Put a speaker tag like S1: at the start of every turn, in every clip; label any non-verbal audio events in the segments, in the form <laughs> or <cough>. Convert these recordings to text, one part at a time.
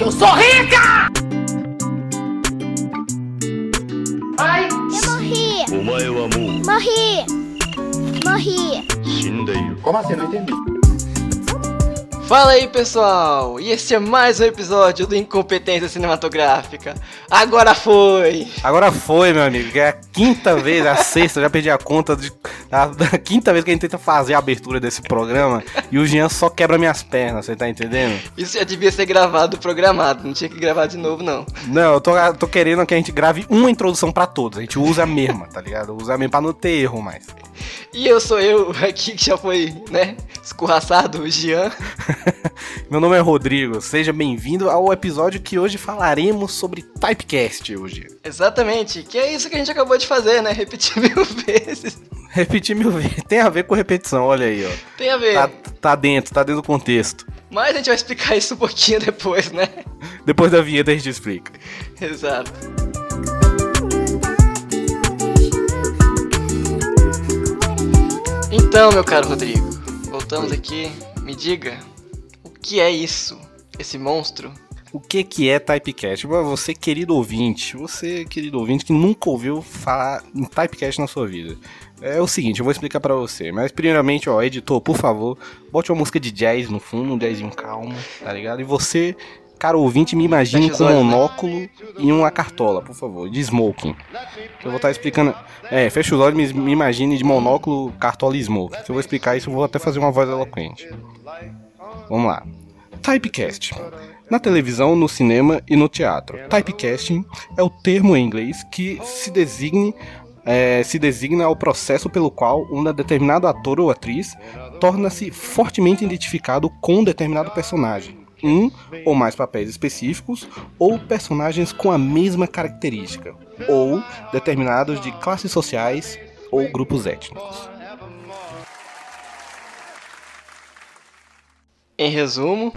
S1: eu sou rica! Ai!
S2: Eu morri!
S3: お前はも
S2: Morri! Morri!
S3: う死んでいる
S1: Como assim? Não entendi.
S4: Fala aí pessoal, e esse é mais um episódio do Incompetência Cinematográfica. Agora foi!
S5: Agora foi, meu amigo, que é a quinta vez, a sexta, já perdi a conta de, a, <laughs> da quinta vez que a gente tenta fazer a abertura desse programa e o Jean só quebra minhas pernas, você tá entendendo?
S4: Isso já devia ser gravado, programado, não tinha que gravar de novo não.
S5: Não, eu tô, tô querendo que a gente grave uma introdução pra todos, a gente usa a mesma, tá ligado? Usa a mesma pra não ter erro mais.
S4: E eu sou eu aqui que já foi, né, escorraçado, o Jean.
S5: Meu nome é Rodrigo, seja bem-vindo ao episódio que hoje falaremos sobre Typecast hoje.
S4: Exatamente, que é isso que a gente acabou de fazer, né, repetir <laughs> mil vezes.
S5: Repetir mil vezes, tem a ver com repetição, olha aí, ó.
S4: Tem a ver,
S5: Tá, tá dentro, tá dentro do contexto.
S4: mas a gente vai explicar isso um pouquinho depois, né?
S5: Depois da vinheta a gente explica.
S4: Exato. Então, meu caro Rodrigo, voltamos aqui. Me diga, o que é isso? Esse monstro?
S5: O que que é Typecast? Pra Você, querido ouvinte, você, querido ouvinte que nunca ouviu falar em Typecast na sua vida. É o seguinte, eu vou explicar pra você. Mas primeiramente, ó, editor, por favor, bote uma música de jazz no fundo, um jazzinho calmo, tá ligado? E você, cara ouvinte, me imagine
S4: Fecha os
S5: com um
S4: olhos, né?
S5: monóculo e uma cartola, por favor, de smoking. Que eu vou estar explicando... É, fecha os olhos, me, me imagine de monóculo, cartola e smoking. Se eu vou explicar isso, eu vou até fazer uma voz eloquente. Vamos lá. Typecast. Na televisão, no cinema e no teatro. Typecasting é o termo em inglês que se designe é, se designa ao processo pelo qual um determinado ator ou atriz torna-se fortemente identificado com um determinado personagem, um ou mais papéis específicos ou personagens com a mesma característica, ou determinados de classes sociais ou grupos étnicos.
S4: Em resumo,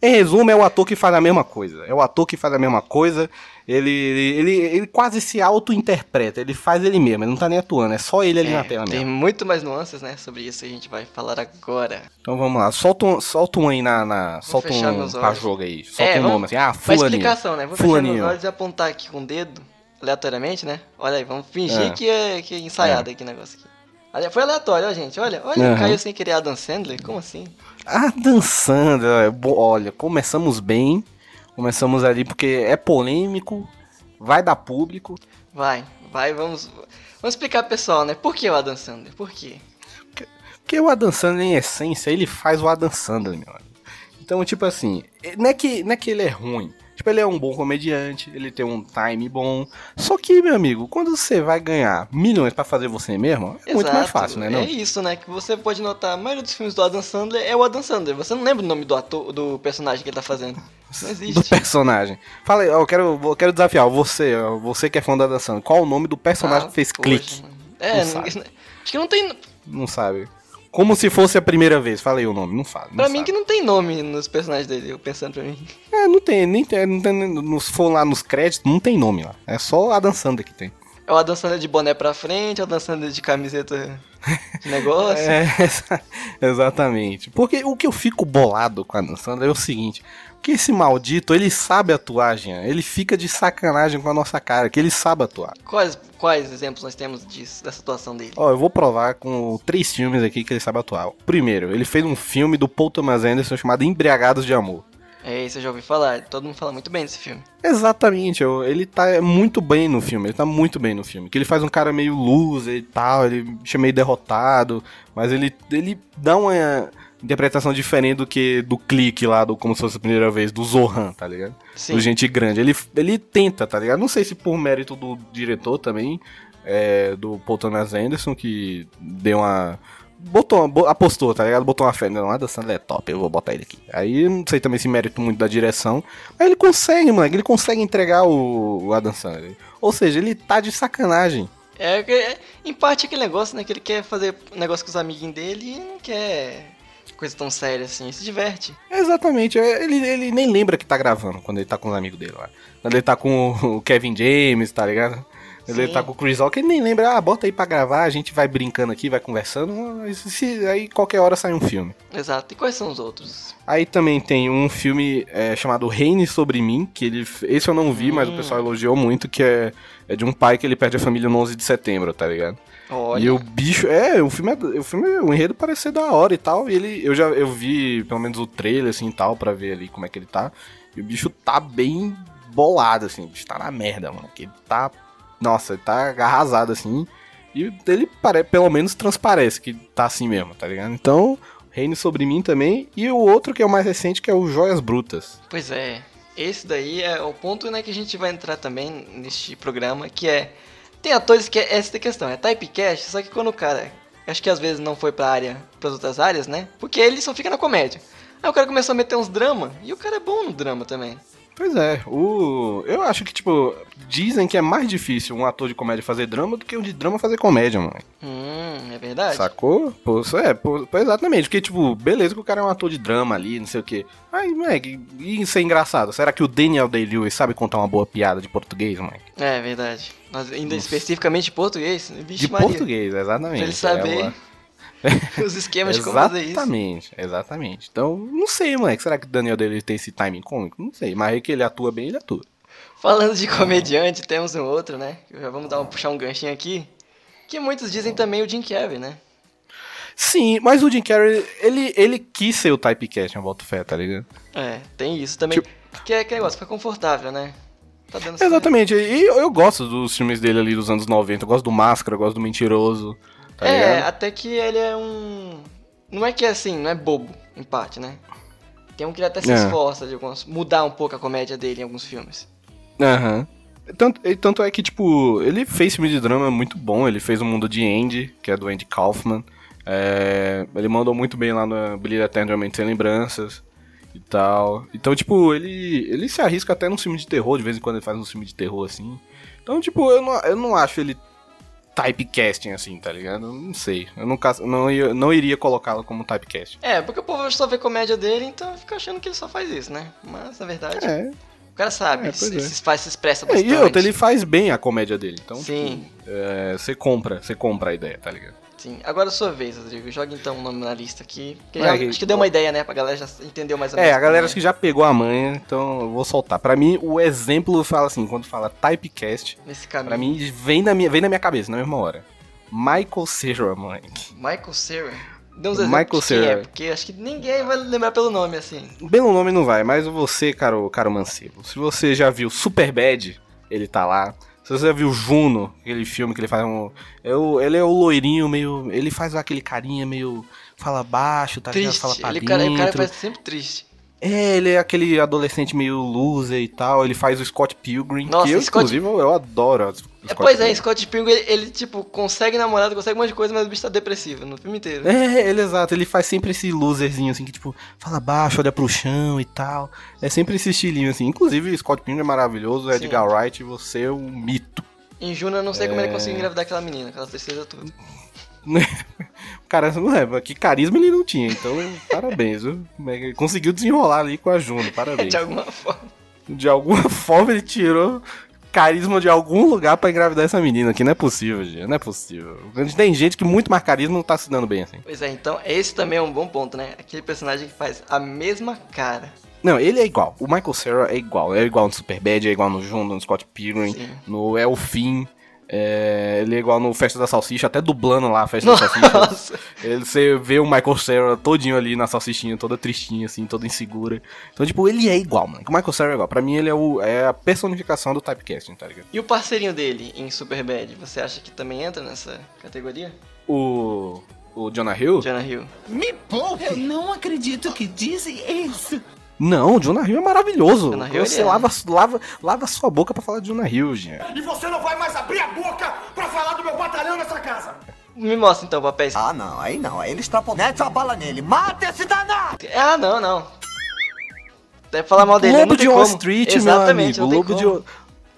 S5: Em resumo, é o ator que faz a mesma coisa. É o ator que faz a mesma coisa. Ele, ele, ele, ele quase se auto-interpreta. Ele faz ele mesmo. Ele não tá nem atuando. É só ele ali na tela
S4: tem
S5: mesmo.
S4: muito mais nuances, né? Sobre isso que a gente vai falar agora.
S5: Então vamos lá. Solta um, solta um aí na. na solta
S4: fechar
S5: um
S4: meus olhos.
S5: pra jogo aí. Solta
S4: É,
S5: um
S4: vamos-
S5: nome assim. Ah,
S4: Uma
S5: Fulaninho.
S4: explicação, né? Vou fechar
S5: Fulaninho.
S4: meus olhos e apontar aqui com o dedo, aleatoriamente, né? Olha aí, vamos fingir
S5: É.
S4: que, é, que é ensaiado aqui o negócio aqui. Olha, Foi aleatório, ó, gente. Olha, olha,
S5: Aham.
S4: caiu sem querer Adam Sandler? Como assim?
S5: Ah, dançando. é bo- Olha, começamos bem. Começamos ali porque é polêmico. Vai dar público.
S4: Vai, vai, vamos. Vamos explicar pro pessoal, né? Por que o Adam Sandler? Por quê?
S5: Porque o Adam Sandler, em essência, ele faz o Adam Sandler, meu amigo. Então, tipo assim, não é que, não é que ele é ruim. Tipo, ele é um bom comediante, ele tem um time bom. Só que, meu amigo, quando você vai ganhar milhões pra fazer você mesmo, é muito mais
S4: Exato,
S5: fácil, né? Não?
S4: É isso, né? Que você pode notar, a maioria dos filmes do Adam Sandler é o Adam Sandler. Você não lembra o nome do ator, do personagem que ele tá fazendo. Não
S5: do
S4: existe.
S5: personagem. Fala aí, ó, eu quero, eu quero desafiar você, ó, você que é fã do Adam Sandler. Qual o nome do personagem
S4: Ah,
S5: que fez
S4: poxa,
S5: clique?
S4: mano. É,
S5: Não sabe.
S4: isso não- acho que não tem.
S5: Não sabe. Como se fosse a primeira vez. Falei o nome, não fala.
S4: Pra mim que não tem nome nos personagens dele, eu pensando pra mim.
S5: É, não tem, nem tem, não tem, nem- se for lá nos créditos, não tem nome lá. É só Adam Sandler que tem.
S4: É o Adam Sandler de boné pra frente, é o Adam Sandler de camiseta
S5: <laughs>
S4: de negócio.
S5: É, exa- exatamente. Porque o que eu fico bolado com a Adam Sandler é o seguinte: que esse maldito, ele sabe atuar, Jean. Ele fica de sacanagem com a nossa cara, que ele sabe atuar.
S4: Quais, quais exemplos nós temos disso, dessa situação dele?
S5: Ó, eu vou provar com três filmes aqui que ele sabe atuar. Primeiro, ele fez um filme do Paul Thomas Anderson chamado Embriagados de Amor.
S4: É isso, eu já ouvi falar. Todo mundo fala muito bem desse filme.
S5: Exatamente, eu- ele tá muito bem no filme, ele tá muito bem no filme. Que ele faz um cara meio loser e tal, ele chama meio derrotado, mas ele, ele dá uma interpretação diferente do que do clique lá, do como se fosse a primeira vez, do Zohan, tá ligado?
S4: Sim.
S5: Do gente grande. Ele, ele tenta, tá ligado? Não sei se por mérito do diretor também, é, do Paul Thomas Anderson, que deu uma. Botou, uma- bo- apostou, tá ligado? Botou uma fé. Não, Adam Sandler é top, eu vou botar ele aqui. Aí não sei também se mérito muito da direção. Mas ele consegue, moleque. Ele consegue entregar o, o Adam Sandler. Ou seja, ele tá de sacanagem.
S4: É, que- é, em parte aquele negócio, né? Que ele quer fazer negócio com os amiguinhos dele e não quer coisa tão séria assim. Ele se diverte.
S5: Exatamente, é, ele, ele nem <laughs> lembra que tá gravando quando ele tá com os amigos dele lá. Quando ele tá com o Kevin James, tá ligado? Ele
S4: Sim.
S5: tá com o Chris Rock, ele nem lembra, ah, bota aí pra gravar, a gente vai brincando aqui, vai conversando, mas se- aí qualquer hora sai um filme.
S4: Exato. E quais são os outros?
S5: Aí também tem um filme é, chamado Reine Sobre Mim, que ele. Esse eu não vi, mas o pessoal elogiou muito, que é, é de um pai que ele perde a família no 11 de setembro, tá ligado?
S4: Olha.
S5: E o bicho. É, o filme, é- o filme, o enredo parece ser da hora e tal. E ele. Eu já eu vi pelo menos o trailer, assim e tal, pra ver ali como é que ele tá. E o bicho tá bem bolado, assim. O bicho tá na merda, mano. Que ele tá. Nossa, ele tá arrasado, assim. E ele pare, pelo menos transparece que tá assim mesmo, tá ligado? Então, Reino sobre mim também. E o outro que é o mais recente, que é o Joias Brutas.
S4: Pois é, esse daí é o ponto né, que a gente vai entrar também neste programa, que é. Tem atores que é essa questão, é typecast, só que quando o cara. Acho que às vezes não foi pra área, pras outras áreas, né? Porque ele só fica na comédia. Aí o cara começou a meter uns drama, e o cara é bom no drama também.
S5: Pois é, o. Eu acho que, tipo, dizem que é mais difícil um ator de comédia fazer drama do que um de drama fazer comédia, mano.
S4: Hum, é verdade?
S5: Sacou? Pô, isso é, pô, pô, exatamente. Porque, tipo, beleza que o cara é um ator de drama ali, não sei o quê. Mas, moleque, e isso é engraçado. Será que o Daniel Day-Lewis sabe contar uma boa piada de português, moleque?
S4: É verdade. Mas ainda especificamente de português, bicho
S5: de
S4: Maria.
S5: português, exatamente.
S4: Pra ele
S5: É
S4: saber
S5: uma-
S4: os esquemas de como fazer isso.
S5: Exatamente, exatamente. Então, não sei, moleque. Será que o Daniel Day-Lewis tem esse timing cômico? Não sei. Mas aí que ele atua bem, ele atua.
S4: Falando de comediante, temos um outro, né? Já vamos dar um, puxar um ganchinho aqui. Que muitos dizem também o Jim Carrey, né?
S5: Sim, mas o Jim Carrey, ele, ele quis ser o typecast, eu boto fé, tá ligado?
S4: É, tem isso também. Que é que negócio, fica confortável, né? Tá dando certo.
S5: Tipo- Exatamente. E eu, eu gosto dos filmes dele ali dos anos 90. Eu gosto do Máscara, eu gosto do Mentiroso. Tá
S4: é,
S5: ligado?
S4: até que ele é um. Não é que é assim, não é bobo, empate, né? Tem um que ele até se
S5: É.
S4: esforça de algumas, mudar um pouco a comédia dele em alguns filmes.
S5: Aham. Tanto, e tanto é que, tipo, ele fez filme de drama muito bom. Ele fez O Mundo de Andy, que é do Andy Kaufman. É, ele mandou muito bem lá na Brilha Eternamente Sem Lembranças e tal. Então, tipo, ele, ele se arrisca até num filme de terror. De vez em quando ele faz um filme de terror, assim. Então, tipo, eu não, eu não acho ele typecasting, assim, tá ligado? Eu Não sei. Eu nunca, não, ia- não iria colocá-lo como typecasting.
S4: É, porque o povo só vê comédia dele, então fica achando que ele só faz isso, né? Mas, na verdade,
S5: É,
S4: o cara sabe,
S5: É,
S4: ele, se,
S5: pois é.
S4: se faz, se expressa
S5: é,
S4: bastante.
S5: e outro, ele faz bem a comédia dele. Então,
S4: Sim.
S5: tipo, é, você compra, você compra a ideia, tá ligado?
S4: Sim, agora é sua vez, Rodrigo. Joga então o nome na lista aqui. Que
S5: Vai,
S4: já-
S5: que-
S4: acho que deu uma ideia, né? Pra galera já entendeu mais ou menos.
S5: É, a galera acho
S4: como
S5: que já pegou a manha, então eu vou soltar. Pra mim, o exemplo fala assim, quando fala typecast,
S4: é Nesse
S5: pra
S4: caminho.
S5: mim vem na minha, vem na minha cabeça na mesma hora. Michael Cera, moleque.
S4: Michael Cera. Dê uns
S5: Michael
S4: exemplos de quem é,
S5: Cera.
S4: porque acho que ninguém vai lembrar pelo nome, assim.
S5: Pelo nome não vai, mas você, caro, caro Mancebo, se você já viu Superbad, ele tá lá. Se você já viu Juno, aquele filme que ele faz um. é o- ele é o loirinho meio. Ele faz aquele carinha meio. Fala baixo, tá ligado?
S4: triste.
S5: Fala pra
S4: ele, o
S5: dentro.
S4: cara, o cara parece sempre triste.
S5: É, ele é aquele adolescente meio loser e tal. Ele faz o Scott Pilgrim,
S4: Nossa,
S5: que eu,
S4: Scott-
S5: inclusive, eu eu adoro. o Scott
S4: É, pois é,
S5: Pilgrim.
S4: Scott Pilgrim, ele, ele, tipo, consegue namorado, consegue um monte de coisa, mas o bicho tá depressivo no filme inteiro.
S5: É, ele exato, ele faz sempre esse loserzinho assim, que tipo, fala baixo, olha pro chão e tal. É sempre esse estilinho assim. Inclusive, o Scott Pilgrim é maravilhoso, o
S4: Sim.
S5: Edgar Wright, você é um mito.
S4: Em Juno, eu não sei
S5: É.
S4: como ele conseguiu engravidar aquela menina, aquela tristeza toda.
S5: Cara, não é, que carisma ele não tinha, então <laughs> parabéns, viu? Ele Conseguiu desenrolar ali com a Juno,
S4: <laughs>
S5: parabéns.
S4: De alguma forma.
S5: De alguma <laughs> forma ele tirou carisma de algum lugar pra engravidar essa menina, que não é possível, gente. Não é possível. Tem gente que muito mais carisma não tá se dando bem assim.
S4: Pois é, então, esse também é um bom ponto, né? Aquele personagem que faz a mesma cara.
S5: Não, ele é igual. O Michael Cera é igual. É igual no Superbad, é igual no Juno, no Scott Pilgrim,
S4: Sim.
S5: no Elfim. É, ele é igual no Festa da Salsicha, até dublando lá a
S3: um
S5: Festa
S4: <laughs>
S5: da Salsicha.
S4: Nossa!
S5: Ele, você vê o Michael Cera todinho ali na salsichinha, toda tristinha, assim, toda insegura. Então, tipo, ele é igual, mano. O Michael Cera é igual. Pra mim, ele é, o- é a personificação do typecasting, tá ligado?
S4: E o parceirinho dele em Superbad, você acha que também entra nessa categoria?
S5: O. O Jonah Hill?
S4: Jonah Hill.
S3: Me poupe! Eu não acredito que dizem isso.
S5: Não, o Jonah Hill é maravilhoso.
S4: Jonah Hill,
S5: Você
S4: ele é.
S5: lava, lava, lava sua boca pra falar de Jonah Hill, gente.
S1: E você não vai mais abrir a boca pra falar do meu batalhão nessa casa!
S4: Me mostra então papéis.
S3: Ah, não, aí não. Aí ele extrapolou. Mete a bala nele. Mata esse danado!
S4: Ah, não, não. Deve falar mal dele,
S5: Lobo
S4: não tem
S5: de Wall
S4: como.
S5: Street,
S4: Exatamente,
S5: meu
S4: não
S5: amigo. Lobo
S4: tem
S5: de
S4: como.
S5: Wall-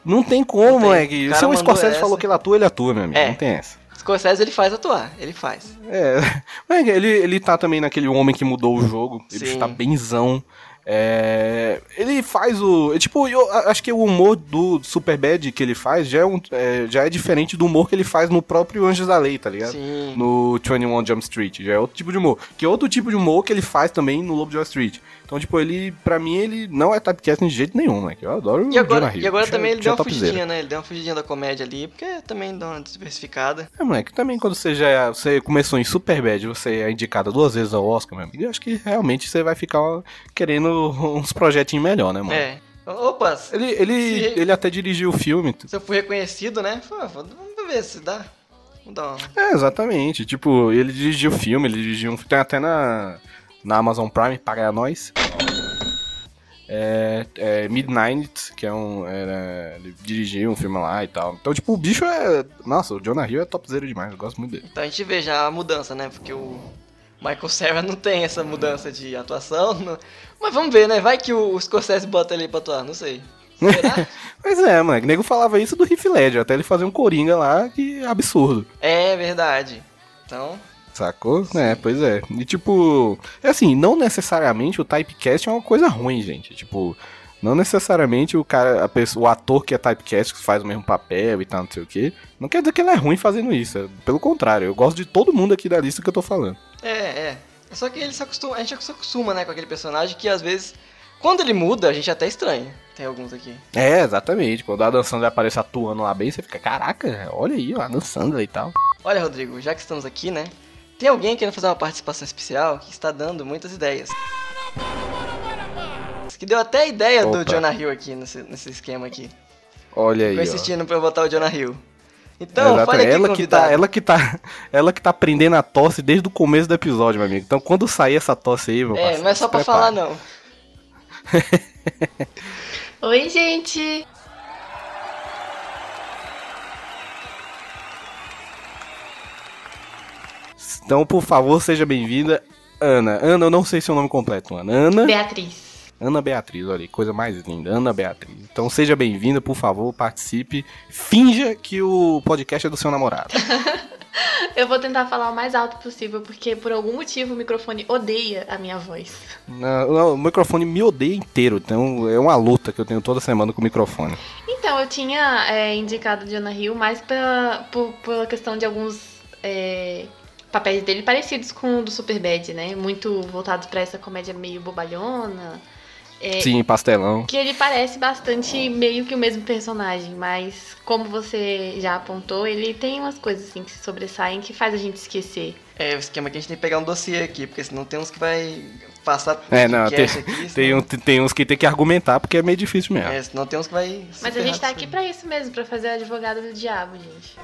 S5: Não tem como,
S4: Não tem. O
S5: moleque.
S4: cara
S5: Se o
S4: mandou
S5: Scorsese
S4: essa.
S5: falou que ele atua, ele atua, meu amigo.
S4: É.
S5: Não tem essa.
S4: Scorsese, ele faz atuar, ele faz.
S5: <laughs> É. Moleque, ele, ele tá também naquele homem que mudou o jogo.
S4: Sim.
S5: Ele tá benzão. É, ele faz o. é Tipo, eu a- acho que o humor do Superbad que ele faz já é, um- é, já é diferente do humor que ele faz no próprio Anjos da Lei, tá ligado?
S4: Sim.
S5: No 21 Jump Street. Já é outro tipo de humor. Que é outro tipo de humor que ele faz também no Lobo de Wall Street. Então, tipo, ele, pra mim, ele não é typecasting de jeito nenhum, né? Eu adoro
S4: E
S5: o
S4: agora,
S5: Jonah Hill.
S4: e agora
S5: Bicho é-
S4: também ele
S5: bicho é
S4: deu uma
S5: topzera.
S4: fugidinha, né? Ele deu uma fugidinha da comédia ali, porque também dá uma diversificada.
S5: É, moleque, também quando você já é, você começou em Superbad, você é indicado duas vezes ao Oscar, meu amigo. Eu acho que realmente você vai ficar querendo <laughs> uns projetinhos melhor, né, mano?
S4: É. Opa, se
S5: Ele, ele,
S4: Se-
S5: ele até dirigiu o filme.
S4: se eu for reconhecido, né? Pô, Vamos ver se dá. Vamos dar uma...
S5: É, exatamente. Tipo, ele dirigiu o filme, ele dirigiu um Tem até na, na Amazon Prime, paga nós. É, é Midnight, que é um. Era, ele dirigiu um filme lá e tal. Então, tipo, o bicho é. Nossa, o Jonah Hill é topzera demais, eu gosto muito dele.
S4: Então a gente vê já a mudança, né? Porque o Michael Cera não tem essa mudança de atuação. <laughs> não- Mas vamos ver, né? Vai que o Scorsese bota ele pra atuar, não sei. Será?
S5: Mas é, moleque, o nego falava isso do Heath Ledger, até ele fazer um Coringa lá, que é absurdo.
S4: é verdade. Então,
S5: Sacou? É, pois é. E tipo, é assim, não necessariamente o typecast é uma coisa ruim, gente. Tipo, não necessariamente o cara, a pessoa, o ator que é typecast, que faz o mesmo papel e tal, não sei o quê, não quer dizer que ele é ruim fazendo isso. É, Pelo contrário, eu gosto de todo mundo aqui da lista que eu tô falando.
S4: é, é. Só que ele se acostuma, a gente se acostuma, né, com aquele personagem que às vezes, quando ele muda, a gente é até estranha. Tem alguns aqui.
S5: É, exatamente. Quando a Adam Sandler aparece atuando lá bem, você fica, caraca, olha aí, ó, a Adam Sandler e tal.
S4: Olha, Rodrigo, já que estamos aqui, né? Tem alguém querendo fazer uma participação especial que está dando muitas ideias. Que deu até a ideia do
S5: Opa.
S4: Jonah Hill aqui nesse, nesse esquema aqui.
S5: Olha aí,
S4: Ficou
S5: ó.
S4: insistindo pra eu botar o Jonah Hill. Então,
S5: Exato,
S4: fale aqui,
S5: ela que, tá,
S4: convidado.
S5: ela, que tá, <laughs> ela que tá prendendo a tosse desde o começo do episódio, meu amigo. Então quando sair essa tosse aí, meu
S4: É, não é só pra falar, não.
S6: Oi, gente!
S5: Então, por favor, seja bem-vinda, Ana. Ana, eu não sei seu nome completo, Ana. Ana,
S6: Beatriz.
S5: Ana Beatriz, olha aí, coisa mais linda, Ana Beatriz. Então seja bem-vinda, por favor, participe. Finja que o podcast é do
S4: <laughs>
S5: seu namorado.
S6: Eu vou tentar falar o mais alto possível, porque por algum motivo o microfone odeia a minha voz.
S5: Não, não, o microfone me odeia inteiro, então é uma luta que eu tenho toda semana com o microfone.
S6: Então, eu tinha é, indicado o Jonah Hill mais pela, por- pela questão de alguns é, papéis dele parecidos com o do Superbad, né? Muito voltados pra essa comédia meio bobalhona. É,
S5: Sim, pastelão.
S6: Que ele parece bastante meio que o mesmo personagem, mas como você já apontou, ele tem umas coisas assim que se sobressaem que faz a gente esquecer.
S4: É, o esquema é que a gente tem que pegar um dossiê aqui, porque senão tem uns que vai passar
S5: É, não, tem,
S4: podcast
S5: <laughs>
S4: aqui,
S5: tem,
S4: senão-
S5: um- tem uns que tem que argumentar porque é meio difícil mesmo.
S4: É, senão tem uns que vai... se
S6: Mas a gente
S4: ferrar
S6: tá
S4: disso
S6: aqui
S4: aí.
S6: pra isso mesmo, pra fazer a advogada do diabo, gente.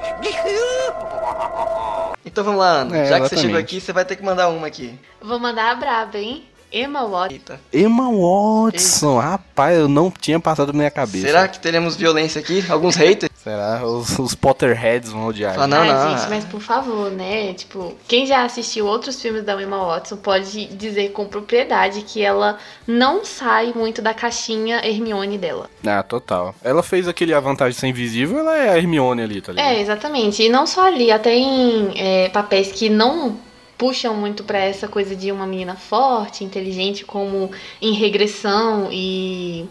S4: Então vamos lá, Ana.
S5: É,
S4: Já que você chegou
S5: exatamente.
S4: aqui, você vai ter que mandar uma aqui.
S6: Vou mandar a braba, hein? Emma Watson.
S4: Eita.
S5: Emma Watson, rapaz, eu não tinha passado na minha cabeça.
S4: Será que teremos violência aqui? Alguns haters?
S5: Será? Os, os Potterheads vão odiar.
S4: Ah, não,
S6: Ai,
S4: não.
S6: gente, mas por favor, né? Tipo, quem já assistiu outros filmes da Emma Watson pode dizer com propriedade que ela não sai muito da caixinha Hermione dela.
S5: Ah, total. Ela fez aquele A Vantagem de Ser Invisível, ela é a Hermione ali, tá ligado?
S6: É, exatamente. E não só ali, até em é, papéis que não puxam muito pra essa coisa de uma menina forte, inteligente, como em regressão e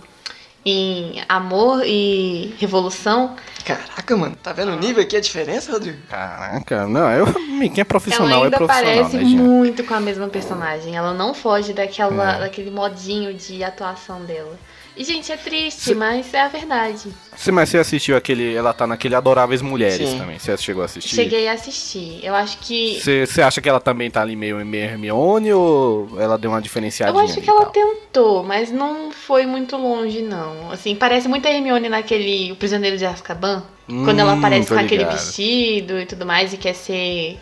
S6: em amor e revolução.
S4: Caraca, mano. Tá vendo o nível aqui, a diferença, Rodrigo?
S5: Caraca, não, eu, quem é profissional
S6: ela
S5: é
S6: ainda
S5: profissional,
S6: parece
S5: né, gente?
S6: muito com a mesma personagem. Ela não foge
S5: É.
S6: daquela, daquele modinho de atuação dela. E, gente, é triste,
S5: Cê-
S6: mas é a verdade.
S5: Você, mas você assistiu aquele, ela tá naquele Adoráveis Mulheres
S4: Sim.
S5: também, você chegou a assistir?
S6: Cheguei a assistir. Eu acho que.
S5: Você, você acha que ela também tá ali meio, meio Hermione ou ela deu uma diferenciadinha?
S6: Eu acho
S5: ali
S6: que
S5: e
S6: ela
S5: tal?
S6: tentou, mas não foi muito longe, não. Assim, parece muito a Hermione naquele O Prisioneiro de Azkaban. quando ela
S5: Hum,
S6: aparece
S5: tô
S6: com aquele
S5: ligado.
S6: vestido e tudo mais e quer ser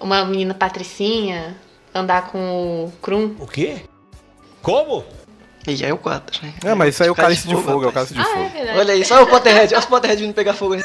S6: uma menina patricinha, andar com o Krum.
S1: O quê? Como?
S4: E aí o 4, né?
S5: É, mas isso aí é o
S4: Cálice
S5: Cálice de Fogo, é o
S4: rapaz.
S5: Cálice de
S6: Ah, é
S5: Fogo.
S6: verdade.
S4: Olha aí, só o Potterhead. Olha os Potterhead vindo pegar fogo.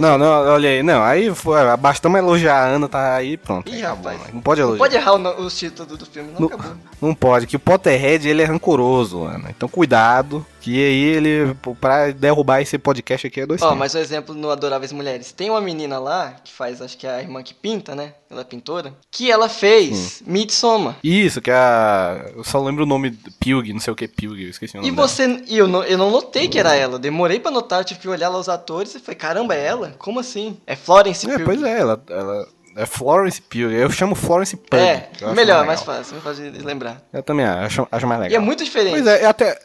S5: Não, não, olha aí, não, aí foi, bastamos elogiar a Ana, tá aí, pronto.
S4: Ih,
S5: acabou,
S4: rapaz.
S5: né? Não pode elogiar.
S4: Pode errar o no- os títulos do, do filme, não
S5: Não,
S4: acabou.
S5: não pode, que o Potterhead ele é rancoroso, Ana. Então cuidado. Que aí ele, pra derrubar esse podcast aqui, é dois
S4: Ó,
S5: tempos.
S4: mas um exemplo no Adoráveis Mulheres. Tem uma menina lá, que faz, acho que é a irmã que pinta, né? Ela é pintora. Que ela fez
S5: Hum.
S4: Midsommar.
S5: Isso, que a. Eu só lembro o nome do Pilg, não sei o que Pilg, eu esqueci o nome.
S4: E
S5: dela.
S4: você. E eu não, eu não notei que era ela. Demorei pra notar, eu tive que olhar lá os atores e falei, caramba, é ela? Como assim? É Florence
S5: É,
S4: Pugh.
S5: pois é, ela, ela é Florence Pugh. Eu chamo Florence Pugh.
S4: É,
S5: que eu acho
S4: melhor,
S5: mais
S4: mais
S5: legal.
S4: fácil, mais fácil de lembrar.
S5: Eu também acho, acho mais legal.
S4: E é muito diferente.
S5: Pois é, é até.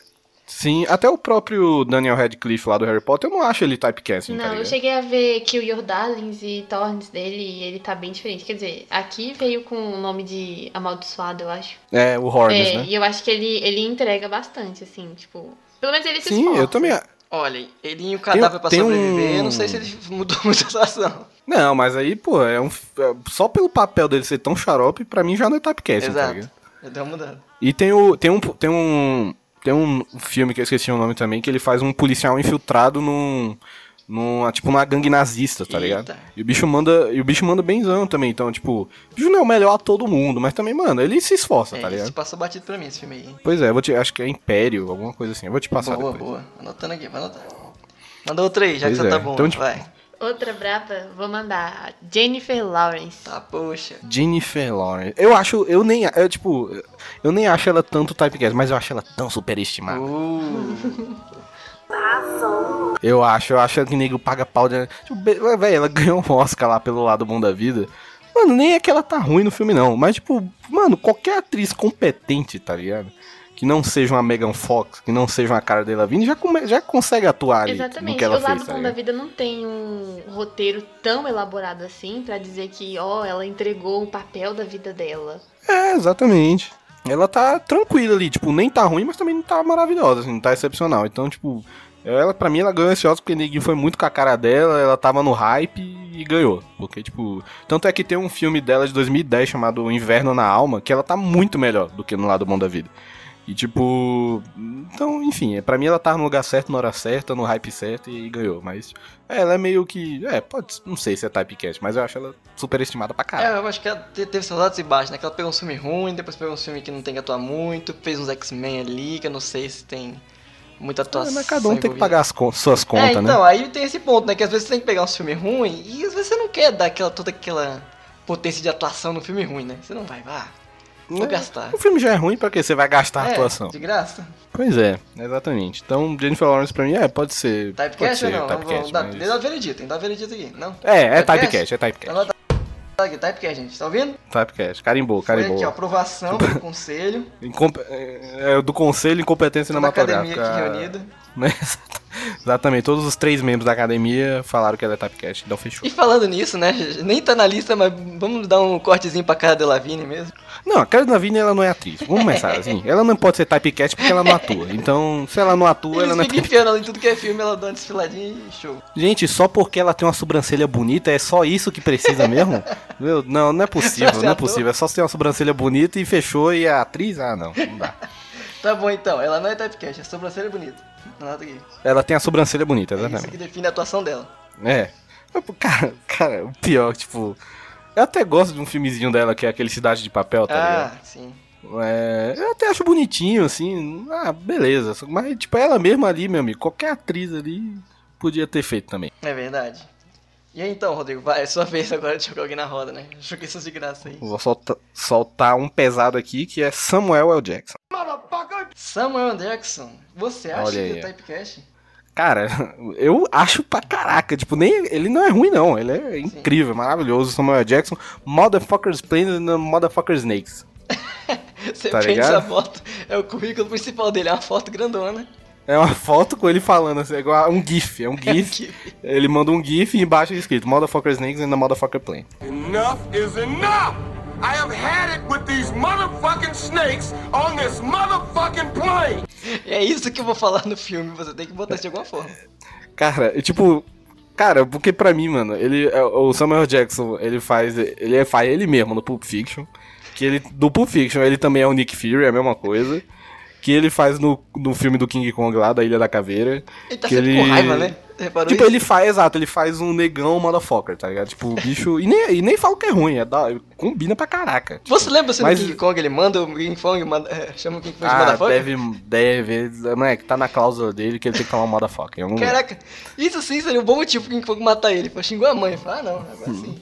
S5: Sim, até o próprio Daniel Radcliffe lá do Harry Potter, eu não acho ele typecasting, tá
S6: Não, eu
S5: ligado?
S6: cheguei a ver Kill Your Darlings e Torns dele e ele tá bem diferente. Quer dizer, aqui veio com o nome de Amaldiçoado, eu acho.
S5: É, o Horns,
S6: é,
S5: né?
S6: e eu acho que ele, ele entrega bastante, assim, tipo. Pelo menos ele se
S5: Sim,
S6: esforça.
S5: eu também. a-
S4: Olha, ele e o cadáver pra
S5: tem um-
S4: sobreviver, eu não sei se ele <laughs> mudou muito a situação.
S5: Não, mas aí, pô, é um. é- Só pelo papel dele ser tão xarope, pra mim já não é typecasting, tá ligado?
S4: Exato. Eu dei uma mudada.
S5: E tem o. Tem um. Tem um. Tem um filme que eu esqueci o nome também, que ele faz um policial infiltrado num. num tipo, numa gangue nazista, tá ligado?
S4: Eita.
S5: E o bicho manda. E o bicho manda benzão também. Então, tipo, o bicho não é o melhor a todo mundo, mas também, mano, ele se esforça,
S4: É,
S5: tá
S4: isso
S5: ligado?
S4: passou batido pra mim esse filme aí. hein?
S5: Pois é, eu vou te. Acho que é Império, alguma coisa assim. Eu vou te passar
S4: boa,
S5: depois.
S4: boa. Anotando aqui, vai anotar. Manda outra aí, já
S5: Pois
S4: que você
S5: é.
S4: tá bom.
S5: Então, tipo-
S4: Vai.
S6: Outra braba, vou mandar. Jennifer Lawrence.
S4: Tá, poxa.
S5: Jennifer Lawrence. Eu acho, eu nem, eu, tipo, eu nem acho ela tanto typecast, mas eu acho ela tão superestimada.
S6: Oh.
S4: Uh,
S5: Eu acho, eu acho que nego paga pau de. Tipo, be- véi, ela <laughs> ganhou um Oscar lá pelo lado bom da vida. Mano, nem é que ela tá ruim no filme, não. Mas, tipo, mano, qualquer atriz competente, tá ligado? Que não seja uma Megan Fox, que não seja uma cara dela vindo, já, come- já consegue atuar ali no que
S6: Exatamente. O
S5: ela
S6: lado
S5: fez, tá
S6: bom da
S5: ligado?
S6: vida não tem um roteiro tão elaborado assim pra dizer que, ó, ela entregou o papel da vida dela.
S5: É, exatamente. Ela tá tranquila ali, tipo, nem tá ruim, mas também não tá maravilhosa, assim, não tá excepcional. Então, tipo, ela, pra mim, ela ganhou esse Oscar porque Neguinho foi muito com a cara dela, ela tava no hype e ganhou. Porque, tipo, tanto é que tem um filme dela de 2010 chamado Inverno na Alma, que ela tá muito melhor do que no lado bom da vida. E, tipo, então, enfim, é, pra mim ela tava no lugar certo, na hora certa, no hype certo e ganhou. Mas é, ela é meio que, é, pode, não sei se é typecast, mas eu acho ela superestimada pra caralho.
S4: é, eu acho que ela te- teve seus lados e baixos, né? Que ela pegou um filme ruim, depois pegou um filme que não tem que atuar muito, fez uns X-Men ali, que eu não sei se tem muita
S5: Ah,
S4: atuação.
S5: mas cada um tem que
S4: envolvida.
S5: pagar as con- suas contas,
S4: é, então,
S5: né?
S4: aí tem esse ponto, né? Que às vezes você tem que pegar um filme ruim e às vezes você não quer dar aquela, toda aquela potência de atuação no filme ruim, né? Você não vai, vá, vou
S5: É.
S4: gastar.
S5: O filme já é ruim, pra que você vai gastar a
S4: É,
S5: atuação?
S4: De graça.
S5: Pois é, exatamente. Então, Jennifer Lawrence pra mim, é, pode ser. pode
S4: Typecast
S5: ser
S4: ou não? Vamos, vamos
S5: typecast,
S4: dar,
S5: mas-
S4: dá veredito, tem que dar veredito aqui, não?
S5: É, é
S4: Typecast? Tá
S5: typecast, é typecast.
S4: Anota aqui, typecast, gente, tá ouvindo?
S5: Typecast, carimbou,
S4: Foi aqui, ó,
S5: carimbou.
S4: aprovação pelo conselho,
S5: Incom- é, é, do Conselho de Incompetência
S4: toda a academia
S5: Cinematográfica.
S4: aqui
S5: <laughs>
S4: reunida.
S5: Né? Exatamente, todos os três membros da academia falaram que ela é typecast, então fechou.
S4: E falando nisso, né, <laughs> nem tá na lista, mas vamos dar um cortezinho pra cara da Lavigne mesmo.
S5: Não, a Cara Delevingne ela não é atriz. Vamos começar assim. Ela não pode ser typecast porque ela não atua. Então, se ela não atua, ela
S4: Eles
S5: não é
S4: ficam enfiando ali tudo que é filme, ela dá uma desfiladinha e show.
S5: Gente, só porque ela tem uma sobrancelha bonita, é só isso que precisa
S4: <laughs>
S5: mesmo? Meu, não, não é
S4: Só
S5: possível,
S4: ser
S5: não é
S4: ator.
S5: possível. É só ter uma sobrancelha bonita e fechou e a atriz, ah, não, não dá.
S4: Tá bom então, ela não é typecast, a sobrancelha é bonita. Anota aqui.
S5: Ela tem a sobrancelha bonita,
S4: É isso
S5: exatamente.
S4: que define a atuação dela.
S5: É. Mas, pô, Cara, cara, o pior, tipo. Eu até gosto de um filmezinho dela, que é aquele Cidade de Papel, tá ligado?
S4: ah, sim.
S5: É, eu até acho bonitinho, assim. Ah, beleza. Mas, tipo, ela mesma ali, meu amigo, qualquer atriz ali podia ter feito também.
S4: É verdade. E aí então, Rodrigo, vai, é sua <laughs> vez agora de jogar alguém na roda, né? <laughs> Joguei essas de graça aí.
S5: Vou solta- soltar um pesado aqui, que é Samuel L. Jackson.
S4: Samuel Jackson, você acha
S5: Olha
S4: que
S5: aí,
S4: é
S5: ó.
S4: typecast? <laughs>
S5: Cara, <laughs> eu acho pra caraca. Tipo, nem, ele não é ruim, não. Ele é incrível, maravilhoso. Samuel Jackson. Motherfuckers playing the motherfucker snakes.
S4: Você
S5: Tá
S4: prende
S5: ligado?
S4: essa foto, é o currículo principal dele, é uma foto grandona.
S5: É uma <laughs> foto com ele falando assim, é igual a um GIF. É um GIF.
S4: Que-
S5: ele manda um GIF e embaixo é escrito Motherfucker Snakes and the Motherfucker Plane.
S1: Enough is enough! I have had it with these motherfucking snakes on this motherfucking plane!
S4: É isso que eu vou falar no filme, você tem que botar isso de alguma forma.
S5: Cara, é tipo. Cara, porque pra mim, mano, ele. é, O Samuel Jackson, ele faz. Ele é- faz ele mesmo no Pulp Fiction. Que ele. Do Pulp Fiction, ele também é o Nick Fury, é a mesma coisa. que ele faz no, no filme do King Kong lá, da Ilha da Caveira.
S4: Ele tá
S5: que
S4: sempre
S5: ele...
S4: com raiva, né? Você Reparou
S5: Tipo,
S4: isso?
S5: ele faz, exato, ele faz um negão motherfucker, tá ligado? Tipo, o bicho. E nem, e nem fala que é ruim, é da- combina pra caraca.
S4: Você lembra se
S5: Mas-
S4: no King Kong ele manda o King Kong, manda- é, chama o King Kong de
S5: Ah,
S4: motherfucker?
S5: deve, deve. Não é que tá na cláusula dele que ele tem que tomar um motherfucker. em algum momento.
S4: Caraca, isso sim seria um bom motivo pro King Kong matar ele. Pô, xingou a mãe. Fala, ah, não, agora
S5: Hum.
S4: sim.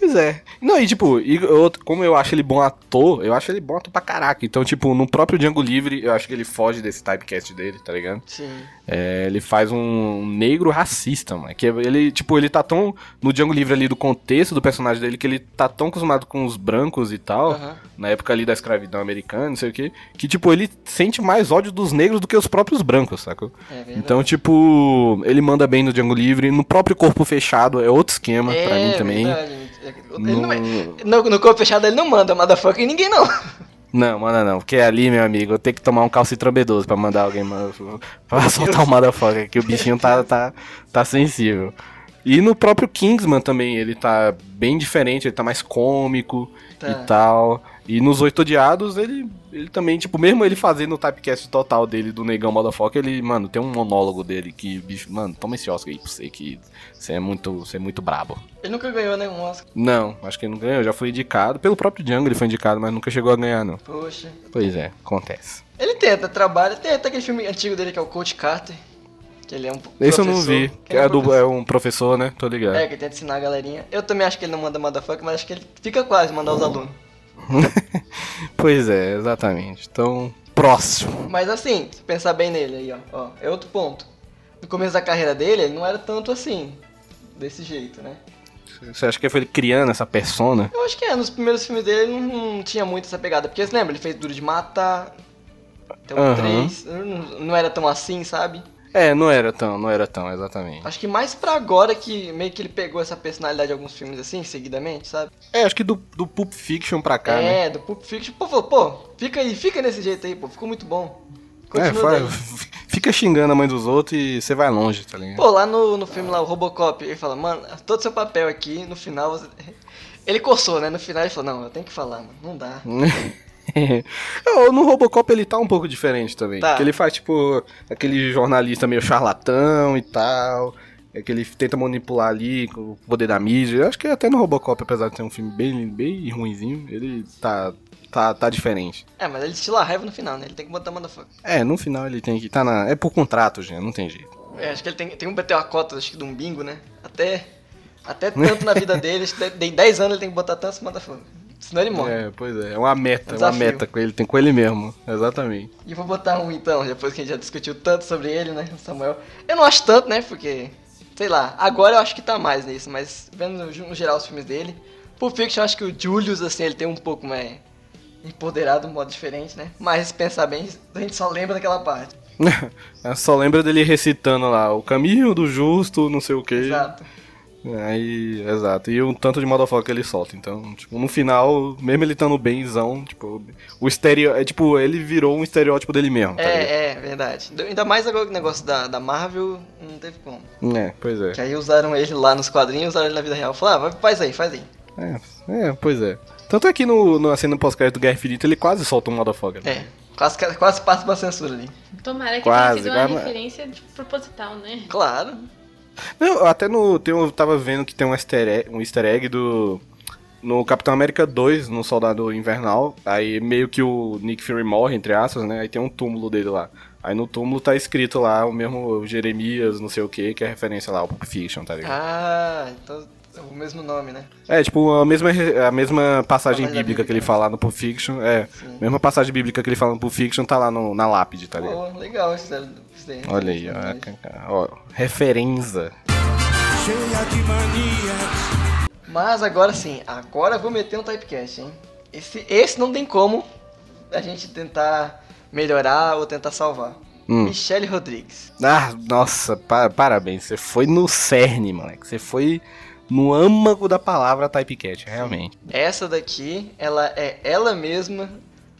S5: Pois é. Não, e tipo, e eu- como eu acho ele bom ator, eu acho ele bom ator pra caraca. Então, tipo, no próprio Django Livre, eu acho que ele foge desse typecast dele, tá ligado?
S4: Sim.
S5: É, ele faz um negro racista, mano. Que ele, tipo, ele tá tão. No Django Livre ali, do contexto do personagem dele, que ele tá tão acostumado com os brancos e tal,
S4: Aham.
S5: na época ali da escravidão americana, não sei o quê, que, tipo, ele sente mais ódio dos negros do que os próprios brancos, sacou?
S4: É verdade.
S5: Então, tipo, ele manda bem no Django Livre, no próprio Corpo Fechado é outro esquema pra mim também.
S4: verdade. Ele não é- no, no corpo fechado ele não manda motherfucker em ninguém, não. <laughs>
S5: Não, manda não, porque ali, meu amigo, eu tenho que tomar um calcitran B12 pra mandar alguém mano, pra <laughs> soltar o motherfucker, que o bichinho tá, tá, tá sensível. E no próprio Kingsman também, ele tá bem diferente, ele tá mais cômico
S4: Tá.
S5: e tal. E nos Oito Odiados, ele, ele também, tipo, mesmo ele fazendo o typecast total dele do Negão Motherfucker, ele, mano, tem um monólogo dele que, bicho, mano, toma esse Oscar aí pra você que você é muito, você é muito brabo.
S4: Ele nunca ganhou, né, um Oscar.
S5: Não, acho que ele não ganhou, já foi indicado. Pelo próprio Django ele foi indicado, mas nunca chegou a ganhar, não.
S4: Poxa.
S5: Pois é, acontece.
S4: Ele tenta, trabalha. Tem até aquele filme antigo dele que é o Coach Carter. Que ele é um
S5: Esse eu não
S4: professor.
S5: vi.
S4: Que ele
S5: É,
S4: um
S5: do,
S4: professor.
S5: é um professor, né? Tô ligado.
S4: É, que ele tenta ensinar a galerinha. Eu também acho que ele não manda motherfucker, mas acho que ele fica quase mandar os alunos.
S5: <laughs> pois é, exatamente. Então, próximo.
S4: Mas assim, se pensar bem nele aí, ó, ó, é outro ponto. No começo da carreira dele, ele não era tanto assim, desse jeito, né?
S5: Você acha que foi ele criando essa persona?
S4: Eu acho que é, nos primeiros filmes dele ele não, não tinha muito essa pegada, porque você lembra, ele fez Duro de Matar, então
S5: Aham.
S4: três, não, não era tão assim, sabe?
S5: É, não era tão, não era tão, exatamente.
S4: Acho que mais pra agora que meio que ele pegou essa personalidade de alguns filmes assim, seguidamente, sabe?
S5: É, acho que do, do Pulp Fiction pra cá, né?
S4: é, do Pulp Fiction, pô, falou, pô, fica aí, fica nesse jeito aí, pô, ficou muito bom.
S5: É,
S4: Continua
S5: fala-
S4: daí.
S5: fica xingando a mãe dos outros e você vai longe, tá ligado?
S4: Pô, lá no, no filme lá, o Robocop, ele fala, mano, todo seu papel aqui, no final você. <laughs> Ele coçou, né? No final ele falou, não, eu tenho que falar, mano, não dá.
S5: Não, É, no Robocop ele tá um pouco diferente também.
S4: Tá.
S5: Porque ele faz, tipo, aquele jornalista meio charlatão e tal. É que ele tenta manipular ali com o poder da mídia. Eu acho que até no Robocop, apesar de ser um filme bem, bem ruinzinho, ele tá, tá, tá diferente.
S4: É, mas ele estila a raiva no final, né? Ele tem que botar motherfucker.
S5: É, no final ele tem que. Tá na, é por contrato, gente, não tem jeito.
S4: É, acho que ele tem, tem um bateu a cota, acho que de um bingo, né? Até. Até tanto na vida dele, acho que de- em 10 anos ele tem que botar tantos motherfucker. Senão ele morre.
S5: É, pois é, é uma meta, é uma
S4: Desafio.
S5: meta que ele tem com ele mesmo. Exatamente. <laughs>
S4: E vou botar um então, depois que a gente já discutiu tanto sobre ele, né, Samuel? Eu não acho tanto, né? Porque, sei lá, agora eu acho que tá mais nisso, mas vendo no, no geral os filmes dele, Pulp Fiction eu acho que o Julius, assim, ele tem um pouco mais empoderado, um modo diferente, né? Mas se pensar bem, a gente só lembra daquela parte.
S5: Eu só lembra dele recitando lá, o caminho do justo, não sei o que.
S4: Exato.
S5: Aí, exato. E um tanto de motherfucker que ele solta. Então, tipo, no final, mesmo ele estando bemzão, tipo, o estereo... é, tipo, ele virou um estereótipo dele mesmo, tá ligado?
S4: É, é, verdade. Do- Ainda mais agora que o negócio da, da Marvel não teve como.
S5: É, pois é.
S4: Que aí usaram ele lá nos quadrinhos, usaram ele na vida real. Falaram, ah, vai- faz aí, faz aí.
S5: É, é, pois é. Tanto é que no, no cena pós-crédito do Guerra Infinita ele quase solta um motherfucker.
S4: É, quase, quase passa uma censura ali.
S6: Tomara que
S5: Quase,
S6: tenha sido uma
S5: quase.
S6: referência de proposital, né?
S4: Claro.
S5: Não, até no. Tem, um- eu tava vendo que tem um easter egg, um easter egg do. No Capitão América 2, no Soldado Invernal, aí meio que o Nick Fury morre, entre aspas, né? Aí tem um túmulo dele lá. Aí no túmulo tá escrito lá o mesmo Jeremias, não sei o que, que é referência lá ao Pulp Fiction, tá ligado?
S4: Ah, então é o mesmo nome, né?
S5: É, tipo, a mesma, re- a mesma passagem
S4: Passagem da
S5: bíblica
S4: Bíblia.
S5: que ele fala no Pulp Fiction, é.
S4: é Sim.
S5: Mesma passagem bíblica que ele fala no Pulp Fiction tá lá no, na lápide, tá ligado?
S4: Pô, legal isso daí.
S5: Olha aí, ó, ó, referenza.
S4: Mas agora sim, agora eu vou meter um typecast, hein? Esse, esse não tem como a gente tentar melhorar ou tentar salvar.
S5: Hum.
S4: Michelle Rodrigues.
S5: Ah, nossa, pa- parabéns. Você foi no cerne, moleque. Você foi no âmago da palavra typecat, realmente.
S4: Essa daqui, ela é ela mesma.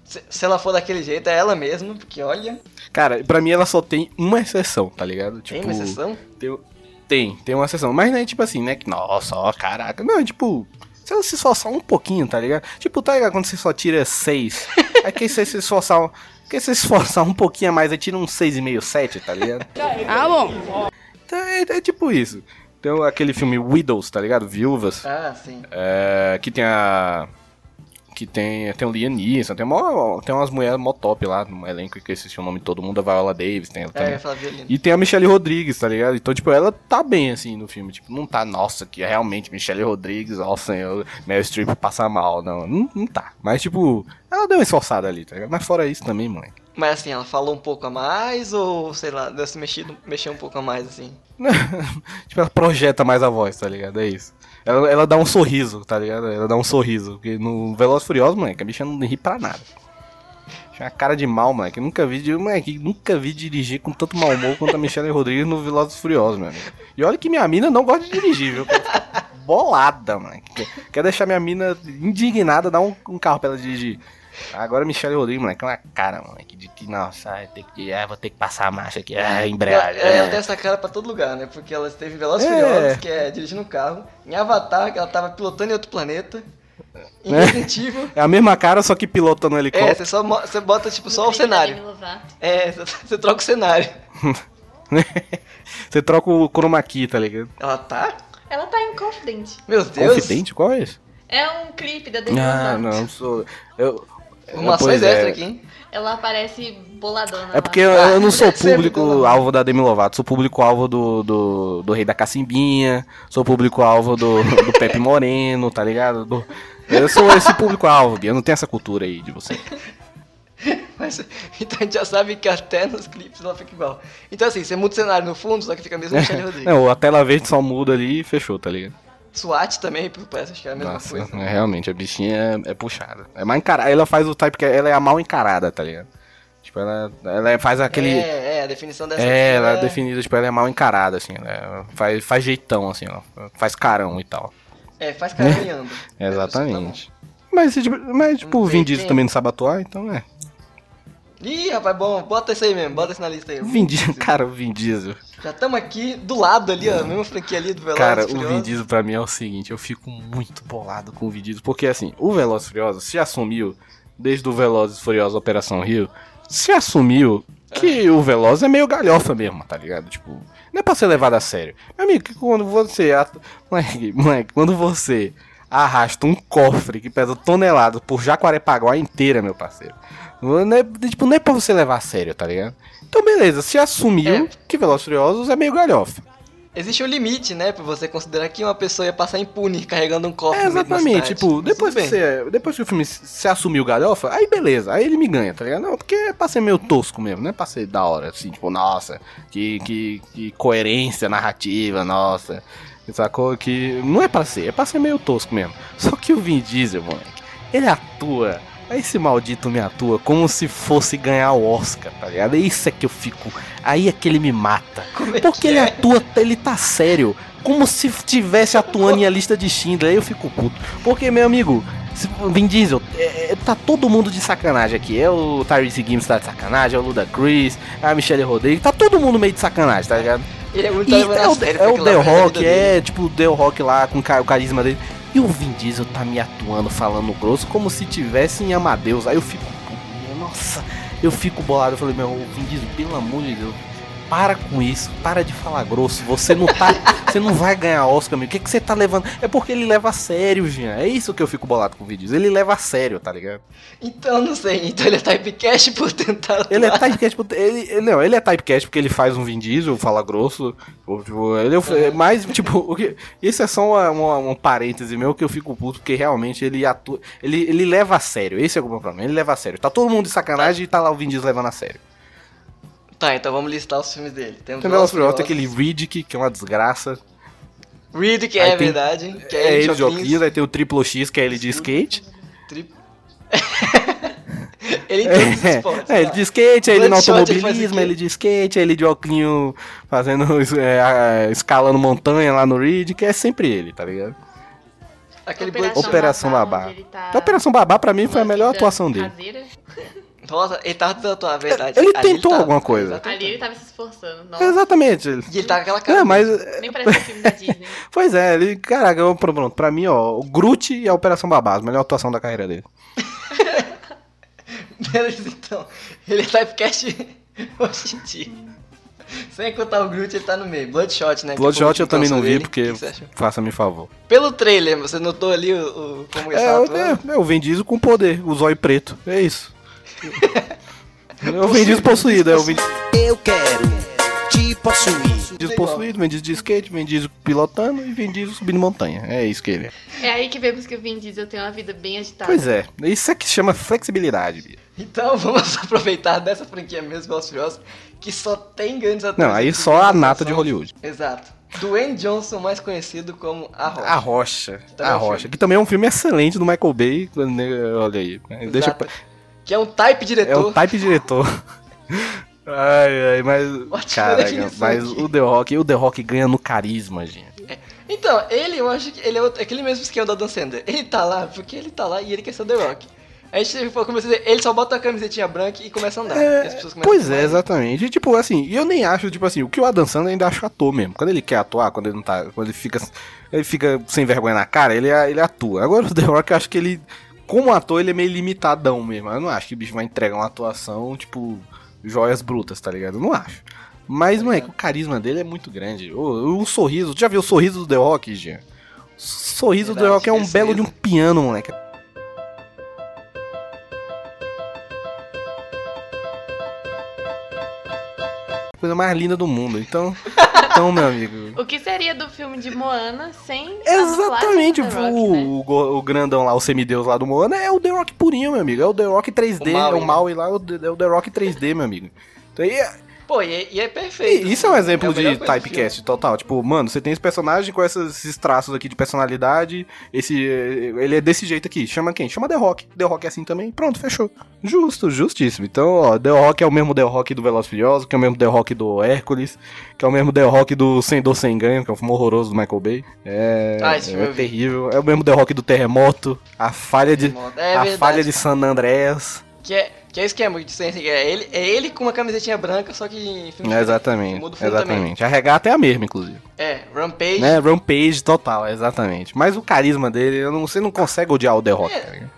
S4: Se, se ela for daquele jeito, é ela mesma, porque olha,
S5: Cara, pra mim ela só tem uma exceção, tá ligado? Tipo,
S4: tem uma exceção.
S5: né, Tem, tem, tem uma exceção. Mas não é tipo assim, né? Que, nossa, ó, caraca. Não, é tipo. Sei Se ela se esforçar um pouquinho, tá ligado? Tipo, tá ligado quando você só
S4: <laughs>
S5: tira 6. Aí que você se esforçar. Que se esforçar um pouquinho a mais, aí tira um 6,5, 7, tá ligado?
S7: Ah, bom.
S5: Então é, é tipo isso. Então aquele filme Widows, tá ligado? Viúvas.
S4: Ah, sim.
S5: É, que tem a. Que tem, tem o Liam Neeson, tem, mó, tem umas mulheres mó top lá no elenco, que eu esqueci o nome de todo mundo, a Viola Davis tem ela
S4: É, eu
S5: também.
S4: ia falar violino.
S5: E tem a Michelle Rodrigues, tá ligado? Então, tipo, ela tá bem, assim, no filme. Tipo, não tá, nossa, que realmente Michelle Rodrigues, nossa, eu, Meryl Streep passa mal, não. não. Não tá. Mas, tipo, ela deu uma esforçada ali, tá ligado? Mas fora isso também, mãe.
S4: Mas assim, ela falou um pouco a mais ou, sei lá, deve se mexer, mexer um pouco a mais, assim.
S5: <laughs> tipo, ela projeta mais a voz, tá ligado? É isso. Ela, ela dá um sorriso, tá ligado? Ela dá um sorriso. Porque no Veloz Furioso, moleque, a bicha não ri pra nada. Tinha uma cara de mal, moleque. Eu nunca vi, de, moleque, nunca vi dirigir com tanto mau humor quanto a Michelle Rodrigues no Veloz Furioso, meu amigo. E olha que minha mina não gosta de dirigir, viu? Quero ficar Bolada, moleque. Quer- Quer deixar minha mina indignada, dar um, um carro pra ela dirigir. Agora a Michelle Rodrigues, moleque, é uma cara, moleque, de que, nossa, ai, tem que, ai, vou ter que passar a marcha aqui, ah,
S4: Ela,
S5: embreagem.
S4: ela
S5: é.
S4: tem essa cara pra todo lugar, né? Porque ela esteve em Velozes
S5: É.
S4: e Furiosos, que é dirigindo um carro. Em Avatar, que ela tava pilotando em outro planeta. Em
S5: É.
S4: Resident
S5: <laughs>
S4: Evil.
S5: É a mesma cara, só que pilota no
S4: É,
S5: helicóptero.
S4: você só mo- você bota, tipo, só o cenário. É, você você troca o cenário.
S5: É. <laughs> você troca o chroma key, tá ligado?
S4: Ela tá?
S6: Ela tá em Confident.
S4: Meu Deus.
S5: Confidente? Qual é esse?
S6: É um clipe da Demi
S5: Ah,
S6: Lovato.
S5: não, sou. Eu...
S4: Informações
S5: Pois é.
S4: extra aqui, hein?
S6: Ela aparece boladona.
S5: É porque
S6: lá.
S5: eu, eu não sou <laughs>
S4: deve ser muito bom.
S5: público-alvo da Demi Lovato, sou público-alvo do, do, do Rei da Cacimbinha, sou público-alvo do, do Pepe Moreno, tá ligado? Do- eu sou esse público-alvo, Bia, eu não tenho essa cultura aí de você.
S4: Mas, <laughs> então a gente já sabe que até nos clipes ela fica igual. Então assim, você muda o cenário no fundo, só que fica mesmo
S5: <laughs>
S4: Michelle Rodrigues.
S5: Não, a tela verde só muda ali e fechou, tá ligado?
S4: SWAT também, porque parece que é a mesma
S5: Nossa,
S4: coisa.
S5: <laughs> é, realmente, a bichinha é, é puxada. É mal encarada. Ela faz o type que ela é a mal encarada, tá ligado? Tipo, ela, ela faz aquele. É,
S4: É, é, a definição dessa
S5: ela é
S4: definição.
S5: definida, tipo, ela é mal encarada, assim. Ela faz, faz jeitão, assim, ó. Faz carão e tal.
S4: É, faz caminhando.
S5: <laughs> É, Exatamente. Mas, tipo, mas, tipo o Vin
S4: tem
S5: Diesel
S4: tempo.
S5: também tá não sabe atuar, então é.
S4: Ih, rapaz, bom, bota isso aí mesmo, bota isso na lista aí.
S5: Vin Diesel, cara, o Vin Diesel.
S4: Já estamos aqui do lado ali, ó, mesma franquia ali do Velozes
S5: Cara, o
S4: Furiosos.
S5: Vin Diesel pra mim é o seguinte, eu fico muito bolado com o Vin Diesel, porque assim, o Veloz Furioso se assumiu, desde o Velozes Furiosos Operação Rio, se assumiu que o Veloz é meio galhofa mesmo, tá ligado? Tipo, não é pra ser levado a sério. Meu amigo, que quando você... at- Moleque, moleque, quando você arrasta um cofre que pesa toneladas por Jacarepaguá inteira, meu parceiro, não é, tipo, não é pra você levar a sério, tá ligado? Então beleza, se assumiu
S4: É.
S5: que Velozes Furiosos é meio galhofa.
S4: Existe um limite, né, pra você considerar que uma pessoa ia passar impune carregando um copo.
S5: É,
S4: no meio de uma
S5: exatamente.
S4: cidade.
S5: Tipo,
S4: Mas
S5: depois que,
S4: tudo bem.
S5: você, depois que o filme se se assumiu galhofa, aí beleza, aí ele me ganha, tá ligado? Não, porque é pra ser meio tosco mesmo, não é pra ser da hora, assim, tipo, nossa, que, que, que coerência narrativa, nossa. Sacou? Que não é pra ser, é pra ser meio tosco mesmo. Só que o Vin Diesel, moleque, ele atua, aí esse maldito me atua como se fosse ganhar o Oscar, tá ligado? Isso é que eu fico, aí é que ele me mata.
S4: Como é
S5: Porque
S4: que
S5: ele
S4: é?
S5: atua, ele tá sério. Como se estivesse atuando em a lista de Schindler. Aí eu fico puto. Porque, meu amigo, se- Vin Diesel, é- é- tá todo mundo de sacanagem aqui. É o Tyrese Gibbs tá de sacanagem, é o Luda Chris, é a Michelle Rodrigues, tá todo mundo meio de sacanagem, tá ligado?
S4: Ele é muito
S5: E
S4: levado
S5: é
S4: a
S5: o,
S4: sério,
S5: é
S4: tem
S5: o
S4: que
S5: The
S4: levar a
S5: Rock,
S4: vida dele.
S5: é tipo o The Rock lá com ca- o carisma dele. E o Vin Diesel tá me atuando, falando grosso, como se tivesse em Amadeus. Aí eu fico, puto, nossa, eu fico bolado. Eu falei, meu, o Vin Diesel, pelo amor de Deus, para com isso, para de falar grosso. Você
S4: <laughs>
S5: não tá, você não vai ganhar Oscar, meu. O que, que você tá levando? É porque ele leva a sério, Jean. É isso que eu fico bolado com o Vin Diesel. Ele leva a sério, tá ligado?
S4: Então, não sei, então ele é typecast por tentar...
S5: Ele é
S4: atuar.
S5: typecast, porque ele, ele- não, ele é typecast porque ele faz um Vin Diesel, fala grosso, ou, tipo, ele é o- é mais, tipo, o que- isso é só uma, uma, um parêntese meu que eu fico puto, porque realmente ele atua, ele, ele leva a sério, esse é o meu problema, ele leva a sério. Tá todo mundo de sacanagem e tá lá o Vin Diesel levando a sério.
S4: Tá, então vamos listar os filmes dele. Temos
S5: Tem Velas Furiosas, tem aquele Riddick, que é uma desgraça,
S4: Reed, que
S5: Aí
S4: é
S5: tem-
S4: verdade, que
S5: é ele de
S4: óculos.
S5: Oclis, aí tem o Triplo X, que é ele de skate,
S4: Tri- <laughs> ele entende os esportes.
S5: <laughs> <laughs> é, ele
S4: tá?
S5: de skate, aí ele no
S4: Bloodshot, ele faz
S5: automobilismo,
S4: skate.
S5: ele de skate, aí ele de oclinho fazendo, <laughs> é, escalando montanha lá no Riddick, é sempre ele, tá ligado?
S4: Aquele Bloodshot.
S5: Operação Babá.
S6: onde ele tá
S5: Então, Operação Babá, pra mim, foi a
S6: numa
S5: melhor
S6: vida
S4: Ah,
S5: atuação dele.
S6: caseira.
S4: Rosa, ele tava tentando, a verdade.
S5: Ele
S4: ali
S5: tentou
S4: tava-
S5: alguma coisa.
S4: Exatamente.
S6: Ali ele tava se esforçando. Nossa.
S5: Exatamente.
S4: E ele tava com aquela cara.
S5: É, mas.
S6: Nem parece um filme da Disney.
S5: Pois é, ele. Caraca, eu, pronto, pra mim, ó, o Groot e a Operação Babás, melhor atuação da carreira dele.
S4: Beleza, então. Ele é typecast <laughs> hoje em dia. Sem contar o Groot, ele tá no meio. Bloodshot, né? que
S5: Bloodshot
S4: foi
S5: eu
S4: a última
S5: também não vi,
S4: dele.
S5: porque.
S4: O que você achou?
S5: Faça-me favor.
S4: Pelo trailer, você notou ali o, o- como ele
S5: É,
S4: tava
S5: eu,
S4: atuando?
S5: é, eu vendi isso com poder, o zóio preto.
S4: <laughs>
S5: É isso. eu vendi isso possuído, é, eu vendi
S3: Eu quero te possuir.
S5: isso possuído, vendi isso de skate, vendi isso pilotando e vendi isso subindo montanha. É isso que ele é.
S6: É aí que vemos que o Vin Diesel tem uma vida bem
S4: Tá.
S6: agitada.
S5: Pois é, isso é que chama flexibilidade, Bia.
S4: Então <laughs> vamos aproveitar dessa franquia mesmo, Velozes e Furiosos, que só tem grandes atores.
S5: Não, aí
S4: que
S5: só a
S4: têm
S5: nata de
S4: atuação.
S5: Hollywood.
S4: Exato. Dwayne Johnson, mais conhecido como A Rocha.
S5: A Rocha.
S4: Também é
S5: A
S4: um
S5: Rocha.
S4: filme.
S5: Que também é um filme excelente do Michael Bay. quando- Olha aí. Deixa
S4: Exato.
S5: pra-
S4: Que é um type
S5: É o
S4: diretor.
S5: type diretor.
S4: <laughs>
S5: Ai, ai, mas.
S4: Ótima
S5: Caraca,
S4: definição
S5: mas
S4: aqui.
S5: o The Rock, o The Rock ganha no carisma, gente.
S4: Então, ele, eu acho que ele é outro- aquele mesmo esquema da Dan Sandler. Ele tá lá porque ele tá lá e ele quer ser o The Rock. A gente começa a dizer, ele só bota a camisetinha branca e começa a andar. E as pessoas começam
S5: pois
S4: a
S5: é,
S4: falar,
S5: exatamente. E, tipo, assim, e eu nem acho, tipo assim, o que o Adam Sandler ainda acho ator mesmo. Quando ele quer atuar, quando ele não tá. Quando ele fica. Ele fica sem vergonha na cara, ele, ele atua. Agora o The Rock, eu acho que ele. Como ator, ele é meio limitadão mesmo. Eu não acho que o bicho vai entregar uma atuação, tipo, joias brutas, tá ligado? Eu não acho. Mas, moleque, o carisma dele é muito grande. O, o sorriso. Tu já viu o sorriso do The Rock, Jean? O sorriso do The
S4: Verdade,
S5: Rock é um
S4: esse
S5: belo de um
S4: mesmo.
S5: piano, moleque. coisa mais linda do mundo. Então, então meu amigo.
S6: O que seria do filme de Moana sem. a
S5: Exatamente, o,
S6: dublagem tá do The Rock, né?
S5: o go- o grandão lá, o semideus lá do Moana é o The Rock purinho, meu amigo. É o The Rock 3D,
S4: O Maui,
S5: é o
S4: né?
S5: Maui lá, é o The- é o The Rock 3D, meu amigo. Então, e-
S4: Pô, e, é- e é perfeito.
S5: e isso é um
S4: a
S5: exemplo
S4: melhor coisa
S5: de
S4: do filme.
S5: typecast total. Tipo, mano, você tem esse personagem com esses, esses traços aqui de personalidade, esse, ele é desse jeito aqui. Chama quem? Chama The Rock. The Rock é assim também. Pronto, fechou. Justo, justíssimo. Então, ó, The Rock é o mesmo The Rock do Veloz Furioso, que é o mesmo The Rock do Hércules, que é o mesmo The Rock do Sem Dor Sem Ganho, que é um filme horroroso do Michael Bay. É,
S4: Ah, esse filme
S5: é
S4: eu vi.
S5: terrível. É o mesmo The Rock do Terremoto, a falha de...
S4: É
S5: a
S4: verdade.
S5: falha de San Andreas.
S4: Que é, que é esquema de ciência, que é ele, é ele com uma camisetinha branca, só que em um filme diferente.
S5: É, Exatamente.
S4: Muda o fundo também.
S5: Exatamente. A regata é a mesma, inclusive.
S4: É, Rampage.
S5: Né? Rampage total, exatamente. Mas o carisma dele, eu não- você não consegue odiar o The Rock.
S4: É.
S5: tá ligado?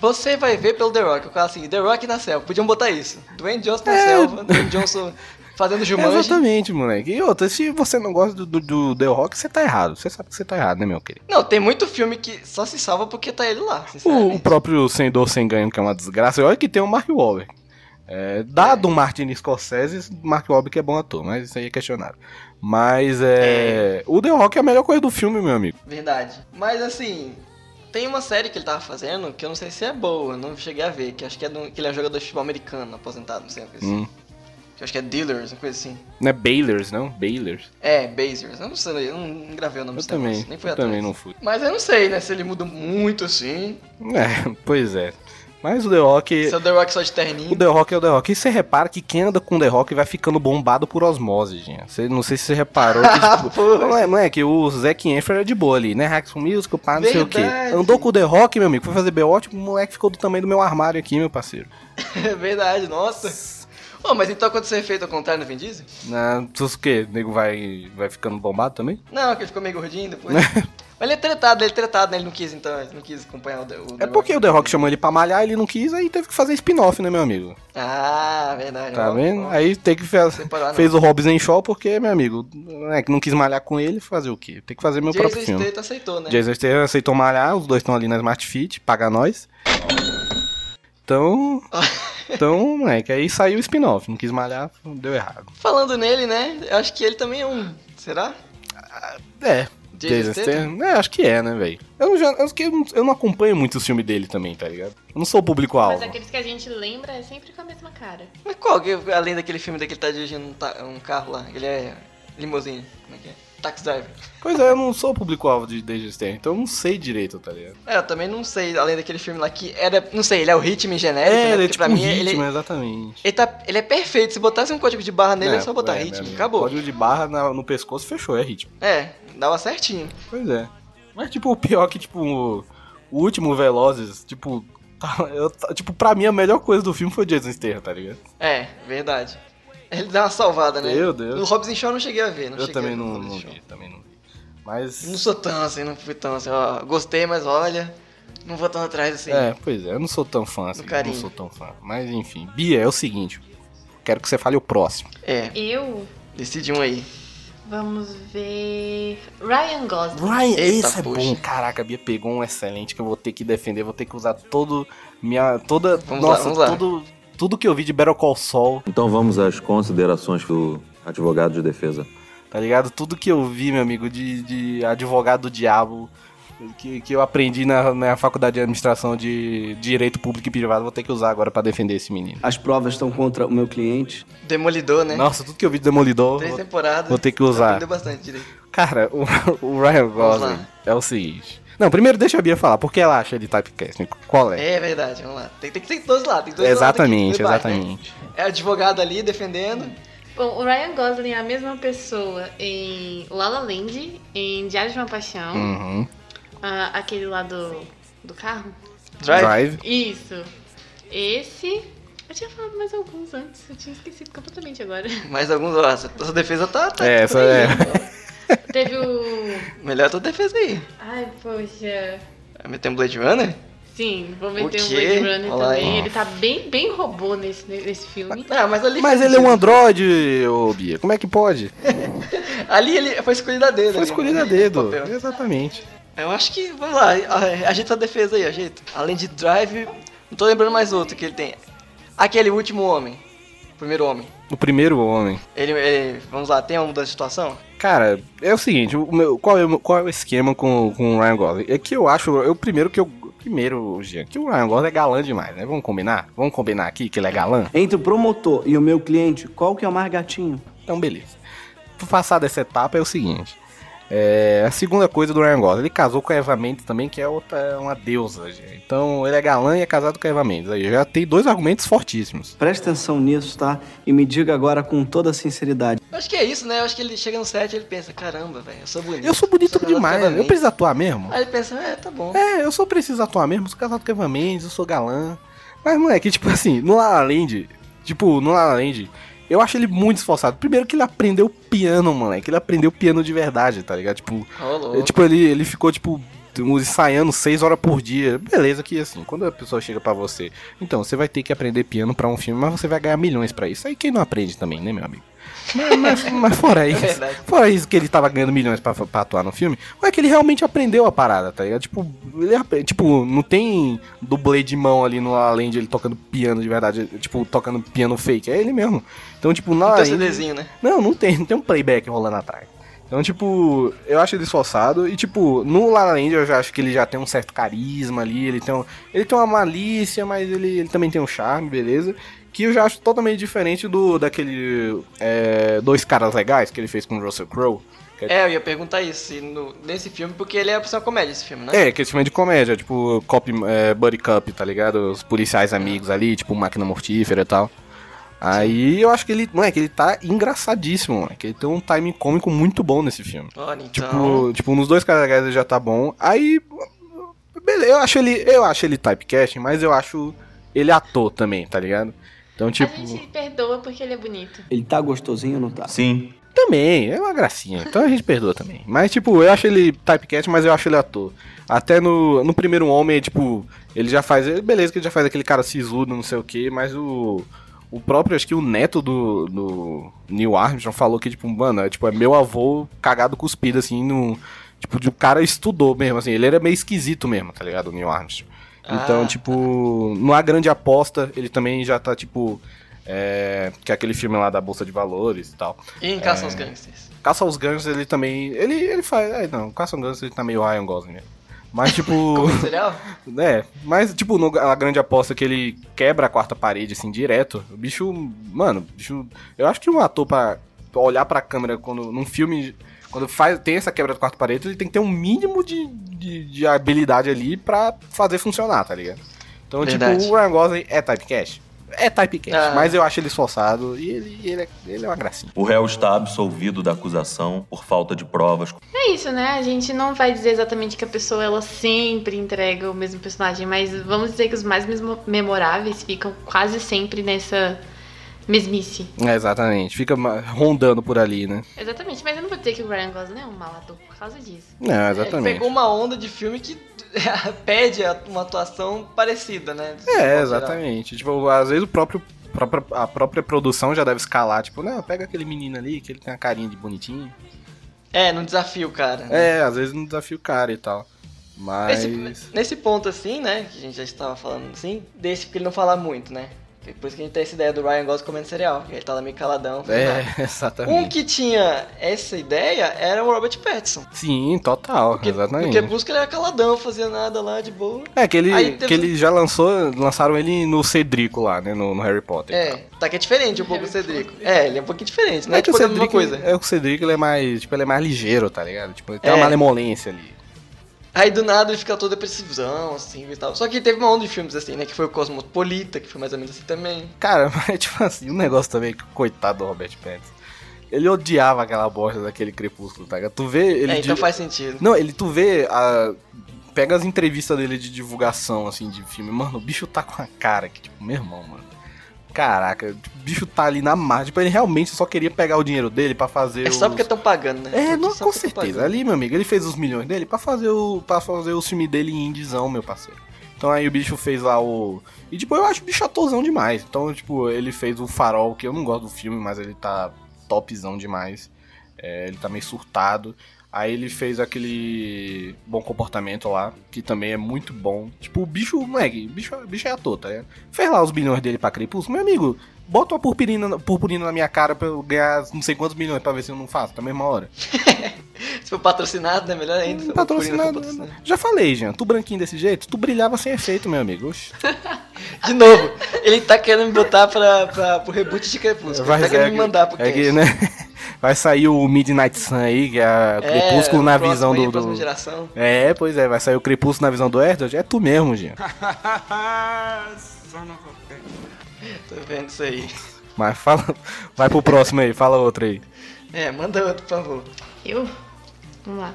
S4: Você vai ver pelo The Rock, o cara assim, The Rock na selva. Podiam botar isso. Dwayne Johnson na
S5: É.
S4: selva, Dwayne Johnson
S5: <laughs>
S4: fazendo Jumanji.
S5: exatamente, moleque. E outra, se você não gosta do, do- do The Rock, você tá errado. Você sabe que você tá errado, né, meu querido?
S4: Não, tem muito filme que só se salva porque tá ele lá,
S5: O, o
S4: sinceramente.
S5: próprio Sem Dor Sem Ganho, que é uma desgraça, e olha que tem o Mark Wahlberg. É, dado o Martin Scorsese, o Mark Wahlberg é bom ator, mas isso aí é questionável. Mas é, o The Rock é a melhor coisa do filme, meu amigo.
S4: Verdade. Mas assim, tem uma série que ele tava fazendo que eu não sei se é boa, eu não cheguei a ver, que acho que é de um- que ele é um jogador de futebol americano, aposentado, não sei uma coisa assim.
S5: Hum.
S4: Que eu acho que é Dealers, uma coisa assim.
S5: Não é Baylors, não? Baylors.
S4: É, Basers. Eu não sei, eu não gravei o nome
S5: Eu
S4: desse negócio,
S5: também,
S4: nem fui
S5: eu
S4: atrás.
S5: também não fui.
S4: Mas eu não sei, né, se ele muda muito assim.
S5: É, <laughs> pois é. Mas o The Rock...
S4: Se é o The Rock só de
S5: O
S4: terninho.
S5: The Rock é o The Rock. E você repara que quem anda com o The Rock vai ficando bombado por osmose, gente. Você, não sei se você reparou que,
S4: <laughs>
S5: tipo...
S4: Ah, Pô.
S5: Não é, moleque, o Zac Efron é de boa ali, né? Hacks Music, pá, não sei o
S4: Verdade.
S5: quê. Andou com o The Rock, meu amigo, foi fazer B.O., tipo, o moleque ficou do tamanho do meu armário aqui, meu parceiro.
S4: É verdade, nossa. Ô, mas então quando você é feito ao contrário no Vin Diesel?
S5: Na, tu o quê? O nego vai, vai ficando bombado também?
S4: Não, que ele ficou meio gordinho
S5: <laughs>
S4: depois. mas ele é tretado, ele é tretado, né? Ele não quis, então, ele não quis acompanhar o, The- o The
S5: É porque o The Rock chamou ele pra malhar, ele não quis, aí teve que fazer spin-off, né, meu amigo?
S4: Ah, verdade.
S5: Tá
S4: ó,
S5: vendo?
S4: ó.
S5: Aí tem que fa-
S4: Separar, não.
S5: fez o Hobbs em Shaw porque, meu amigo, né, que não quis malhar com ele, fazer o quê? Tem que fazer meu próprio
S4: Jason
S5: filme.
S4: Statham aceitou, né?
S5: Jason Statham aceitou malhar, os dois estão ali na Smart Fit, paga nós.
S4: <laughs>
S5: Então, então, moleque, aí saiu o spin-off, não quis malhar, deu errado.
S4: Falando nele, né? eu Acho que ele também é um. Será?
S5: É,
S4: Jason
S5: Jason Statham, é, acho que é, né, velho? Eu, já- eu, acho que eu não- eu não acompanho muito os filmes dele também, tá ligado? Eu não sou o
S6: Mas
S5: público-alvo.
S4: é
S6: aqueles que a gente lembra é sempre com a mesma cara.
S4: Mas qual? que- Além daquele filme daquele que ele tá dirigindo um, ta- um carro lá. Ele é limousine. Como é que é? Taxi driver.
S5: Pois é, eu não sou o público-alvo de Jason Statham, então eu não sei direito, tá ligado?
S4: É, eu também não sei, além daquele filme lá que era. Não sei, ele é o ritmo genérico, né?
S5: É, ele é
S4: Porque
S5: tipo
S4: pra
S5: um
S4: mim
S5: ritmo,
S4: ele.
S5: exatamente.
S4: Ele, tá, ele é perfeito, se botasse um código de barra nele é, só botar
S5: é, meu
S4: ritmo,
S5: amigo,
S4: acabou.
S5: Código de barra na- no pescoço, fechou, é ritmo.
S4: É, dava certinho.
S5: Pois é. Mas, tipo, o pior é que, tipo, o o último Velozes, tipo, Tá, eu tá- tipo, pra mim a melhor coisa do filme foi o Jason Statham, tá ligado?
S4: É, verdade. Ele dá uma salvada, né?
S5: Meu Deus.
S4: No Hobbs and Shaw eu não cheguei a ver. Não
S5: eu
S4: cheguei
S5: também
S4: a ver no
S5: não,
S4: Hobbs and
S5: não
S4: Shaw.
S5: vi, também não vi. Mas.
S4: Não sou tão assim, não fui tão assim, ó. Gostei, mas olha, não vou tão atrás assim.
S5: É, pois é, eu não sou tão fã assim, não
S4: carinho.
S5: sou tão fã. Mas enfim, Bia, é o seguinte, quero que você fale o próximo.
S4: É,
S6: Eu,
S4: decide um aí.
S6: vamos ver. Ryan Gosling.
S5: Ryan,
S4: Eita,
S5: esse é
S4: poxa.
S5: bom. Caraca, a Bia pegou um excelente que eu vou ter que defender, vou ter que usar todo minha toda
S4: Vamos lá,
S5: nossa,
S4: vamos lá.
S5: todo tudo que eu vi de Battle Call Saul,
S7: Então vamos às considerações do advogado de defesa.
S5: tá ligado? Tudo que eu vi, meu amigo, de, de advogado do diabo que, que eu aprendi na, na faculdade de administração de direito público e privado, vou ter que usar agora pra defender esse menino.
S8: As provas estão contra o meu cliente.
S4: Demolidor, né?
S5: Nossa, tudo que eu vi de Demolidor,
S4: Três
S5: vou-
S4: temporadas.
S5: vou ter que usar.
S4: Aprendeu bastante direito.
S5: Cara, o, o Ryan Gosling
S4: lá.
S5: é o seguinte. Não, primeiro deixa a Bia falar, porque ela acha ele typecasting. Qual é?
S4: É verdade, vamos lá. Tem, tem que ter dois lados. Tem dois
S5: exatamente,
S4: lados aqui, debate,
S5: exatamente.
S4: né? É advogado ali defendendo.
S6: Bom, o Ryan Gosling é a mesma pessoa em La La Land, em Diário de uma Paixão,
S4: Hum.
S5: Uhum.
S6: ah, aquele lá do, do carro.
S4: Drive.
S5: Drive.
S6: Isso. Esse. Eu tinha falado mais alguns antes, eu tinha esquecido
S4: <laughs>
S6: completamente agora.
S4: Mais alguns, ó, essa tua defesa tá. tá
S5: É, essa é.
S6: Teve o.
S4: Melhor tua defesa aí.
S6: Ai, poxa.
S4: Vai meter um Blade Runner?
S6: Sim, vou meter um
S4: quê?
S6: Blade Runner
S4: Olha lá,
S6: também.
S4: hein?
S6: Ele tá bem, bem robô nesse, nesse filme.
S4: Ah, mas ali.
S5: Mas ele é um androide, ô Bia. Como é que pode?
S4: Ali ele foi escolhida dele.
S5: Foi escolhido a dedo. Exatamente.
S4: Eu acho que, vamos lá, a- ajeita a defesa aí, ajeita. Além de Drive, não tô lembrando mais outro que ele tem. Aquele último homem, o primeiro homem.
S5: O primeiro homem.
S4: Ele, ele- vamos lá, tem uma mudança de situação?
S5: Cara, é o seguinte, o meu- qual, é, o- qual é o esquema com, com o Ryan Gosling? É que eu acho, eu primeiro que eu. Primeiro, Jean, que o Ryan Gosling é galã demais, né? Vamos combinar? Vamos combinar aqui que ele é galã?
S8: Entre o promotor e o meu cliente, qual que é o mais gatinho?
S5: Então, beleza. Passada essa etapa é o seguinte. é, a segunda coisa do Ryan Gosling, ele casou com a Eva Mendes também, que é outra, uma deusa. gente. Então, ele é galã e é casado com a Eva Mendes. Aí já tem dois argumentos fortíssimos.
S8: Presta atenção nisso, tá? E me diga agora com toda sinceridade.
S4: Eu acho que é isso, né? Eu acho que ele chega no set e ele pensa, caramba, velho, eu sou bonito.
S5: Eu sou bonito
S4: é
S5: demais, eu
S4: relativamente."
S5: preciso atuar mesmo?
S4: Aí ele pensa, é, tá bom.
S5: É, eu só preciso atuar mesmo, sou casado com a Eva Mendes, eu sou galã. Mas, moleque, tipo assim, no La La Land, tipo, no La La Land, eu acho ele muito esforçado. Primeiro que ele aprendeu piano, moleque, ele aprendeu piano de verdade, tá ligado? Tipo,
S4: Rolou.
S5: É, tipo, ele, ele ficou, tipo, ensaiando seis horas por dia. Beleza que, assim, quando a pessoa chega pra você... Então, você vai ter que aprender piano pra um filme, mas você vai ganhar milhões pra isso. Aí quem não aprende também, né, meu amigo? Mas, mas, mas fora isso,
S4: verdade.
S5: fora isso que ele tava ganhando milhões pra, pra atuar no filme, é que ele realmente aprendeu a parada, tá ligado? Tipo, ele, apre- tipo não tem dublê de mão ali no além de ele tocando piano de verdade, tipo, tocando piano fake, é ele mesmo. Então, tipo, na
S4: Não
S5: La
S4: tem
S5: Land-
S4: CDzinho, né?
S5: não, não tem, não tem um playback rolando atrás. Então, tipo, eu acho ele esforçado. E, tipo, no La La Land eu já acho que ele já tem um certo carisma ali. Ele tem, um- ele tem uma malícia, mas ele, ele também tem um charme, beleza? Que eu já acho totalmente diferente do daquele. é, dois caras legais que ele fez com o Russell Crowe.
S4: É, eu ia perguntar isso, se no- nesse filme, porque ele é pra ser uma comédia, esse filme, né?
S5: É, que esse filme é de comédia, tipo cop, é, Buddy Cup, tá ligado? Os policiais amigos ali, tipo máquina mortífera e tal. Aí eu acho que ele. Moleque, ele tá engraçadíssimo, moleque. Ele tem um timing cômico muito bom nesse filme.
S4: Olha, então...
S5: Tipo, tipo, nos dois caras legais ele já tá bom. Aí. Beleza, eu acho ele. Eu acho ele typecasting, mas eu acho ele ator também, tá ligado? Então, tipo.
S6: A gente perdoa porque ele é bonito.
S8: Ele tá gostosinho ou não tá?
S7: Sim.
S5: Também, é uma gracinha. Então a gente perdoa também. Mas, tipo, eu acho ele typecast, mas eu acho ele ator. Até no, no primeiro homem, tipo, ele já faz. Beleza que ele já faz aquele cara sisudo, não sei o que, mas o. O próprio, acho que o neto do, do Neil Armstrong falou que, tipo, mano, é, tipo, é meu avô cagado cuspido, assim, no. Tipo, de o cara estudou mesmo, assim. Ele era meio esquisito mesmo, tá ligado? O Neil Armstrong. Então,
S4: Ah,
S5: tipo, não há grande aposta, ele também já tá, tipo. É, que é aquele filme lá da Bolsa de Valores e tal.
S4: E em Caça aos Gangsters.
S5: Caça aos Gansos, ele também. Ele, ele faz. É, não, Caça aos Gansos ele tá meio Ryan Gosling mesmo. Mas,
S4: <laughs>
S5: tipo.
S4: Serial?
S5: é, mas, tipo, no, a grande aposta que ele quebra a quarta parede, assim, direto. O bicho. Mano, o bicho. Eu acho que um ator pra olhar pra câmera quando, num filme. Quando faz, tem essa quebra da quarta parede, ele tem que ter um mínimo de, de, de habilidade ali pra fazer funcionar, tá ligado? Então,
S4: Verdade.
S5: tipo, o Ryan Gosling é typecast. É typecast,
S4: Ah.
S5: mas eu acho ele esforçado e ele, ele, é, ele é uma gracinha.
S7: O réu está absolvido da acusação por falta de provas
S6: É isso, né? A gente não vai dizer exatamente que a pessoa ela sempre entrega o mesmo personagem, mas vamos dizer que os mais mesmo- memoráveis ficam quase sempre nessa mesmice.
S5: É, exatamente, fica ma- rondando por ali, né?
S6: Exatamente, mas eu não vou dizer que o Ryan Gosling é um mal ator por causa disso.
S5: Não,
S4: Ele
S5: exatamente.
S4: pegou um uma onda de filme que <laughs> pede a- uma atuação parecida, né?
S5: É, exatamente. Tipo, às vezes o próprio, própria- a própria produção já deve escalar, tipo, não, pega aquele menino ali, que ele tem uma carinha de bonitinho.
S4: É, num desafio, cara.
S5: É, às vezes não desafia o cara e tal. Mas.
S4: Nesse, nesse ponto, assim, né? Que a gente já estava falando assim, deixa porque ele não falar muito, né? Por isso que a gente tem essa ideia do Ryan Gosling comendo cereal. que Ele tá lá meio caladão.
S5: <laughs>
S4: falando
S5: É,
S4: nada. Um
S5: exatamente.
S4: que tinha essa ideia era o Robert Pattinson.
S5: Sim, total,
S4: Porque,
S5: exatamente.
S4: porque Busca ele era caladão, fazia nada lá de boa.
S5: É, que ele,
S4: Aí teve- um
S5: que ele já lançou, lançaram ele no Cedrico lá, né, no, no Harry Potter.
S4: É, tá que é diferente um pouco do Cedrico. É, ele é um pouquinho diferente, né?
S5: É que
S4: tipo,
S5: o
S4: é a mesma
S5: Cedric,
S4: coisa.
S5: é o Cedric, ele é mais, tipo, ele é mais ligeiro, tá ligado? Tipo, ele tem
S4: É.
S5: uma malemolência ali.
S4: Aí do nada ele fica todo depressivão, assim e tal. Só que teve uma onda de filmes assim, né? Que foi o Cosmopolita, que foi mais ou menos assim também.
S5: Cara, <laughs> mas tipo assim, um negócio também que coitado do Robert Pattinson. Ele odiava aquela bosta daquele crepúsculo, tá ligado? Tu vê ele
S4: é, então
S5: de-
S4: faz sentido.
S5: Não, ele tu vê a pega as entrevistas dele de divulgação assim de filme, mano, o bicho tá com a cara que tipo, meu irmão, mano. Caraca, o bicho tá ali na margem, tipo, ele realmente só queria pegar o dinheiro dele pra fazer
S4: É só
S5: os-
S4: porque estão pagando, né?
S5: É,
S4: Tudo
S5: não,
S4: só
S5: com
S4: porque tão
S5: certeza.
S4: pagando.
S5: Ali, meu amigo, ele fez os milhões dele pra fazer o para fazer o filme dele em indizão, meu parceiro. Então aí o bicho fez lá o e tipo, eu acho o bicho atorzão demais. Então, tipo, ele fez o Farol, que eu não gosto do filme, mas ele tá topzão demais. É, ele tá meio surtado. Aí ele fez aquele bom comportamento lá, que também é muito bom. Tipo, o bicho, moleque, o bicho, o bicho é ator, tá ligado? Fez lá os bilhões dele pra Crepúsculo. Meu amigo, bota uma purpurina, purpurina na minha cara pra eu ganhar não sei quantos milhões pra ver se eu não faço, tá mesma hora.
S4: Se for patrocinado, né? Melhor ainda. se for
S5: Patrocinado. né?
S4: Purina, se for patrocinado. né?
S5: Já falei, Jean, tu branquinho desse jeito, tu brilhava sem efeito, meu amigo. Oxi.
S4: De novo, ele tá querendo me botar pra, pra, pro reboot de Crepúsculo. Ele tá querendo me mandar pro
S5: é que,
S4: cast.
S5: né? <laughs> Vai sair o Midnight Sun aí, que é o
S4: É,
S5: Crepúsculo na
S4: próximo
S5: visão
S4: aí,
S5: do.
S4: próxima
S5: do-
S4: geração.
S5: É, pois é, vai sair o Crepúsculo na visão do Edward. É tu
S4: <laughs>
S5: mesmo, Jean.
S1: Son of a bitch.
S4: Tô vendo isso aí.
S5: Mas fala. Vai pro próximo aí, fala outro aí.
S4: É, manda outro, por favor.
S6: Eu? Vamos lá.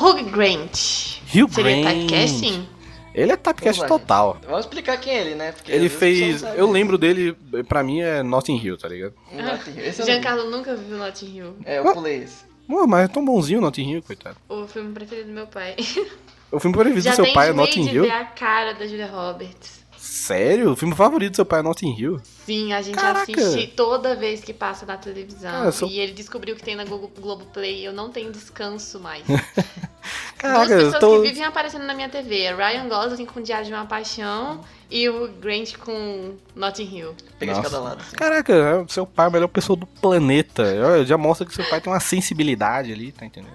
S6: Hugh Grant.
S5: Hugh
S6: Seria
S5: Grant.
S6: typecasting?
S5: Ele é typecast
S4: Vamos lá.
S5: total.
S4: Vamos explicar quem é ele, né? Porque
S5: Ele
S4: às vezes a
S5: fez.
S4: pessoa não sabe. né?
S5: Eu lembro dele, pra mim é Notting Hill, tá ligado?
S4: Notting Hill. Esse eu não vi.
S6: Giancarlo nunca viu Notting Hill.
S4: É, eu pulei esse.
S5: Pô, mas é tão bonzinho o Notting Hill, coitado.
S6: O filme preferido do meu pai.
S5: O filme preferido do seu pai é Notting
S6: de
S5: Hill?
S6: ver a cara da Julia Roberts.
S5: Sério? O filme favorito do seu pai é Notting Hill?
S6: Sim, a gente
S5: Caraca.
S6: assiste toda vez que passa na televisão.
S5: Cara, eu sou-
S6: E ele descobriu que tem na Google Globoplay e eu não tenho descanso mais. Duas
S5: <laughs> Caraca,
S6: pessoas
S5: eu tô.
S6: que vivem aparecendo na minha TV. é Ryan Gosling com Diário de uma Paixão e o Grant com Notting Hill.
S4: Peguei de
S5: Nossa.
S4: cada lado. assim.
S5: Caraca, seu pai é a melhor pessoa do planeta. Olha, Já mostra que seu pai tem uma sensibilidade ali, tá entendendo?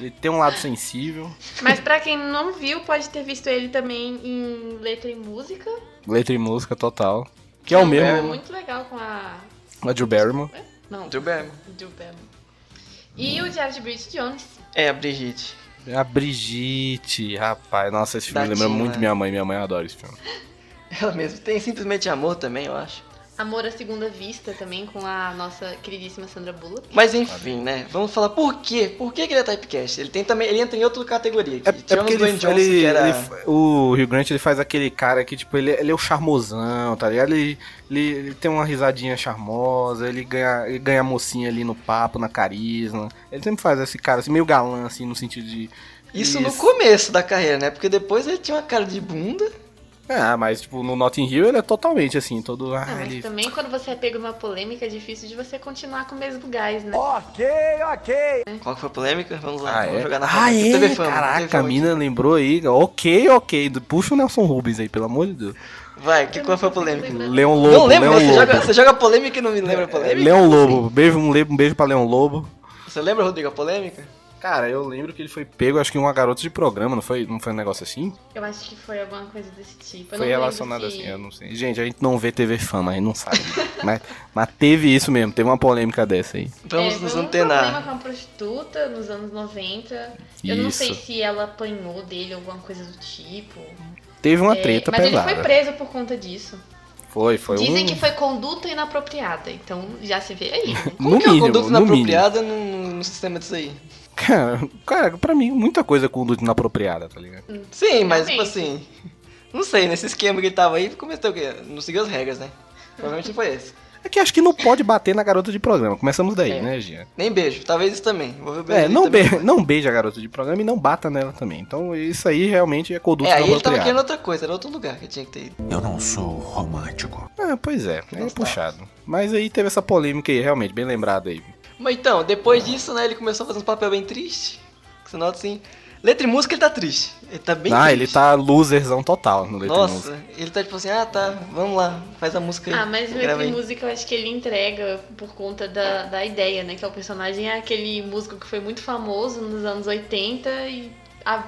S5: Ele tem um lado sensível.
S6: Mas pra quem não viu, pode ter visto ele também em Letra e Música.
S5: Letra e música total. Que é o
S6: um filme
S5: mesmo,
S6: muito legal com a...
S5: a Drew Barrymore.
S6: Não,
S4: Drew Barrymore.
S6: Drew Barrymore. E o Diário de Bridget Jones.
S4: É, a Brigitte. <laughs>
S5: É A Brigitte, rapaz. Nossa, esse filme
S4: Da
S5: lembra
S4: Tina.
S5: muito minha mãe. Minha mãe adora esse filme.
S4: Ela mesma. Tem simplesmente amor também, eu acho.
S6: Amor à Segunda Vista também com a nossa queridíssima Sandra Bullock.
S4: Mas enfim, né? Vamos falar por quê? Por que, que ele é typecast? Ele tem também. Ele entra em outra categoria.
S5: É,
S4: aqui.
S5: é
S4: Tiramos
S5: porque
S4: o um Dwayne
S5: ele,
S4: Johnson,
S5: ele-
S4: que era.
S5: ele- o Rio Grant ele faz aquele cara que, tipo, ele, ele é o charmosão, tá ligado? Ele, ele, ele tem uma risadinha charmosa, ele ganha, ele ganha a mocinha ali no papo, na carisma. Ele sempre faz esse cara, assim, meio galã, assim, no sentido de.
S4: Isso, no começo da carreira, né? Porque depois ele tinha uma cara de bunda.
S5: Ah, mas, tipo, no Notting Hill ele é totalmente assim, todo. Ah,
S6: Ah, mas
S5: ele-
S6: também quando você é pego numa polêmica, é difícil de você continuar com o mesmo gás, né?
S3: Ok, ok.
S6: É.
S4: Qual que foi a polêmica? Vamos lá,
S5: Ah,
S4: vamos
S5: é?
S4: jogar na
S5: ah,
S4: roda.
S5: é?
S4: TV Fama, TV
S5: Caraca, a
S4: Fama aqui.
S5: mina lembrou aí. Ok, ok. Puxa o Nelson Rubens aí, pelo amor de Deus.
S4: Vai, que, qual foi a polêmica?
S5: Leão Lobo,
S4: não lembro,
S5: Leão
S4: você
S5: Lobo.
S4: joga, você joga polêmica e não me
S5: É,
S4: lembra a polêmica?
S5: Leão Lobo, beijo, um, le- um beijo pra Leão Lobo.
S4: Você lembra, Rodrigo, a polêmica?
S5: Cara, eu lembro que ele foi pego, acho que uma garota de programa, não foi, não foi um negócio assim?
S6: Eu acho que foi alguma coisa desse tipo.
S5: foi
S6: Eu não lembro
S5: relacionado
S6: se-
S5: assim, eu não sei. Gente, a gente não vê TV fama, a gente não sabe. <laughs> mas, mas teve isso mesmo, teve uma polêmica dessa aí.
S4: Vamos
S6: É,
S4: nos
S6: foi um problema
S4: antenar.
S6: com uma prostituta nos anos 90. Eu não sei
S5: Isso.
S6: se ela apanhou dele ou alguma coisa do tipo.
S5: Teve uma
S6: É,
S5: treta
S6: mas
S5: pesada.
S6: ele foi preso por conta disso.
S5: foi Foi, foi
S6: Dizem
S5: um...
S6: que foi conduta inapropriada, então já se vê aí.
S5: <laughs>
S6: né?
S4: Como
S5: No
S4: que é
S5: mínimo,
S4: uma conduta
S5: no
S4: inapropriada no, no sistema disso aí?
S5: <laughs> Cara, cara, pra mim, muita coisa é conduta inapropriada, tá ligado?
S4: Sim, mas tipo
S6: Realmente.
S4: assim. <laughs> Não sei, nesse esquema que ele tava aí, cometeu o quê? Não seguiu as regras, né? Provavelmente não foi esse.
S5: É que acho que não pode bater na garota de programa. Começamos daí,
S4: É.
S5: né, Gia?
S4: Nem beijo, talvez isso também. Vou ver o beijo
S5: É,
S4: dele
S5: não,
S4: também.
S5: be não beija a garota de programa e não bata nela também. Então, isso aí realmente é conduta
S4: É, aí ele tava
S5: inapropriada.
S4: querendo outra coisa, era outro lugar que tinha que ter ido.
S3: Eu não sou romântico.
S5: Ah, pois é, é puxado. Mas aí teve essa polêmica aí, realmente, bem lembrado aí.
S4: Mas então, depois disso, né, ele começou a fazer um papel bem triste. que Você nota assim. Letra e música, ele tá triste. Ele tá bem
S5: ah,
S4: triste.
S5: ele tá loserzão total no Letra
S4: Nossa,
S5: Música.
S4: ele tá tipo assim, ah tá, vamos lá, faz a música aí. <laughs>
S6: Ah, mas o
S4: grava
S6: Letra
S4: aí.
S6: e Música eu acho que ele entrega por conta da, da ideia, né? Que é o personagem é aquele músico que foi muito famoso nos anos 80 e a,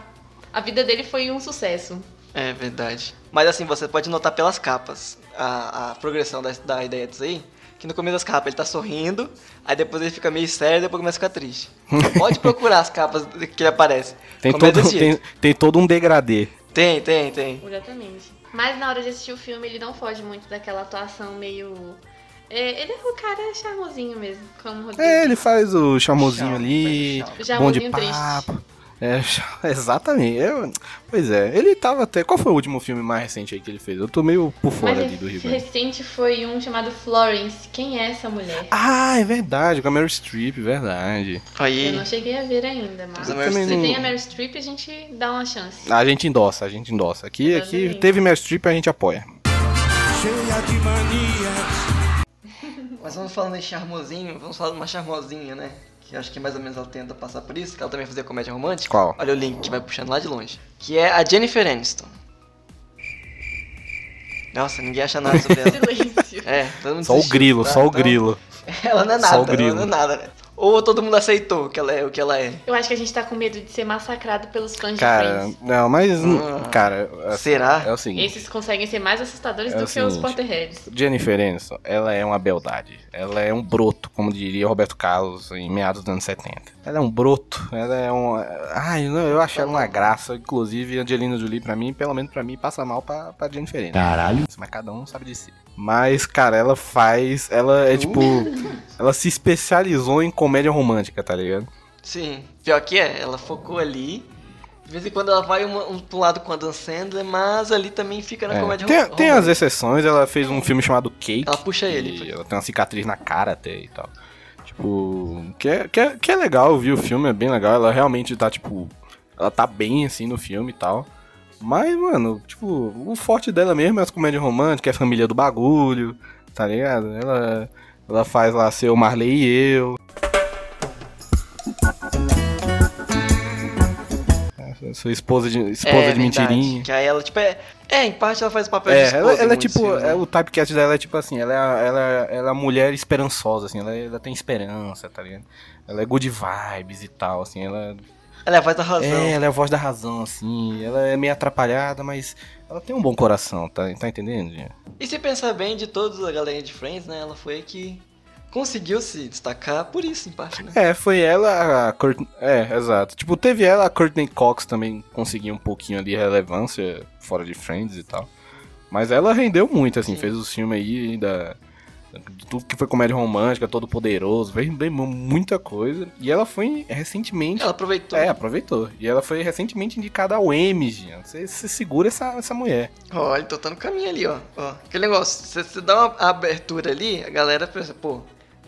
S6: a vida dele foi um sucesso.
S4: É verdade. Mas assim, você pode notar pelas capas a, a progressão da, da ideia disso aí. Que no começo das capas ele tá sorrindo, aí depois ele fica meio sério, depois começa a ficar
S5: <laughs>
S4: triste. Pode procurar as capas que ele aparece.
S5: Tem
S4: Como é
S5: todo,
S4: desse
S5: tem,
S4: jeito.
S5: tem todo um degradê.
S4: tem, tem, tem.
S6: Exatamente. Mas na hora de assistir o filme ele não foge muito daquela atuação meio. É, ele é o cara charmosinho mesmo, como o Rodrigo.
S5: É, ele faz o chamosinho
S4: Chamo,
S5: ali,
S4: faz
S6: o chamo.
S5: bom de
S6: Chamosinho triste.
S5: papo. É, <laughs> cha- exatamente. Eu- pois é, ele tava até. Qual foi o último filme mais recente aí que ele fez? Eu tô meio por
S6: Mas
S5: fora ali é do Rio
S6: esse
S5: Grande.
S6: recente foi um chamado Florence. Quem é essa mulher?
S5: Ah, é verdade, com a Meryl Streep, verdade.
S6: Eu
S4: Aí.
S6: não cheguei a ver ainda, mas
S4: Eu também
S6: se
S5: não-
S6: tem a Meryl Streep, a gente dá uma chance.
S5: A gente endossa, a gente endossa. Aqui, aqui
S6: Exatamente.
S5: teve Meryl Streep, a gente apoia.
S4: Mas vamos falando em charmosinho, vamos falar de uma charmosinha, né? Que eu acho que mais ou menos ela tenta passar por isso, que ela também fazia comédia romântica.
S5: Qual?
S4: Olha o link que vai puxando lá de longe. Que é a Jennifer Aniston. Nossa, ninguém acha nada sobre ela.
S6: <laughs>
S5: <laughs>
S6: Silêncio.
S4: É, todo mundo
S5: Só o
S4: desistiu,
S5: grilo,
S4: tá?
S5: só o
S4: Então,
S5: grilo.
S4: <laughs> Ela não é
S5: Só
S4: nada,
S5: o grilo.
S4: ela não é nada. né? Ou todo mundo aceitou que ela é o que ela é.
S6: Eu acho que a gente tá com medo de ser massacrado pelos fãs de
S5: Cara,
S6: Friends.
S5: não, mas.
S4: Ah.
S5: Cara, assim,
S4: Será?
S5: é o seguinte.
S6: Esses conseguem ser mais assustadores
S5: É
S6: do
S5: o
S6: que os
S5: seguinte.
S6: Potterheads.
S5: Jennifer Aniston, ela é uma beldade. Ela é um broto, como diria Roberto Carlos em meados dos anos 70. Ela é um broto, ela é um. Ai, não, eu acho ela uma graça. Inclusive, Angelina Jolie, pra mim, pelo menos pra mim, passa mal pra, pra Jennifer Aniston.
S3: Tá.
S5: Caralho. Mas cada um sabe de si. Mas, cara, ela faz. Ela
S4: Uh.
S5: é tipo. ela se especializou em comédia romântica, tá ligado?
S4: Sim. Pior que é, ela focou ali. De vez em quando ela vai uma, um pro lado com a Dan Sandler, mas ali também fica na
S5: É.
S4: comédia
S5: Tem,
S4: rom-
S5: tem as
S4: romântica.
S5: exceções, ela fez um filme chamado Cake.
S4: Ela puxa ele. É,
S5: E ela tem uma cicatriz na cara até e tal. Tipo, que é, que é, que é legal, viu? O filme é bem legal. Ela realmente tá, tipo. Ela tá bem assim no filme e tal. Mas, mano, tipo, o forte dela mesmo é as comédias românticas, é a família do bagulho, tá ligado? Ela, ela faz lá seu Marley e eu. É, Sua esposa de, esposa
S4: é,
S5: de
S4: verdade,
S5: mentirinha.
S4: Que aí ela, tipo, é. É, em parte ela faz o papel de
S5: É,
S4: esposa
S5: ela, ela é
S4: em muitos
S5: tipo.
S4: filmes, né?
S5: é, o typecast dela é tipo assim, ela é, a- ela, ela é a mulher esperançosa, assim, ela, ela tem esperança, tá ligado? Ela é good vibes e tal, assim, ela.
S4: Ela faz a razão.
S5: É, ela é a voz da razão, assim, ela é meio atrapalhada, mas ela tem um bom coração, tá, tá entendendo? Jean?
S4: E se pensar bem, de toda a galera de Friends, né? Ela foi a que conseguiu se destacar por isso, em parte, né?
S5: É, foi ela, a Kurt... É, exato. Tipo, teve ela, a Courtney Cox também conseguiu um pouquinho ali relevância fora de Friends e tal. Mas ela rendeu muito, assim,
S4: Sim.
S5: fez os filmes aí da... de Tudo que foi comédia romântica, Todo Poderoso, fez bem- muita coisa. E ela foi recentemente...
S4: Ela tá. aproveitou.
S5: É, aproveitou. E ela foi recentemente indicada ao Emmy, Jean. Você você segura essa, essa mulher.
S4: Ó, ele tô tá no caminho ali, ó. ó. Aquele negócio, se você dá uma abertura ali, a galera pensa, pô,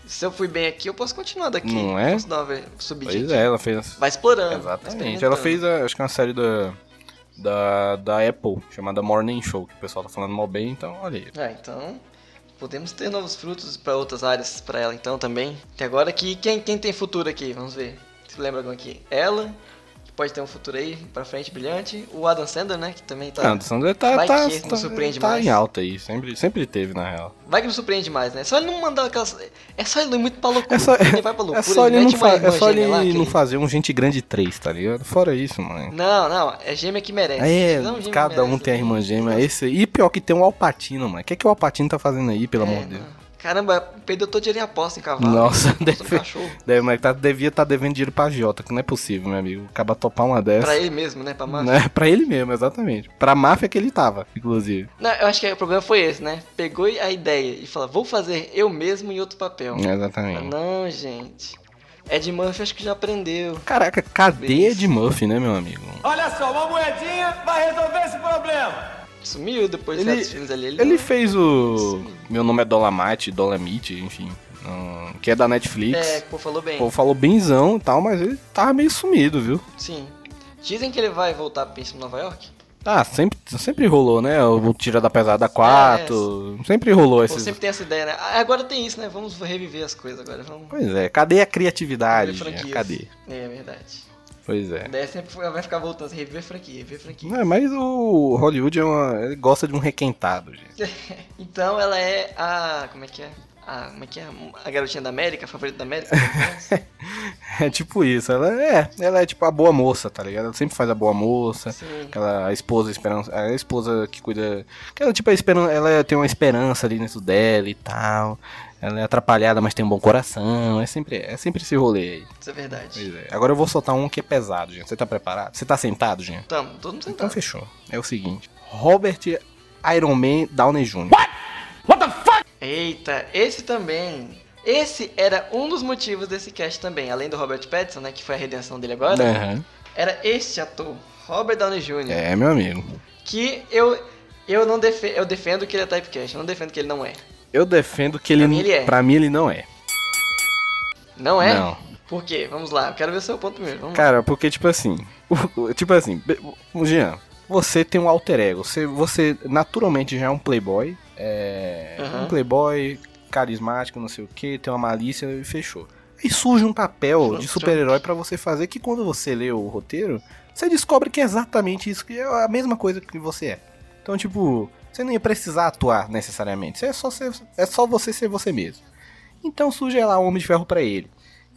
S4: se eu fui bem aqui, eu posso continuar daqui.
S5: Não é?
S4: Posso dar uma ve- subidinha
S5: Pois
S4: aqui.
S5: é, ela fez...
S4: Vai explorando. vai
S5: Exatamente.
S4: experimentando.
S5: Ela fez, a- acho que uma série da, da, da Apple, chamada Morning Show, que o pessoal tá falando mal bem, então olha aí.
S4: Ah, então. Podemos ter novos frutos pra outras áreas pra ela, então também. Até agora que quem, quem tem futuro aqui? Vamos ver. Se lembra algum aqui? Ela, que pode ter um futuro aí pra frente brilhante. O Adam Sandler, né? Que também tá.
S5: Ah, o Sandler tá,
S4: Vai
S5: tá,
S4: que não
S5: tá,
S4: surpreende
S5: tá
S4: mais.
S5: em alta aí, sempre, sempre teve na real.
S4: Vai que não surpreende mais, né? É só ele não mandar aquelas. É só ele ir muito pra loucura.
S5: É só,
S4: ele vai pra loucura.
S5: é só ele, não,
S4: mete uma
S5: fa- é
S4: irmã
S5: só ele
S4: gêmea lá, que
S5: não
S4: ele-
S5: fazer um Gente Grande 3, tá ligado? Fora isso, mano.
S4: Não, não, é gêmea que merece.
S5: É,
S4: Não, gêmea
S5: cada um
S4: merece.
S5: tem a irmã gêmea. Esse, e pior que tem um Alpatino, mano. O que, é que o Alpatino tá fazendo aí, pelo
S4: É,
S5: amor de
S4: não.
S5: Deus?
S4: Caramba, perdeu todo o dinheiro em aposta em cavalo.
S5: Nossa,
S4: deve...
S5: deve-
S4: cachorro.
S5: Deve, mas tá, devia estar devendo dinheiro pra Jota, que não é possível, meu amigo. Acaba topar uma dessa.
S4: Pra ele mesmo, né? Pra máfia.
S5: Né? Pra ele mesmo, exatamente. Pra máfia que ele tava, inclusive.
S4: Não, eu acho que o problema foi esse, né? Pegou a ideia e falou, vou fazer eu mesmo em outro papel.
S5: É, Exatamente.
S4: Então, Não, gente. Ed Murphy acho que já aprendeu.
S5: Caraca, cadê Ed Murphy, né, meu amigo?
S3: Olha só, uma moedinha vai resolver esse problema.
S4: Sumiu depois de
S5: Ele-
S4: certos filmes ali.
S5: Ele fez o.
S4: Sim.
S5: Meu nome é Dolamite, Dolamite, enfim. hum, Que é da Netflix.
S4: É, pô, falou bem.
S5: Pô, falou benzão e tal, mas ele tava meio sumido, viu?
S4: Sim. Dizem que ele vai voltar pra isso em Nova York.
S5: Ah, sempre, sempre rolou, né? O Tira da Pesada 4. Sempre rolou
S4: É, Pô,
S5: esses.
S4: sempre tem essa ideia, né? Ah, Agora tem isso, né? Vamos reviver as coisas agora. Vamos
S5: Pois é, cadê a
S4: reviver
S5: criatividade? gente? Cadê?
S4: É verdade.
S5: Pois é.
S4: A ideia sempre foi- vai ficar voltando, reviver franquia, reviver franquia.
S5: É, mas o Hollywood é uma. Ele gosta de um requentado, gente.
S4: Então ela é a. Como é que é? A, como é que é? A garotinha da América, a favorita da
S5: <laughs>
S4: América? como é que
S5: É tipo isso. Ela é, ela é tipo a boa moça, tá ligado? Ela sempre faz a boa moça.
S4: é? Sim.
S5: Aquela a esposa esperança. A esposa que cuida. que ela tipo, a esperan, ela tem uma esperança ali dentro dela e tal. Ela é atrapalhada, mas tem um bom coração. É sempre, é sempre esse rolê aí.
S4: Isso é verdade.
S5: Pois é. Agora eu vou soltar um que é pesado, gente. Você tá preparado? Você tá sentado, gente?
S4: Tamo, todo mundo
S5: Então
S4: sentado.
S5: fechou. É o seguinte: Robert Iron Man Downey Jr.
S4: Eita, esse também. Esse era um dos motivos desse cast também. Além do Robert Pattinson, né? Que foi a redenção dele agora.
S5: Aham.
S4: Era este ator, Robert Downey Jr.
S5: É, meu amigo.
S4: Que eu, eu não defe, eu defendo que ele é typecast. Eu não defendo que ele não é.
S5: Eu defendo que ele.
S4: Pra mim, ele é.
S5: pra mim, ele não é.
S4: Não é?
S5: Não.
S4: Por quê? Vamos lá. Eu quero ver seu ponto primeiro. Vamos lá.
S5: Cara, porque, tipo assim. <laughs> tipo assim, be- o Jean, você tem um alter ego. Você, você naturalmente já é um playboy. É.
S4: Aham.
S5: Um playboy carismático, não sei o que, tem uma malícia e fechou. Aí surge um papel de super-herói pra você fazer que quando você lê o roteiro, você descobre que é exatamente isso, que é a mesma coisa que você é. Então, tipo, você não ia precisar atuar necessariamente. É só, ser- é só você ser você mesmo. Então surge lá o Homem de Ferro pra ele.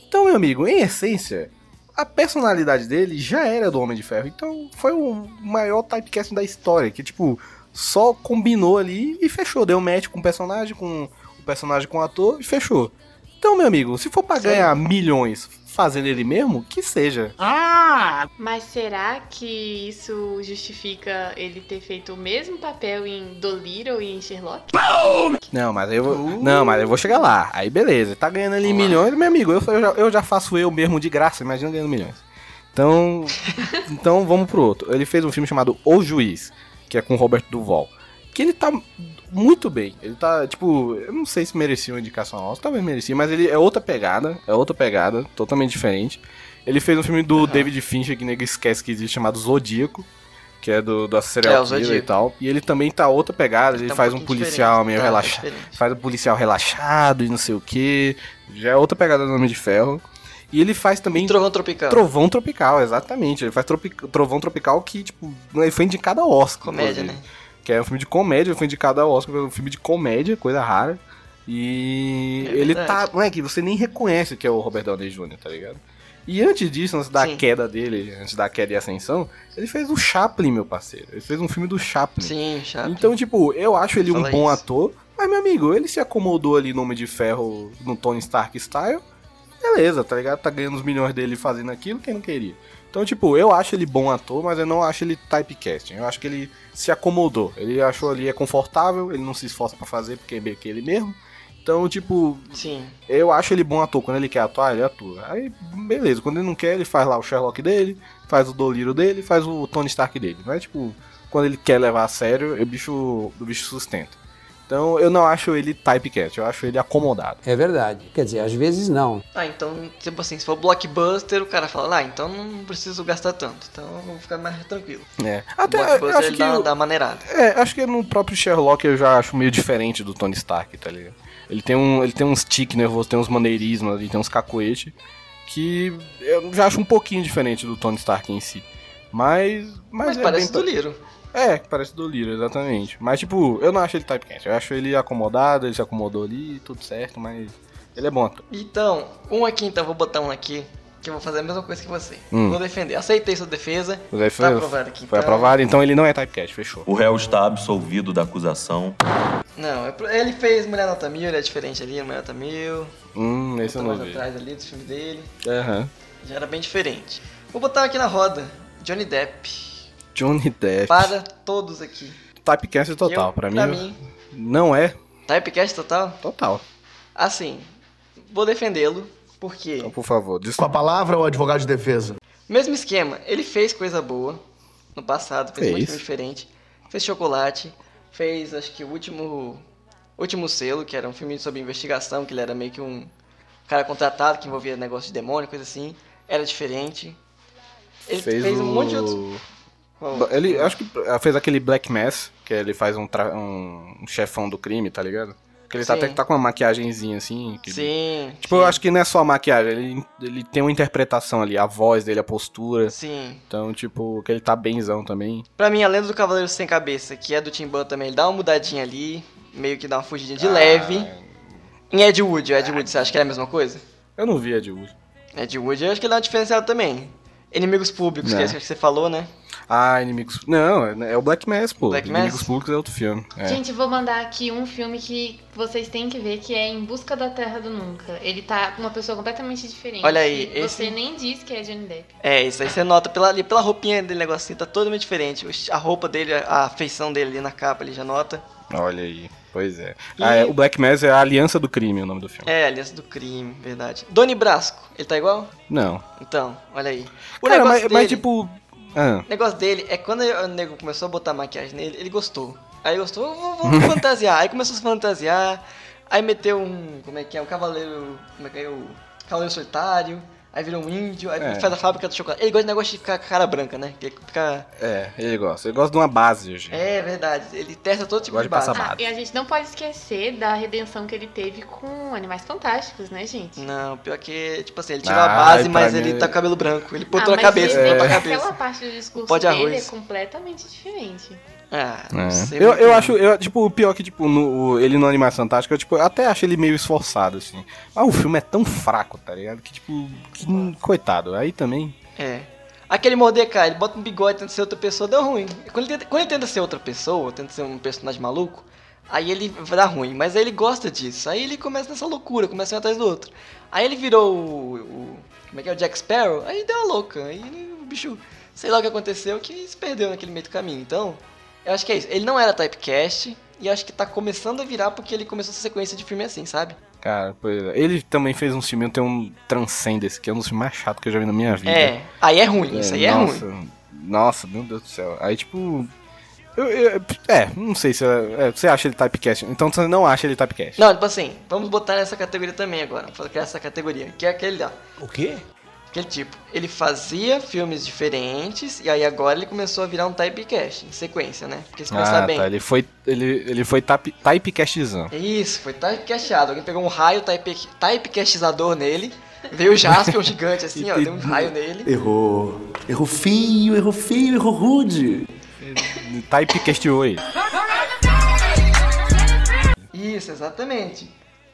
S5: Então, meu amigo, em essência, a personalidade dele já era do Homem de Ferro. Então, foi o maior typecasting da história, que, tipo, só combinou ali e fechou. Deu match com o personagem, com o personagem com o ator e fechou. Então, meu amigo, se for pra
S4: Sério?
S5: ganhar milhões fazendo ele mesmo, que seja.
S6: Mas será que isso justifica ele ter feito o mesmo papel em Dolittle e em Sherlock?
S5: Não, mas aí eu vou. Não, mas eu vou chegar lá. Aí beleza, tá ganhando ali milhões, meu amigo. Eu, eu, já, eu já faço eu mesmo de graça, imagina ganhando milhões.
S4: <laughs>
S5: Então. então vamos pro outro. Ele fez um filme chamado O Juiz, que é com o Robert Duval. Que ele tá muito bem. Ele tá, tipo, eu não sei se merecia uma indicação nossa, talvez merecia, mas ele é outra pegada, é outra pegada, totalmente diferente. Ele fez um filme do David Fincher, que nego esquece que existe, chamado Zodíaco, que é do, da
S4: É,
S5: serial
S4: o
S5: killer e
S4: Zodíaco.
S5: tal. E ele também tá outra pegada, ele,
S4: Tá
S5: faz um
S4: pouquinho
S5: policial
S4: diferente.
S5: meio
S4: Tá,
S5: relaxado
S4: diferente.
S5: faz o policial relaxado e não sei o que. Já é outra pegada do Homem de Ferro. E ele faz também
S4: Trovão Tropical.
S5: Trovão Tropical, exatamente. Ele faz tropi- Trovão Tropical que, tipo, ele foi indicado ao Oscar.
S4: Comédia,
S5: inclusive.
S4: né?
S5: Que é um filme de comédia, ele foi indicado ao Oscar pelo filme de comédia, coisa rara. E
S4: É
S5: ele
S4: verdade.
S5: tá. Não é que você nem reconhece que é o Robert Downey Jr., tá ligado? E antes disso, antes da
S4: Sim.
S5: queda dele, antes da queda e ascensão, ele fez o Chaplin, meu parceiro. Ele fez um filme do Chaplin.
S4: Sim, chato.
S5: Então, tipo, eu acho ele um
S4: Fala
S5: bom
S4: isso.
S5: ator, mas, meu amigo, ele se acomodou ali no Homem de Ferro, no Tony Stark style, beleza, tá ligado? Tá ganhando os milhões dele fazendo aquilo, quem não queria? Então, tipo, eu acho ele bom ator, mas eu não acho ele typecasting. Eu acho que ele se acomodou. Ele achou ali, é confortável, ele não se esforça pra fazer, porque é meio que ele mesmo. Então, tipo,
S4: Sim.
S5: eu acho ele bom ator. Quando ele quer atuar, ele atua. Aí, beleza. Quando ele não quer, ele faz lá o Sherlock dele, faz o Doliro dele, faz o Tony Stark dele. Mas, tipo, quando ele quer levar a sério, o bicho, o bicho sustenta. Então, eu não acho ele typecast, eu acho ele acomodado.
S9: É verdade. Quer dizer, às vezes não.
S4: Ah, então, tipo assim, se for blockbuster, o cara fala, ah, então não preciso gastar tanto. Então eu vou ficar mais tranquilo.
S5: É.
S4: O
S5: Até, eu
S4: blockbuster
S5: acho
S4: ele
S5: que...
S4: dá,
S5: eu-
S4: dá maneirada.
S5: É, acho que no próprio Sherlock eu já acho meio diferente do Tony Stark, tá ligado? Ele tem um, ele tem uns tique nervoso, tem uns maneirismos ali, tem uns cacoete que eu já acho um pouquinho diferente do Tony Stark em si. Mas, mas,
S4: Mas,
S5: é
S4: parece
S5: bem
S4: do Liro.
S5: É, que parece do Lira, exatamente. Mas tipo, eu não acho ele typecast, eu acho ele acomodado, ele se acomodou ali, tudo certo, mas ele é bom ator.
S4: Então, um aqui, então, vou botar um aqui. que eu vou fazer a mesma coisa que você.
S5: Hum.
S4: Vou defender. Aceitei sua defesa.
S5: O Zé
S4: Tá aprovado aqui.
S5: Foi
S4: então.
S5: aprovado, então ele não é typecast, fechou.
S7: O réu está absolvido da acusação.
S4: Não, é pro- ele fez Mulher Nota Mil, ele é diferente ali, Mulher Nota Mil.
S5: Hum, esse eu
S4: tá
S5: não
S4: mais
S5: vi.
S4: atrás ali do filme dele.
S5: Aham.
S4: Já era bem diferente. Vou botar aqui na roda. Johnny Depp.
S5: Johnny Depp.
S4: Para todos aqui.
S5: Typecast total,
S4: Eu,
S5: pra mim,
S4: Pra mim.
S5: Não é
S4: Typecast total?
S5: total.
S4: Assim, vou defendê-lo, porque.
S5: Então, por favor,
S10: Com a
S5: desculpa.
S10: palavra ou advogado de defesa?
S4: Mesmo esquema, ele fez coisa boa no passado, fez
S5: É
S4: um monte de
S5: isso.
S4: filme diferente. Fez chocolate, fez acho que o último. Último selo, que era um filme sobre investigação, que ele era meio que um cara contratado que envolvia negócio de demônio, coisa assim. Era diferente. Ele fez, um monte de outros.
S5: o...
S4: Qual?
S5: Ba- Ele acho que ah, fez aquele Black Mass, que ele faz um, tra- um chefão do crime, tá ligado? Que ele tá
S4: Sim.
S5: até que tá com uma maquiagemzinha assim. que-
S4: Sim.
S5: Tipo, eu acho que não é só a maquiagem, ele, ele tem uma interpretação ali, a voz dele, a postura.
S4: Sim.
S5: Então, tipo, que ele tá benzão também.
S4: Pra mim, a lenda do Cavaleiro Sem Cabeça, que é do Tim Burton também, ele dá uma mudadinha ali, meio que dá uma fugidinha
S5: Ah.
S4: de leve. Em Ed Wood, o Ed Wood, você acha que é a mesma coisa?
S5: Eu não vi a de Wood.
S4: Ed Wood, eu acho que ele dá uma diferenciada também. Inimigos Públicos, que é
S5: Né.
S4: isso que você falou, né?
S5: Ah, Inimigos... Não, é é o Black Mass, pô.
S4: Black Mass?
S5: Inimigos Públicos é outro filme. É.
S6: Gente, eu vou mandar aqui um filme que vocês têm que ver, que é Em Busca da Terra do Nunca. Ele tá com uma pessoa completamente diferente.
S4: Olha aí,
S6: Você
S4: esse-
S6: nem diz que é Johnny Depp.
S4: É, isso aí você nota pela, ali, pela roupinha dele, negocinho, tá totalmente diferente. O esti- A roupa dele, a a feição dele ali na capa, ele já nota.
S5: Olha aí. Pois é.
S4: E-
S5: Ah, é, O Black Mass é a Aliança do Crime, o nome do filme.
S4: É, Aliança do Crime, verdade. Doni Brasco, ele tá igual?
S5: Não.
S4: Então, olha aí.
S5: Cara, mas,
S4: negócio dele-
S5: mas, tipo... Ah,
S4: O negócio dele é que quando o nego começou a botar maquiagem nele, ele gostou. Aí gostou, "Eu vou, vou me fantasiar. Aí começou a se fantasiar. Aí meteu um. Como é que é? Um cavaleiro. Como é que é? O cavaleiro solitário. Aí virou um índio. Aí
S5: É.
S4: faz a fábrica do chocolate. Ele gosta de negócio de ficar com a cara branca, né? Que ele fica.
S5: é, ele gosta. Ele gosta de uma base, gente.
S4: É verdade. Ele testa todo tipo de
S5: Gosta de
S4: base.
S5: passar Amado.
S6: Ah, e a gente não pode esquecer da redenção que ele teve com Animais Fantásticos, né, gente?
S4: Não, pior que, tipo assim, ele tirou a
S5: Ah,
S4: base,
S5: pra
S4: mas
S5: mim-
S4: ele é. tá com o cabelo branco. Ele
S6: Ah,
S4: botou na
S6: mas
S4: cabeça,
S6: ele-
S4: ele botou na
S6: Aquela
S4: cabeça.
S6: parte do discurso
S4: Pó de
S6: dele
S4: arroz.
S6: é completamente diferente.
S4: Ah, não
S5: É.
S4: sei.
S5: Eu,
S4: muito
S5: eu
S4: não.
S5: acho, eu, tipo, o pior que, tipo, no, o- ele no Animação Fantástica, eu, tipo, eu até acho ele meio esforçado, assim. Mas o filme é tão fraco, tá ligado? Que, tipo, que- coitado. Aí também.
S4: É. Aquele Mordecai, ele bota um bigode tenta ser outra pessoa, deu ruim. Quando ele, tenta, quando ele tenta ser outra pessoa, tenta ser um personagem maluco, aí ele vai dar ruim. Mas aí ele gosta disso. Aí ele começa nessa loucura, começa um atrás do outro. Aí ele virou o. o- como é que é? O Jack Sparrow? Aí deu uma louca. Aí ele- o bicho, sei lá o que aconteceu, que se perdeu naquele meio do caminho. Então, eu acho que é isso. Ele não era typecast, e eu acho que tá começando a virar porque ele começou essa sequência de filme assim, sabe?
S5: Cara, pois é. ele também fez um filme, tem um Transcendence, que é um dos filmes mais chatos que eu já vi na minha vida.
S4: É, aí é ruim, isso aí é ruim.
S5: nossa, Nossa, meu Deus do céu. Aí, tipo. eu- eu- é, não sei se. é- é, você acha ele typecast. Então você não acha ele typecast.
S4: Não, tipo assim, vamos botar nessa categoria também agora. Vamos criar essa categoria, que é aquele lá.
S9: O quê?
S4: Aquele tipo, ele fazia filmes diferentes e aí agora ele começou a virar um typecast em sequência, né? Porque se pensar
S5: ah,
S4: bem.
S5: tá. Ele foi, ele, ele foi type, typecastzão.
S4: É Isso, foi typecastado. Alguém pegou um raio type, typecastizador nele, veio o Jasper, um gigante assim, ó, deu um raio nele.
S8: Errou. Errou feio, errou feio, errou rude.
S5: Typecastou ele.
S4: Isso, exatamente.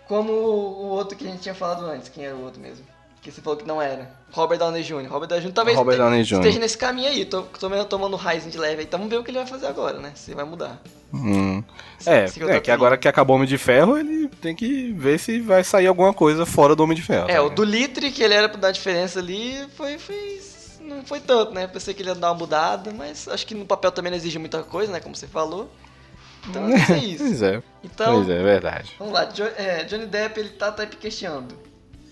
S4: Como o outro que a gente tinha falado antes, quem era o outro mesmo? Que você falou que não era. Robert Downey Jr. Robert Downey Jr. talvez
S5: Robert
S4: este-
S5: Downey Jr.
S4: esteja nesse caminho aí. Tô, tô meio tomando raio de leve aí. Então vamos ver o que ele vai fazer agora, né? Se vai mudar.
S5: Hum. É,
S4: Siga o
S5: é
S4: top
S5: que agora que acabou o Homem de Ferro, ele tem que ver se vai sair alguma coisa fora do Homem de Ferro.
S4: É,
S5: tá
S4: o
S5: ligado?
S4: do Litre, que ele era pra dar diferença ali, foi, foi. Não foi tanto, né? Pensei que ele ia dar uma mudada, mas acho que no papel também não exige muita coisa, né? Como você falou.
S5: <laughs>
S4: Então, acho que é isso.
S5: Pois é,
S4: Então,
S5: pois é, é verdade.
S4: vamos lá. Jo- é, Johnny Depp, ele tá typecasteando.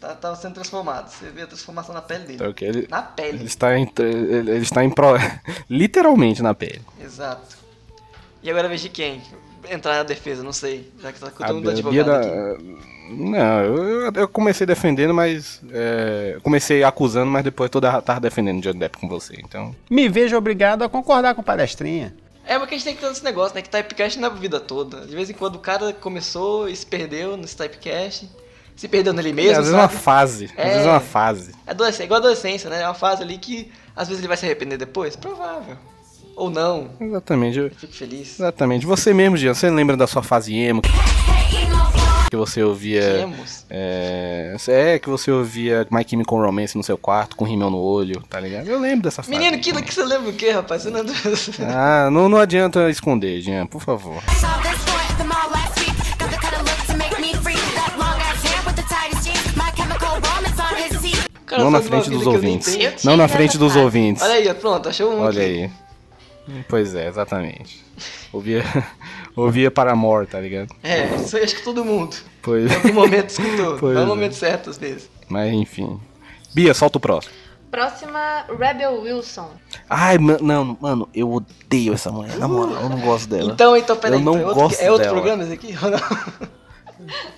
S4: Tá, tá sendo transformado. Você vê a transformação na pele dele.
S5: Então, ok, ele,
S4: Na
S5: ele
S4: pele,
S5: está em, ele ele está em pro, <laughs> literalmente na pele.
S4: exato. E agora veja quem. Entrar na defesa, não sei. Já que tá com todo mundo
S5: Bia-
S4: advogado
S5: Bia
S4: aqui.
S5: da- Não, eu, eu comecei defendendo, mas. é, comecei acusando, mas depois toda tava defendendo o Johnny Depp com você, então.
S9: Me vejo obrigado a concordar com o palestrinha.
S4: É, porque a gente tem que ter esse negócio, né? Que typecast não é a vida toda. De vez em quando o cara começou e se perdeu nesse typecast. Se perdeu nele
S5: às
S4: mesmo,
S5: vezes é uma
S4: sabe?
S5: fase.
S4: É.
S5: Às vezes é uma fase.
S4: Adolescência, é igual a adolescência, né? É uma fase ali que às vezes ele vai se arrepender depois. Provável. Ou não.
S5: Exatamente. eu-
S4: Fico feliz.
S5: Exatamente. Você mesmo, Jean, você lembra da sua fase emo? que você ouvia.
S4: Temos.
S5: É, é, que você ouvia My Chemical Romance no seu quarto, com rímel no olho, tá ligado? Eu lembro dessa fase.
S4: Menino, que, que você lembra o quê, rapaz? Você não é doido?
S5: Ah, não, não adianta esconder, Jean, por favor.
S4: <laughs> O cara
S5: Não na
S4: faz uma
S5: frente
S4: vida
S5: dos
S4: que eu nem
S5: ouvintes.
S4: tenho.
S5: Não na frente dos ouvintes.
S4: Olha aí, ó, pronto, achou um
S5: Olha
S4: aqui.
S5: aí. Pois é, exatamente. Ouvia, <laughs> ouvia Paramore, tá ligado?
S4: É, isso aí acho que todo mundo.
S5: Pois,
S4: Em algum momento escutou.
S5: Pois
S4: é
S5: é.
S4: o momento certo às vezes.
S5: <laughs> mas enfim. Bia, solta o próximo.
S6: Próxima, Rebel Wilson.
S5: Ai, mano, não, mano, eu odeio essa mulher. Na moral, eu não gosto dela.
S4: Então, então, peraí.
S5: Eu não
S4: então, é outro,
S5: gosto
S4: é outro
S5: dela.
S4: programa esse aqui? <laughs> Ou não?
S5: <laughs>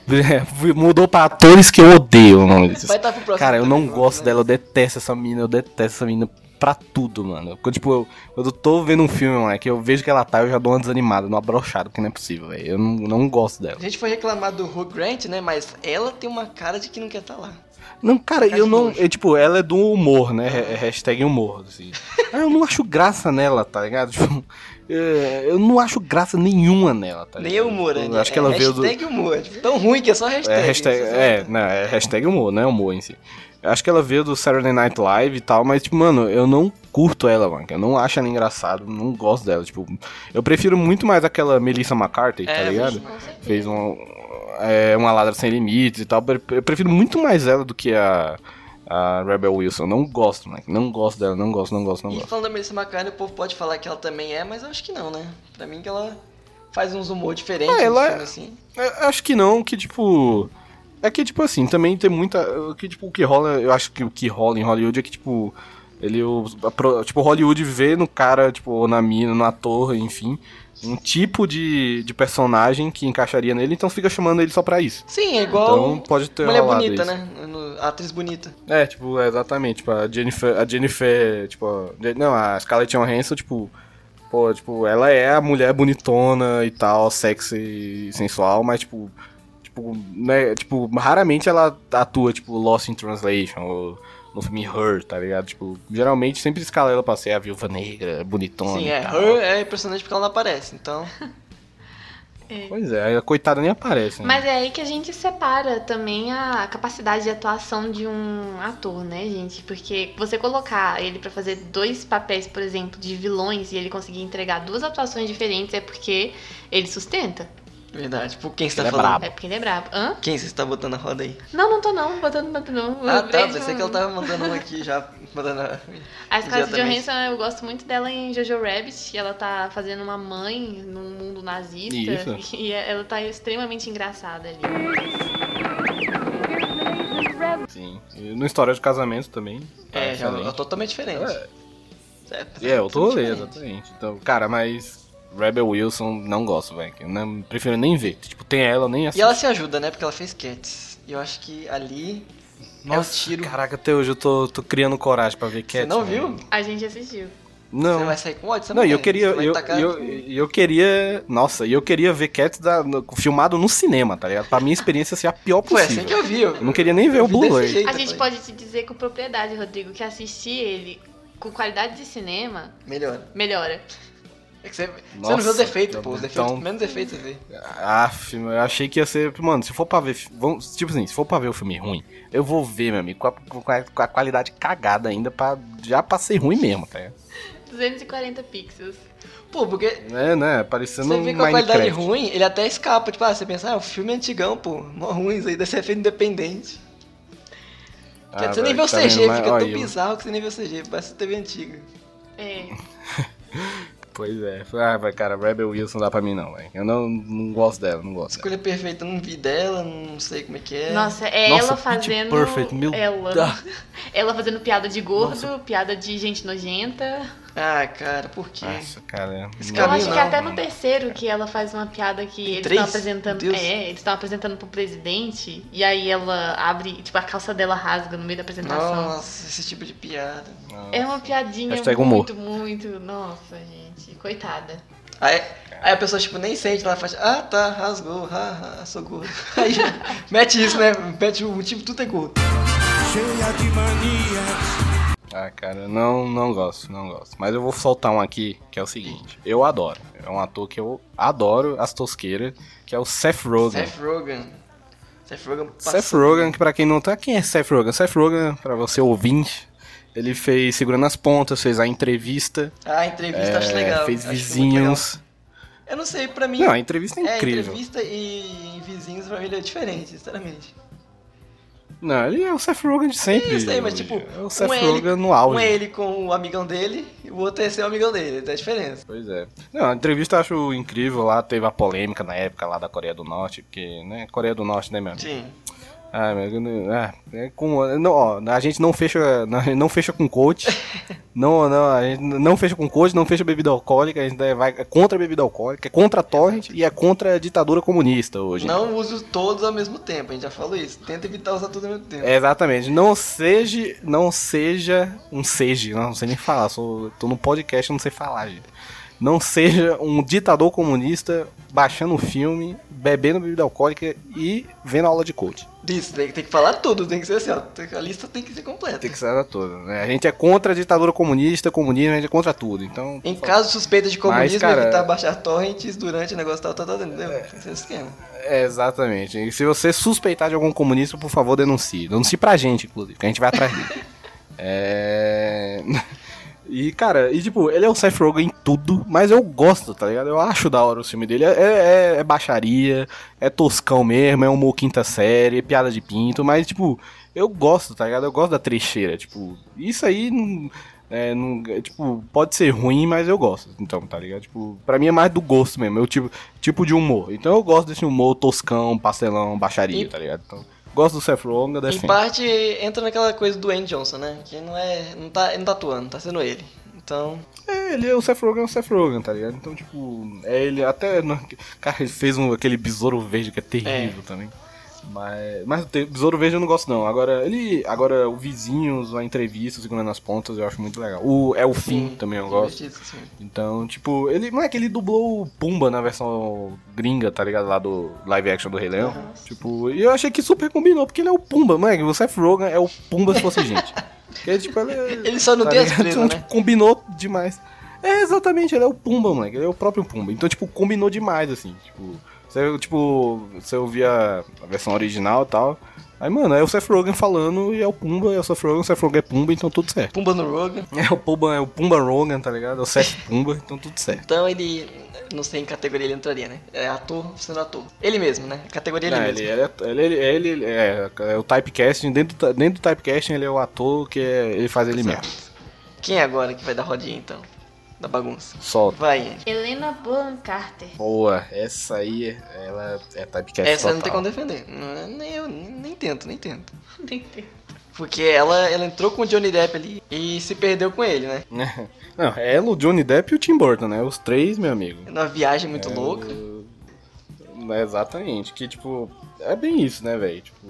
S5: É, mudou pra atores que eu odeio o nome desses.
S4: Então- Vai tá pro próximo
S5: Cara, eu
S4: também,
S5: não
S4: vamos
S5: gosto
S4: lá.
S5: dela, eu detesto essa mina, eu detesto essa mina pra tudo, mano. Quando, tipo, eu, quando eu tô vendo um filme, mano, que eu vejo que ela tá, eu já dou uma desanimada, uma brochada, porque não é possível, velho. Eu não, não gosto dela.
S4: A gente foi reclamar do Hugh Grant, né? Mas ela tem uma cara de que não quer estar lá.
S5: Não, cara,
S4: Cara
S5: eu
S4: de
S5: não.
S4: nojo.
S5: É, tipo, ela é do humor, né? É- é Hashtag humor, assim. Ah, eu não acho graça nela, tá ligado? Tipo, é, eu não acho graça nenhuma nela, tá ligado?
S4: Nem o humor,
S5: Tipo,
S4: né?
S5: Acho que ela
S4: é
S5: veio do.
S4: Hashtag humor. Tipo, tão ruim que é só hashtag.
S5: É hashtag,
S4: né?
S5: é, não, é hashtag humor, não é humor em si. Eu Acho que ela veio do Saturday Night Live e tal, mas, tipo, mano, eu não curto ela, mano. Eu não acho ela engraçada, não gosto dela. Tipo, eu prefiro muito mais aquela Melissa McCarthy, tá
S4: É,
S5: ligado?
S4: Melissa
S5: Fez um, é, uma ladra sem limites e tal. pre- Eu prefiro muito mais ela do que a, a Rebel Wilson. Eu Não gosto, mano. Não gosto dela, não gosto, não gosto, não
S4: E
S5: gosto.
S4: falando da Melissa McCartney, o povo pode falar que ela também é, mas eu acho que não, né? Pra mim que ela faz uns humor diferentes.
S5: Ah,
S4: no
S5: ela-
S4: filme, assim.
S5: Eu É, acho que não, que tipo. É que, tipo assim, também tem muita. o Que, tipo, o que rola. Eu acho que o que rola em Hollywood é que, tipo. Ele. o- a pro- Tipo, Hollywood vê no cara, tipo, ou na mina, no ator, enfim. Um tipo de, de personagem que encaixaria nele, então fica chamando ele só pra isso.
S4: Sim, é igual
S5: Então pode ter
S4: mulher
S5: rolado
S4: bonita,
S5: isso.
S4: né? No- atriz bonita.
S5: É, tipo, é exatamente. Tipo, a Jennifer. A Jennifer. Tipo, a- Je- não, a Scarlett Johansson, tipo. Pô, tipo, ela é a mulher bonitona e tal, sexy e sensual, mas, tipo. Tipo, né, tipo, raramente ela atua, tipo, Lost in Translation ou no filme Her, tá ligado? Tipo, geralmente sempre escala ela pra ser a viúva negra, bonitona.
S4: Sim,
S5: e
S4: é.
S5: tal.
S4: Her é impressionante porque ela não aparece, então.
S5: Pois é, aí a coitada nem aparece. Né?
S6: Mas é aí que a gente separa também a capacidade de atuação de um ator, né, gente? Porque você colocar ele pra fazer dois papéis, por exemplo, de vilões e ele conseguir entregar duas atuações diferentes é porque ele sustenta.
S4: Verdade. Tipo, quem você tá
S5: Ela é
S4: falando?
S5: braba.
S6: É porque ele é brabo. Hã?
S4: Quem você tá botando a roda aí?
S6: Não, não tô não, botando tanto não.
S4: Ah,
S6: Eu
S4: tá.
S6: vejo-
S4: Pensei que ela tava mandando uma aqui já. Mandando a...
S6: A Scarlett
S4: Exatamente.
S6: Johansson, eu gosto muito dela em Jojo Rabbit. e Ela tá fazendo uma mãe num mundo nazista.
S5: Isso.
S6: <laughs> E ela tá extremamente engraçada ali.
S5: Sim. E no história de casamento também. tá
S4: É, já,
S5: excelente.
S4: é totalmente diferente.
S5: É.
S4: É,
S5: É, eu tô rolê,
S4: diferente.
S5: exatamente. Então, cara, mas Rebel Wilson não gosto, velho. Eu não- Prefiro nem ver. Tipo, tem ela, eu nem
S4: E
S5: assisto.
S4: ela se ajuda, né? Porque ela fez Cats. E eu acho que ali.
S5: Nossa,
S4: é o tiro.
S5: caraca, até hoje eu tô, tô criando coragem pra ver Cats.
S4: Você não
S5: mano.
S4: viu?
S6: A gente assistiu.
S5: Não.
S4: Você vai sair com ódio? Você
S5: Não, e eu
S4: vai.
S5: queria,
S4: Você vai
S5: eu,
S4: tacar-
S5: eu, eu queria, nossa, e eu queria ver Cats da, no- filmado no cinema, tá ligado? Pra minha experiência ser a pior
S4: Foi assim
S5: possível.
S4: que eu vi. Eu
S5: Eu não queria nem ver
S4: eu
S5: o
S4: vi desse
S5: Blu-ray.
S4: jeito,
S6: a gente
S4: eu falei,
S6: pode te dizer com propriedade, Rodrigo, que assistir ele com qualidade de cinema
S4: Melhor.
S6: melhora.
S4: É que você, você não vê
S5: Nossa,
S4: os defeitos, pô.
S5: então-
S4: Os defeitos, menos defeitos você vê.
S5: Aff, eu achei que ia ser. Mano, se for pra ver. Vamos, tipo assim, se for pra ver o filme ruim, eu vou ver, meu amigo, com a, com a- com a qualidade cagada ainda, pra, já pra ser ruim mesmo, tá ligado?
S6: 240 pixels.
S4: Pô, porque
S5: É, né? Parecendo
S4: você
S5: um
S4: vê com a qualidade
S5: Minecraft.
S4: ruim, ele até escapa. Tipo, ah, você pensa, ah, o filme é antigão, pô. Mó ruim isso aí, <laughs> deve ser feito independente.
S5: Ah,
S4: Quer dizer, você nem
S5: velho,
S4: vê o
S5: tá
S4: CG,
S5: vendo? Mas,
S4: fica
S5: olha,
S4: tão
S5: eu-
S4: bizarro que você nem vê o CG, parece TV antiga.
S6: É.
S5: Pois é. Ah, vai, cara, Rebel Wilson não dá pra mim não, velho. Eu não, não gosto dela, não gosto dela.
S4: Escolha perfeita, eu não vi dela, não sei como é que é.
S6: Nossa, é
S5: Nossa,
S6: ela
S5: Pitch
S6: fazendo.
S5: Perfect, meu
S6: ela.
S5: Deus.
S6: <laughs> Ela fazendo piada de gordo, piada de gente nojenta.
S4: Ah, cara, por quê?
S5: Nossa, cara.
S4: Esse
S5: não-
S6: Eu acho
S4: não,
S6: que até no
S5: mano.
S6: terceiro que ela faz uma piada que
S4: Tem
S6: eles
S4: três?
S6: estão apresentando.
S4: Meu Deus.
S6: É, eles estão apresentando pro presidente. E aí ela abre, tipo, a calça dela rasga no meio da apresentação.
S4: Nossa, esse tipo de piada.
S6: É uma piadinha
S5: Hashtag humor.
S6: muito, muito. Nossa, gente. Coitada.
S4: Aí, aí a pessoa, tipo, nem sente, ela faz, ah, tá, rasgou, ah, ah, sou gordo. <laughs> Aí mete isso, né? Mete o motivo, tudo é gordo.
S5: Ah, cara, não, não gosto, não gosto. Mas eu vou soltar um aqui, que é o seguinte. Eu adoro. É um ator que eu adoro, as tosqueiras, que é o Seth Rogen.
S4: Seth Rogen. Seth Rogen
S5: Seth
S4: passou.
S5: Rogen, que pra quem não tá, quem é Seth Rogen? Seth Rogen, pra você ouvinte, ele fez Segurando as Pontas, fez a entrevista,
S4: Ah, a entrevista
S5: é,
S4: acho legal.
S5: fez
S4: acho muito
S5: Vizinhos.
S4: legal. Eu não sei, pra mim.
S5: Não, a entrevista é
S4: é,
S5: incrível.
S4: entrevista e Vizinhos pra mim ele é diferente, sinceramente.
S5: Não, ele é o Seth Rogen de sempre.
S4: Isso aí, mas tipo,
S5: é o Seth
S4: um é ele-
S5: Rogen no auge.
S4: Um é ele com o amigão dele e o outro é sem o amigão dele, tá a diferença.
S5: Pois é. Não, a entrevista eu acho incrível lá, teve a polêmica na época lá da Coreia do Norte, porque, né, Coreia do Norte, né, meu? amigo?
S4: Sim.
S5: Ah, meu, eu não- ah, é com, não, ó, a gente não fecha, não, a gente não fecha com coach. não, não, a gente não fecha com coach, não fecha bebida alcoólica, a gente vai é contra a bebida alcoólica, é contra a torrent e é contra a ditadura comunista hoje.
S4: Não uso todos ao mesmo tempo, a gente já falou isso. Tenta evitar usar tudo ao mesmo tempo.
S5: É, exatamente. Não seja, não seja um seja, não, não sei nem falar, sou, tô no podcast, eu não sei falar, gente. Não seja um ditador comunista baixando o filme, bebendo bebida alcoólica e vendo aula de coach.
S4: Isso, tem, tem que falar tudo, tem que ser assim, ó. tem- A lista tem que ser completa.
S5: Tem que ser toda, né? A gente é contra a ditadura comunista, comunismo, a gente é contra tudo. Então,
S4: Em caso de suspeita de comunismo,
S5: Mas, cara,
S4: evitar baixar torrents durante o negócio tal, tal, tal, entendeu? Tem que ser esse esquema.
S5: é, exatamente. E se você suspeitar de algum comunista, por favor, denuncie. Denuncie pra gente, inclusive, que a gente vai atrás dele. É. <laughs> E, cara, e tipo, ele é o Seth Rogen em tudo, mas eu gosto, tá ligado? Eu acho da hora o filme dele. É, é- é baixaria, é toscão mesmo, é humor quinta série, é piada de pinto, mas, tipo, eu gosto, tá ligado? Eu gosto da trecheira, tipo, isso aí não. É, não- é, tipo, pode ser ruim, mas eu gosto. Então, tá ligado? Tipo, pra mim é mais do gosto mesmo, eu tipo, tipo de humor. Então eu gosto desse humor toscão, pastelão, baixaria,
S4: E-
S5: tá ligado? Então, gosto do Seth Rogen, eu
S4: Em
S5: defendo.
S4: parte, entra naquela coisa do Andy Johnson, né? Que não é. Não tá, ele não tá atuando, tá sendo ele. Então,
S5: É, ele é o Seth Rogen, é o Seth Rogen, tá ligado? Então, tipo, é ele até. no- Cara, ele fez um, aquele besouro verde que é terrível também. Mas, mas o te- besouro verde eu não gosto, não. Agora, ele. Agora, o vizinhos, a entrevista, o segurando as pontas, eu acho muito legal. O É o Fim também eu gosto.
S4: divertido, assim.
S5: Então, tipo, ele. Não é que ele dublou o Pumba na versão gringa, tá ligado? Lá do live action do Rei Leão. Tipo, e eu achei que super combinou, porque ele é o Pumba, moleque. O Seth Rogen é o Pumba se fosse gente. Porque, tipo, ele, é-
S4: Ele só não tem as
S5: ligado?
S4: presas,
S5: Então,
S4: né?
S5: tipo, combinou demais. É, exatamente, ele é o Pumba, moleque. Ele é o próprio Pumba. Então, tipo, combinou demais, assim. Tipo, você, tipo, você ouvia a versão original e tal. Aí, mano, é o Seth Rogen falando e é o Pumba, é o Seth Rogen, o Seth Rogen é Pumba, então tudo certo.
S4: Pumba no Rogan.
S5: É o Pumba, é o Pumba Rogan, tá ligado? É o Seth Pumba, então tudo certo.
S4: Então ele. Não sei em que categoria ele entraria, né? É ator sendo ator. Ele mesmo, né? A categoria ele
S5: Não,
S4: mesmo.
S5: ele, ele, é- ele, ele, ele- ele- é, é o typecasting, dentro, do ta- dentro do typecasting ele é o ator que é- ele faz ele mesmo.
S4: Quem é agora que vai dar rodinha então? Da bagunça.
S5: Solta.
S4: Vai, Andy.
S6: Helena Bonham Carter. <laughs>
S5: Boa, essa aí, ela é typecasting
S4: Essa não tem
S5: total.
S4: como defender. Não, Nem eu, nem nem tento, nem tento.
S6: Nem tem.
S4: Porque ela, ela entrou com o Johnny Depp ali e se perdeu com ele, né?
S5: <laughs> Não, ela, o Johnny Depp e o Tim Burton, né? Os três, meu amigo.
S4: Numa viagem muito louca.
S5: É, exatamente. Que, tipo, é bem isso, né, velho? Tipo,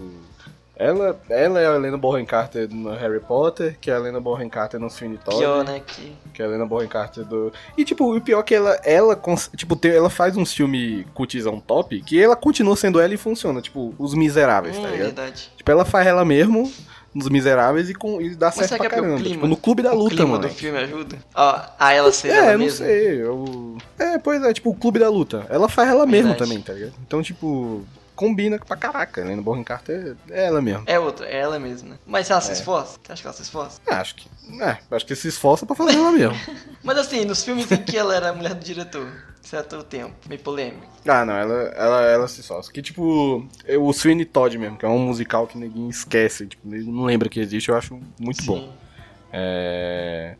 S5: ela, ela é a Helena Bonham Carter no Harry Potter, que é a Helena Bonham Carter no Sweeney Todd.
S4: Pior, né? Que...
S5: Que é a Helena Bonham Carter do... E, tipo, o pior é que ela, ela cons- tipo, tem- ela faz uns filmes cutizão top, que ela continua sendo ela e funciona. Tipo, Os Miseráveis, tá
S4: Hum,
S5: ligado?
S4: verdade.
S5: Tipo, ela faz ela mesmo nos Miseráveis e, com, e dá certo
S4: será
S5: pra
S4: que é porque o
S5: caramba.
S4: clima-
S5: tipo, no Clube da
S4: o
S5: Luta,
S4: clima
S5: mano.
S4: do filme ajuda? Ó, a ela ser
S5: É,
S4: ela
S5: não
S4: mesma.
S5: sei. Eu... É, pois é, tipo, o Clube da Luta. Ela faz ela mesma
S4: Verdade.
S5: também, tá ligado? Então, tipo, combina pra caraca. né? Helena Bonham Carter é ela mesmo.
S4: É outra, é ela mesma, né? Mas ela se esforça? Você acha que ela se esforça?
S5: Ah, acho que. É, acho que se esforça pra fazer ela mesmo.
S4: Mas assim, nos filmes em que ela era a mulher do diretor, certo o tempo, meio polêmico.
S5: Ah, não, ela, ela, ela se esforça. Que tipo, eu- o Sweeney Todd mesmo, que é um musical que ninguém esquece, tipo, ninguém não lembra que existe, eu acho muito
S4: assim.
S5: bom. É.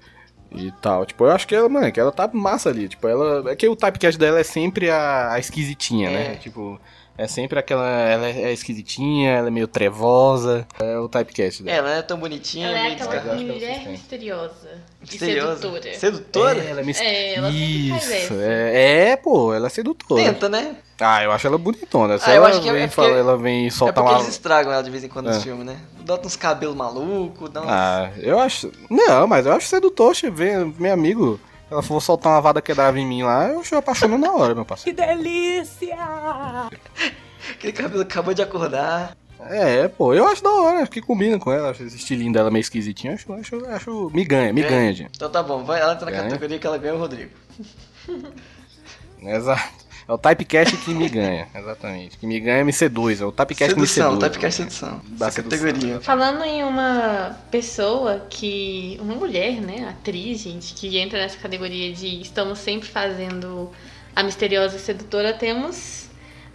S5: E tal. Tipo, eu acho que ela, mano, que ela tá massa ali. Tipo, ela. É que o typecast dela é sempre a, a esquisitinha,
S4: É.
S5: né? Tipo, é sempre aquela. Ela é esquisitinha, ela é meio trevosa. É o typecast dela.
S4: Ela não é tão bonitinha,
S6: Ela é
S4: meio
S6: aquela
S5: eu acho
S4: descarada.
S5: que ela
S6: mulher
S5: sustenta.
S6: misteriosa.
S4: Misteriosa.
S6: E sedutora.
S4: Sedutora?
S5: ela é meio.
S6: É, ela sempre faz
S5: Isso,
S6: essa.
S5: é, é, pô, ela é sedutora.
S4: Tenta, né?
S5: Ah, eu acho ela bonitona. Se
S4: Ah, eu
S5: ela,
S4: acho que é-
S5: vem,
S4: é porque-
S5: falar- ela vem
S4: É porque
S5: soltar uma.
S4: eles estragam ela de vez em quando nos
S5: É.
S4: filmes, né? Bota uns cabelos malucos, dá uns...
S5: Ah, eu acho. Não, mas eu acho sedutor, che- ver meu amigo. Ela for soltar uma vada quebrava em mim lá, eu acho apaixono na hora, meu parceiro.
S4: Aquele cabelo que acabou de acordar.
S5: É, pô, eu acho da hora, acho que combina com ela, acho esse estilinho dela meio esquisitinho, acho, acho, acho. Me ganha, me
S4: É.
S5: ganha, gente.
S4: Então tá bom, vai, ela entra na
S5: Ganha.
S4: categoria que ela ganha o Rodrigo.
S5: Exato. É o typecast que me ganha, <laughs> exatamente. Que me ganha é MC2, é o typecast que me
S4: Sedução,
S5: seduz.
S4: typecast sedução.
S5: Da
S4: Essa
S5: sedução. né?
S4: categoria.
S6: Falando em uma pessoa que. Uma mulher, né? Atriz, gente, que entra nessa categoria de estamos sempre fazendo a misteriosa sedutora, temos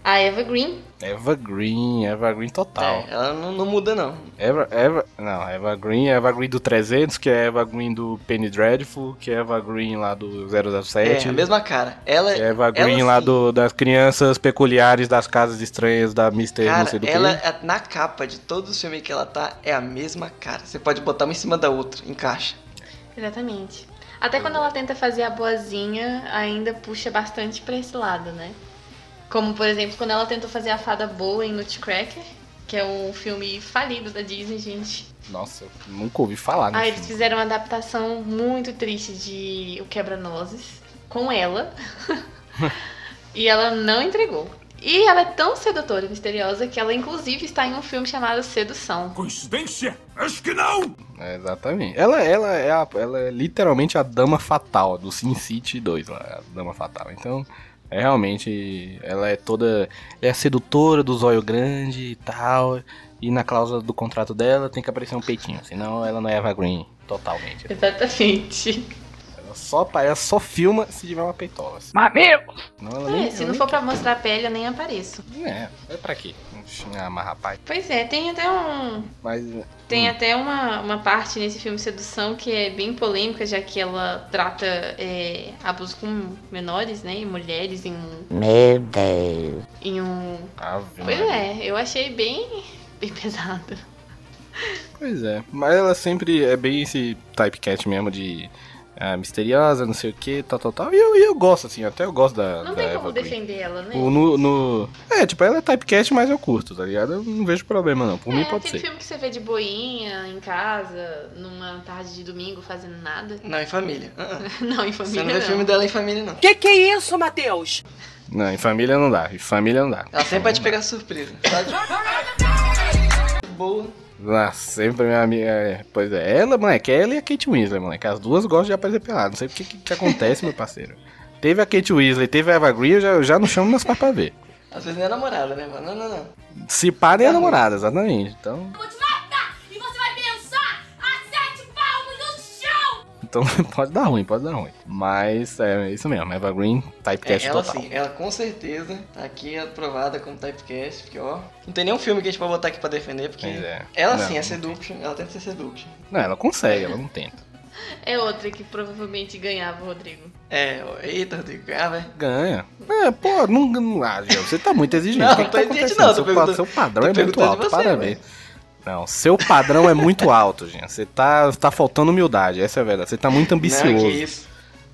S6: a Eva Green.
S5: Eva Green, Eva Green total.
S4: É, ela não, não muda, não.
S5: Eva, Eva, não, Eva Green, Eva Green do 300, que é Eva Green do Penny Dreadful, que é Eva Green lá do 007.
S4: É, a mesma cara. Ela,
S5: que é tipo, Eva
S4: ela
S5: Green lá
S6: assim,
S4: sim.
S5: do, das crianças peculiares das casas estranhas da Mr. não
S4: Cara,
S5: sei do quê.
S4: ela, é- na capa de todos os filmes que ela tá, é a mesma cara. Você pode botar uma em cima da outra, encaixa.
S6: Exatamente. Até quando ela tenta fazer a boazinha, ainda puxa bastante pra esse lado, né? Como, por exemplo, quando ela tentou fazer a fada boa em Nutcracker, que é um filme falido da Disney, gente.
S5: Nossa, eu nunca ouvi falar
S6: Ah,
S5: nesse
S6: eles
S5: filme.
S6: fizeram uma adaptação muito triste de O Quebra-Nozes com <laughs> ela. e ela não entregou. E ela é tão sedutora e misteriosa que ela, inclusive, está em um filme chamado Sedução.
S1: Coincidência? Acho que não!
S5: É, exatamente. Ela, ela, é a- ela é literalmente a dama fatal do Sin City 2, lá, a dama fatal. Então, é realmente, ela é toda, é a sedutora do zóio grande e tal, e na cláusula do contrato dela tem que aparecer um peitinho, senão ela não é Eva Green totalmente.
S6: Exatamente.
S5: Ela só, pa- ela só filma se tiver uma peitola. assim. Senão ela nem-
S6: É, se
S5: ela
S6: não for pra mostrar a pele, eu nem apareço.
S5: nem- É, é pra quê? Ah, mas rapaz,
S6: Pois é, tem até um.
S5: mas...
S6: Tem até uma, uma parte nesse filme Sedução que é bem polêmica, já que ela trata é, abuso com menores, né? E mulheres em um. Meu Deus! Em um
S5: Ave
S6: Pois
S5: Maria.
S6: é, eu achei bem, bem pesado.
S5: Pois é, mas ela sempre é bem esse typecast mesmo de ah, misteriosa, não sei o que, tal, tal, tal. E eu, e eu gosto, assim, até eu gosto da,
S6: Não
S5: da
S6: tem como
S5: Eva Green.
S6: defender ela, né?
S5: é, O- no, no- É, tipo, ela é typecast, mas eu curto, tá ligado? Eu não vejo problema, não. Por
S6: é
S5: mim
S6: aquele
S5: pode ser.
S6: filme que você vê de boinha, em casa, numa tarde de domingo, fazendo nada. <laughs>
S4: Não, em família. Ah, ah.
S6: Não, em
S4: Você
S6: família
S4: não
S6: não.
S4: vê filme dela em família, não.
S10: Que que é isso, Matheus?
S5: Não, em família não dá. Em família não dá.
S4: Ela sempre vai te pegar surpresa, sabe? Boa.
S5: Ah, sempre minha amiga. é, Pois é, ela, moleque, ela e a Kate Winslet, moleque. As duas gostam de aparecer pelado. Não sei o que, que, que acontece, meu parceiro. Teve a Kate Weasley, teve a Eva Green, eu já, eu já não chamo meus pais pra ver.
S4: Às vezes nem é namorada, né? Mas Não, não, não.
S5: Se pá, nem a namorada, exatamente. Então.
S10: E você vai pensar a sete palmos no chão!
S5: Então <laughs> pode dar ruim, pode dar ruim. Mas é isso mesmo, Eva Green,
S4: É,
S5: typecast
S4: ela
S5: total.
S4: sim, ela com certeza tá aqui aprovada como typecast, porque ó. Não tem nenhum filme que a gente pode botar aqui pra defender, porque.
S5: Pois é.
S4: Ela
S5: Não,
S4: sim é
S5: não
S4: seduction, ela tenta ser seduction.
S5: Não, ela consegue, ela não tenta.
S6: É outra que provavelmente ganhava o Rodrigo.
S4: É, ó, eita, Rodrigo, ah, velho.
S5: Ganha. É, pô, não. não ah, Gil, você tá muito
S4: <laughs>
S5: exigente.
S4: Não,
S5: o que que
S4: tô
S5: tá
S4: exigente
S5: acontecendo?
S4: não, tô
S5: seu, pa-
S4: perguntando-
S5: seu padrão
S4: tô
S5: é muito
S4: perguntando de
S5: alto,
S4: você,
S5: parabéns. Não, seu padrão é muito alto, gente. Você tá, tá faltando humildade, essa é a verdade. Você tá muito ambicioso.
S4: Não, que isso.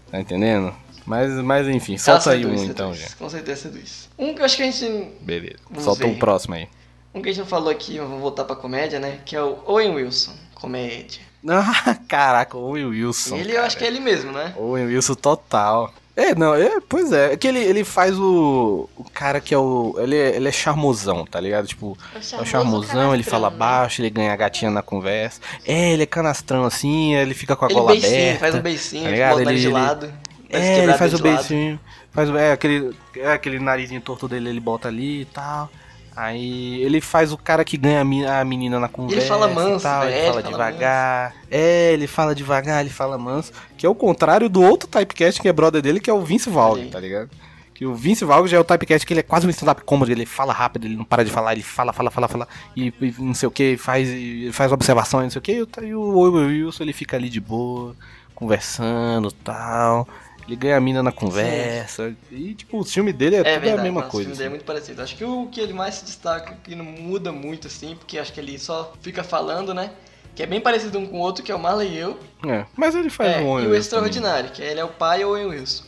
S4: Tá
S5: Tá entendendo? Mas, mas enfim,
S4: Ela
S5: solta aí um
S4: seduz,
S5: então,
S4: seduz,
S5: gente.
S4: Com certeza seduz. Um que eu acho que a gente
S5: Beleza.
S4: Vamos
S5: solta
S4: ver.
S5: um
S4: <laughs>
S5: próximo aí.
S4: Um que a gente não falou aqui, mas vamos voltar pra comédia, né? Que é o Owen Wilson, comédia.
S5: Ah, caraca, o Will Wilson.
S4: ele eu
S5: cara.
S4: acho que é ele mesmo, né?
S5: Owen Wilson total. É, não, é, pois é. É que ele, ele faz o. O cara que é o. Ele é, ele é charmosão, tá ligado? Tipo, é o charmosão, ele fala
S4: né?
S5: baixo, ele ganha a gatinha na conversa. É, ele é canastrão assim, ele fica com a
S4: Ele
S5: gola
S4: beicinho,
S5: aberta.
S4: faz um beicinho,
S5: tá
S4: tipo,
S5: ligado?
S4: bota ele,
S5: Ele-
S4: de
S5: ele-
S4: lado. faz
S5: É, ele
S4: quebrar
S5: faz o
S4: de lado.
S5: beicinho. Faz, o- é, aquele, é, aquele narizinho torto dele, ele bota ali e tal. Aí ele faz o cara que ganha a mi- a menina na conversa.
S4: fala
S5: e
S4: manso,
S5: tal,
S4: né?
S5: ele,
S4: É, ele
S5: fala
S4: fala
S5: devagar. É, ele fala devagar, ele fala manso. Que é o contrário do outro typecast que é brother dele, que é o Vince Valg,
S4: Sim.
S5: tá ligado? Que o Vince Valg já é o typecast que ele é quase um stand-up comedy, ele fala rápido, ele não para de falar, ele fala, fala, fala, fala, e, e não sei o que, faz, e faz observações, não sei o que, e o- e o Owen Wilson ele fica ali de boa, conversando tal. Ele ganha a mina na conversa. E, tipo, o filme dele é, tudo
S4: verdade,
S5: a mesma
S4: nossa,
S5: coisa.
S4: O filme dele é muito parecido. Acho que o que ele mais se destaca, que não muda muito assim, porque acho que ele só fica falando, né? Que é bem parecido um com o outro, que é o Marley e eu.
S5: É, Mas ele faz
S4: é,
S5: um Owen
S4: e o
S5: Wilson
S4: Extraordinário, que ele é o pai ou o Wilson.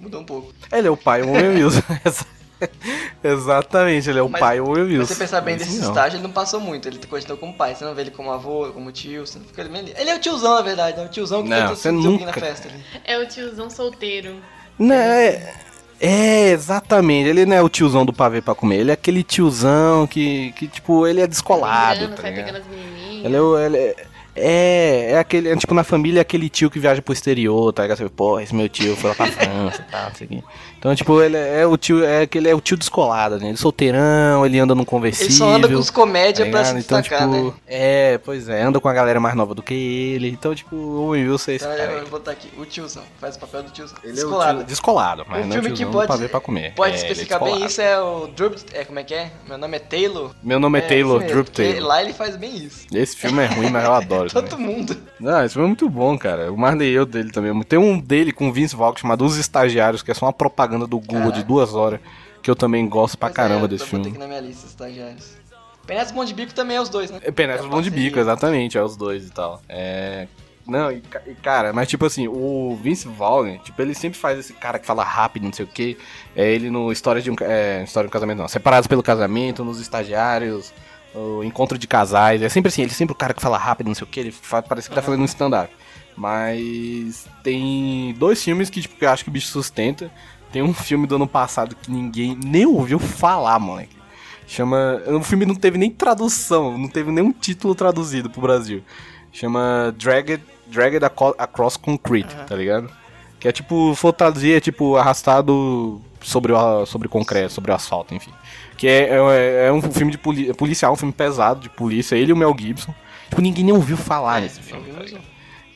S4: Mudou um pouco.
S5: também. Ele é o pai o Owen Wilson. <laughs> Exa- Exatamente, ele é o
S4: Mas-
S5: pai o Owen Wilson.
S4: Se você pensar bem
S5: Isso é assim
S4: desse
S5: não.
S4: estágio, ele não passou muito. Ele continuou como pai. Você não vê ele como avô, como tio. Você não fica ele ali. Ele é o tiozão, na verdade. né? o tiozão que
S5: Não,
S4: tá
S5: você
S4: todo mundo na
S5: nunca-
S4: festa ali.
S6: É o tiozão solteiro.
S5: Não, é, é, exatamente. Ele não é o tiozão do pavê pra comer. Ele é aquele tiozão que, que tipo, ele é descolado.
S6: Tá
S5: tá
S6: vai
S5: ligado?
S6: pegando as menininhas.
S5: Ele é, o- ele é- É, é aquele, é tipo na família, é aquele tio que viaja pro exterior, tá ligado? Você, Pô, esse meu tio foi lá
S4: <laughs>
S5: pra França, tá, não sei o quê. Então, tipo, ele é o tio, é aquele, é o tio descolado, né? Ele é solteirão, ele anda num conversível.
S4: Ele só anda com os comédia
S5: tá
S4: pra se
S5: ligado? Então,
S4: destacar,
S5: tipo,
S4: né?
S5: É, pois é, anda com a galera mais nova do que ele. Então, tipo, o Will Wilson é esse
S4: Então,
S5: cara
S4: eu
S5: aí.
S4: vou botar aqui, o tiozão, faz o papel do tiozão.
S5: Ele é o
S4: Descolado.
S5: tio descolado, mas
S4: um
S5: não é
S4: filme que
S5: tiozão
S4: pode,
S5: pra ver pra comer.
S4: pode
S5: É, ele é
S4: especificar bem
S5: descolado.
S4: isso é o Droop. É, como é que é? Meu nome é Taylor.
S5: Meu nome é, Taylor,
S4: isso mesmo,
S5: Droop
S4: porque
S5: Taylor.
S4: Lá ele faz bem isso.
S5: Esse filme é ruim, mas eu adoro.
S4: <laughs>
S5: também.
S4: Todo mundo.
S5: Não, esse filme é muito bom, cara. O Marley e eu dele também. Tem um dele com o Vince Vaughn chamado Os Estagiários, que é só uma propaganda do Google de duas horas, que eu também gosto pra
S4: É. Pois é,
S5: caramba
S4: eu
S5: desse
S4: botei
S5: filme.
S4: aqui na minha lista, estagiários. Penetras Bom de Bico também é os dois, né?
S5: É Penetra
S4: É
S5: Bom de
S4: parceria.
S5: Bico, exatamente, é os dois e tal. É. Não, e, ca- e, cara, mas tipo assim, o Vince Vaughn, tipo, ele sempre faz esse cara que fala rápido, não sei o quê. É ele no História de um, Ca- é, História de um Casamento, não. Separados pelo Casamento, nos Estagiários, o Encontro de Casais. É sempre assim, ele é sempre o cara que fala rápido, não sei o quê. Ele fa- parece que tá fazendo um stand-up. Mas tem dois filmes que, tipo, que eu acho que o bicho sustenta. Tem um filme do ano passado que ninguém nem ouviu falar, moleque. Chama. O filme não teve nem tradução, não teve nenhum título traduzido pro Brasil. Chama Dragged, Dragged Aco- Across Concrete, tá ligado? Que é tipo, for traduzir, é tipo arrastado sobre o, sobre o concreto, sobre o asfalto, enfim. Que é, é, é um filme de poli- policial, um filme pesado de polícia, ele e o Mel Gibson. Tipo, ninguém nem ouviu
S4: É,
S5: falar nesse filme. tá ligado?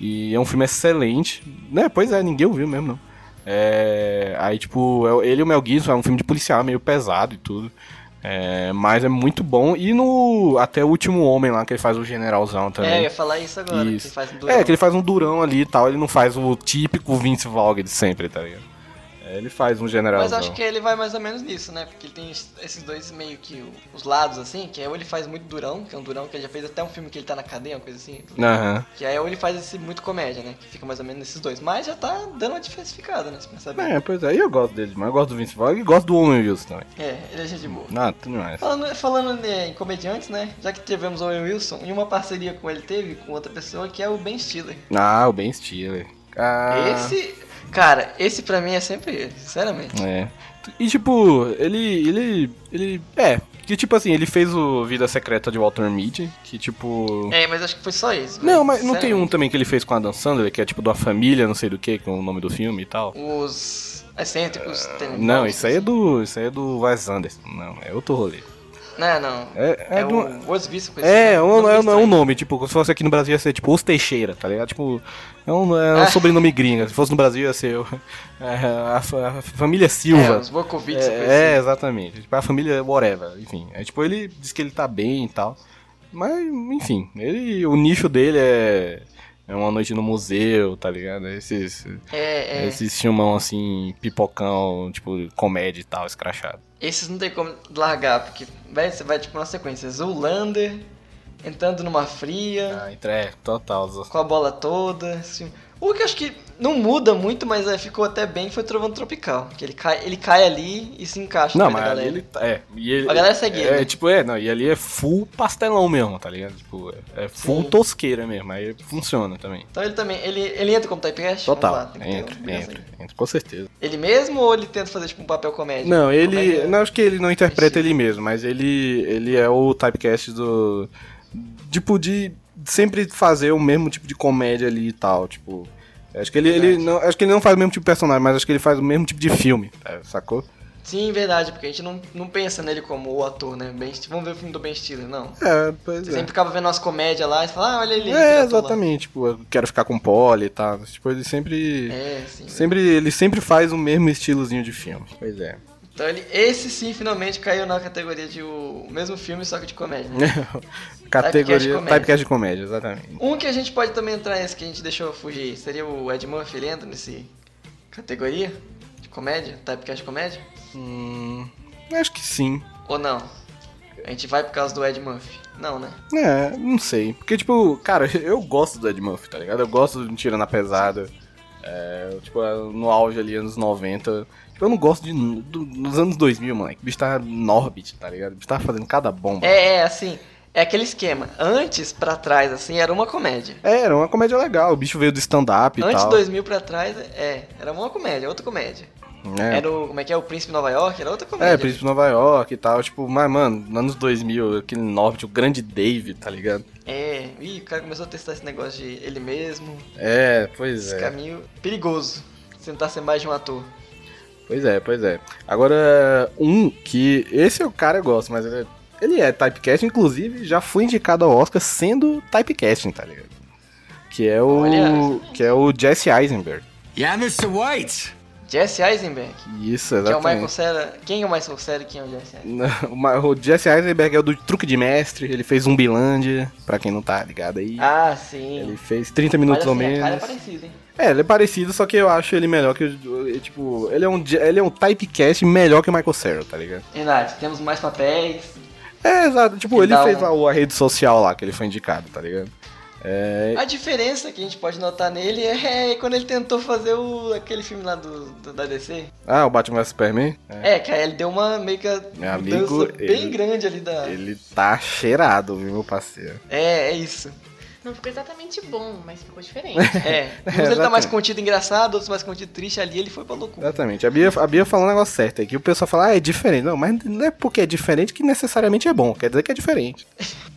S5: E é um filme excelente. Né? Pois é, ninguém ouviu mesmo, não. É, aí, tipo, é- ele e o Mel Gibson é um filme de policial, meio pesado e tudo. É, mas é muito bom. E no. Até o último homem lá, que ele faz o generalzão
S4: É, eu
S5: também.
S4: ia falar isso agora,
S5: Isso.
S4: que faz um
S5: É, que ele faz um durão ali e tal. Ele não faz o típico Vince Vaughn de sempre, tá ligado? É, ele faz um generalzão.
S4: Mas acho que ele vai mais ou menos nisso, né? Porque ele tem es- esses dois meio que o- os lados, assim, que é ou ele faz muito durão, que é um durão que ele já fez até um filme que ele tá na cadeia, uma coisa assim.
S5: Aham.
S4: Que aí ou ele faz esse muito comédia, né? Que fica mais ou menos nesses dois. Mas já tá dando uma diversificada, né? Se pensar bem.
S5: É, pois é, eu gosto dele, mas eu gosto do Vince Vaughn e gosto do Homem Wilson também.
S4: É, ele é gente boa.
S5: Não, tudo mais.
S4: Falando, falando né, em comediantes, né? Já que tivemos o Owen Wilson e uma parceria com ele teve com outra pessoa que é o Ben Stiller.
S5: Ah, o Ben Stiller. Ah,
S4: Esse. Cara, esse pra mim é sempre ele, sinceramente.
S5: É. E tipo, ele. ele. ele. É. Que tipo assim, ele fez o Vida Secreta de Walter Mitty, que tipo.
S4: É, mas acho que foi só isso.
S5: Não,
S4: velho,
S5: mas não tem um
S4: sinceramente.
S5: também que ele fez com a Dan Sandler, que é tipo da família, não sei do que, com o nome do filme e tal.
S4: Os excêntricos. tenebrosos.
S5: Não, isso aí é do. Isso aí é do Wes Anderson. Não, é outro rolê.
S4: Não, não.
S5: É, é, do.
S4: o Os Bispo.
S5: É, é um- é um- é um nome, tipo, se fosse aqui no Brasil ia ser tipo Os Teixeira, tá ligado? Tipo, é um, é um
S4: Ah.
S5: sobrenome gringo. Se fosse no Brasil ia ser o- <laughs> é, a, fa- a família Silva.
S4: É, os Bokovic.
S5: É, é, exatamente. Tipo, a família, whatever, enfim. É, tipo, ele diz que ele tá bem e tal. Mas, enfim, ele, o nicho dele é, é uma noite no museu, tá ligado? Esses,
S4: é, é.
S5: esses filmão assim, pipocão, tipo, comédia e tal, escrachado.
S4: Esses não tem como largar, porque velho, você vai tipo na sequência. Zoolander, entrando numa fria,
S5: Ah, entre, é, total. zo-
S4: com a bola toda. assim. O que eu acho que não muda muito, mas é, ficou até bem foi Trovão Tropical. Que ele cai, ele cai ali e se encaixa
S5: Não,
S4: no meio
S5: mas
S4: da
S5: ali
S4: galera.
S5: ele tá. É, e ele,
S4: A galera segue
S5: é,
S4: ele, né?
S5: tipo, é, não, e ali é full pastelão mesmo, tá ligado? Tipo, é, é full
S4: Sim.
S5: tosqueira mesmo, aí funciona também.
S4: Então ele também, ele, ele entra como typecast? Vamos lá,
S5: Total,
S4: tem que ter
S5: entra,
S4: uma ligação.
S5: entra, entra, com certeza.
S4: Ele mesmo ou ele tenta fazer tipo um papel comédia? é
S5: Não, ele.
S4: Comédia?
S5: Não, acho que ele não interpreta
S4: Esse-
S5: ele mesmo, mas ele, ele é o typecast do. Tipo, de sempre fazer o mesmo tipo de comédia ali e tal. Tipo. Acho que ele, ele não, acho que ele não faz o mesmo tipo de personagem, mas acho que ele faz o mesmo tipo de filme, tá? sacou?
S4: Sim, verdade, porque a gente não, não pensa nele como o ator, né? Ben, vamos ver o filme do Ben Stiller, não.
S5: É, pois
S4: Você sempre ficava vendo as comédias lá e você fala, ah, olha ele. aquele
S5: É,
S4: ator lá.
S5: exatamente. Tipo, eu quero ficar com Polly e tal. Tipo, ele sempre.
S4: É, sim.
S5: Sempre, ele sempre faz o mesmo estilozinho de filme. Pois é.
S4: Então ele, esse sim finalmente caiu na categoria de o, o mesmo filme, só que de comédia. né?
S5: <laughs> Categoria.
S4: comédia.
S5: Typecast de comédia, exatamente.
S4: Um que a gente pode também entrar nesse que a gente deixou fugir seria o Ed Murphy, ele entra nesse categoria de comédia, typecast de comédia?
S5: Hum, acho que sim.
S4: Ou não? A gente vai por causa do Ed Murphy? Não, né?
S5: É, não sei. Porque, tipo, cara, <laughs> eu gosto do Ed Murphy, tá ligado? Eu gosto de Tira na Pesada. É, tipo, no auge ali, anos 90. Tipo, eu não gosto de. do- dos anos 2000, moleque. O bicho tá no orbit, tá ligado? O bicho tá fazendo cada bomba.
S4: É, é, assim, é aquele esquema. Antes, pra trás, assim, era uma comédia.
S5: É, era uma comédia legal. O bicho veio do stand-up e
S4: Antes
S5: tal.
S4: 2000 pra trás, é, era uma comédia, outra comédia.
S5: É.
S4: Era o, como é que é, o Príncipe de Nova York, era outra comédia.
S5: É, Príncipe de Nova York e tal, tipo, mas, mano, anos 2000, aquele Norbit, o grande Dave, tá ligado?
S4: É, é. Ih, o cara começou a testar esse negócio de ele mesmo.
S5: É, pois
S4: Esse
S5: é.
S4: caminho perigoso. Tentar ser mais de um ator.
S5: Pois é, pois é. Agora, um que. Esse é o cara que eu gosto, mas ele é, ele é typecast, inclusive já foi indicado ao Oscar sendo typecasting, tá ligado? Que é o.
S4: Olha.
S5: Que é o Jesse Eisenberg.
S3: Yeah, Mr. White!
S4: Jesse Eisenberg.
S5: Isso,
S4: Que é o Michael
S5: exatamente.
S4: Cera. Quem é o Michael Cera e quem é o Jesse Eisenberg?
S5: <laughs> Não, o Ma- o Jesse Eisenberg é o do Truque de Mestre, ele fez Zumbilândia, pra quem não tá ligado aí.
S4: Ah, sim.
S5: Ele fez 30 minutos
S4: Olha
S5: ou
S4: assim,
S5: menos.
S4: A cara é parecida, hein?
S5: É, ele é parecido, só que eu acho ele melhor que o. é, Tipo, ele é um, ele é um typecast melhor que o Michael Cera, tá ligado?
S4: Renato, temos mais papéis.
S5: É, exato. Tipo,
S4: Que
S5: ele
S4: dá
S5: fez
S4: um-
S5: lá o- a rede social lá que ele foi indicado, tá ligado? É.
S4: A diferença que a gente pode notar nele é quando ele tentou fazer o, aquele filme lá do, do- da DC.
S5: Ah, o Batman vs Superman? É.
S4: É, que aí ele deu uma meio que a
S5: Meu
S4: mudança
S5: É, amigo,
S4: bem
S5: ele-
S4: grande ali da.
S5: Ele tá cheirado, viu, meu parceiro?
S4: É, é
S5: <laughs>
S4: isso.
S6: Não ficou exatamente bom, mas ficou diferente.
S4: É. Uns ele tá
S5: Exatamente.
S4: mais contido engraçado, outros mais contido triste ali, ele foi pra loucura.
S5: Exatamente. A Bia, a Bia falou um negócio certo aí, que o pessoal fala, ah, é diferente. Não, mas não é porque é diferente que necessariamente é bom. Quer dizer que é diferente.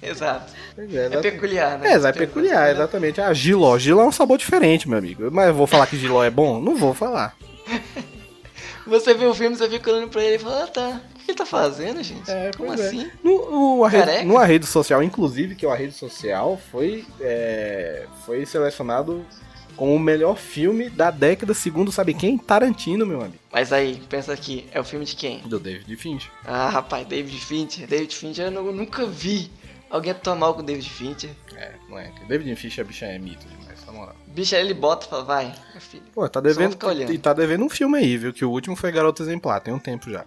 S4: Exato.
S5: Pois
S4: É peculiar, né?
S5: É, é peculiar, exatamente. Ah, giló. Giló é um sabor diferente, meu amigo. Mas eu vou falar que giló é bom? Não vou falar.
S4: Você vê o filme, você fica olhando pra ele e fala, ah tá, o que ele tá fazendo, gente? Como
S5: pois é.
S4: assim?
S5: No, o- a rede,
S4: Careca.
S5: numa rede social, inclusive, que a rede social foi, é, foi selecionado como o melhor filme da década, segundo sabe quem? Tarantino, meu amigo.
S4: Mas aí, pensa aqui, é o filme de quem?
S5: Do David Finch.
S4: Ah, rapaz, David Fincher. David Fincher, eu nu- nunca vi alguém atuar mal com o David Fincher.
S5: É, não é. David Finch é bicha é mito demais, na moral.
S4: Bicho, aí ele bota e fala, vai, meu filho.
S5: Pô, tá
S4: Só
S5: devendo,
S4: fica olhando.
S5: e tá devendo um filme aí, viu? Que o último foi Garota Exemplar, tem um tempo já.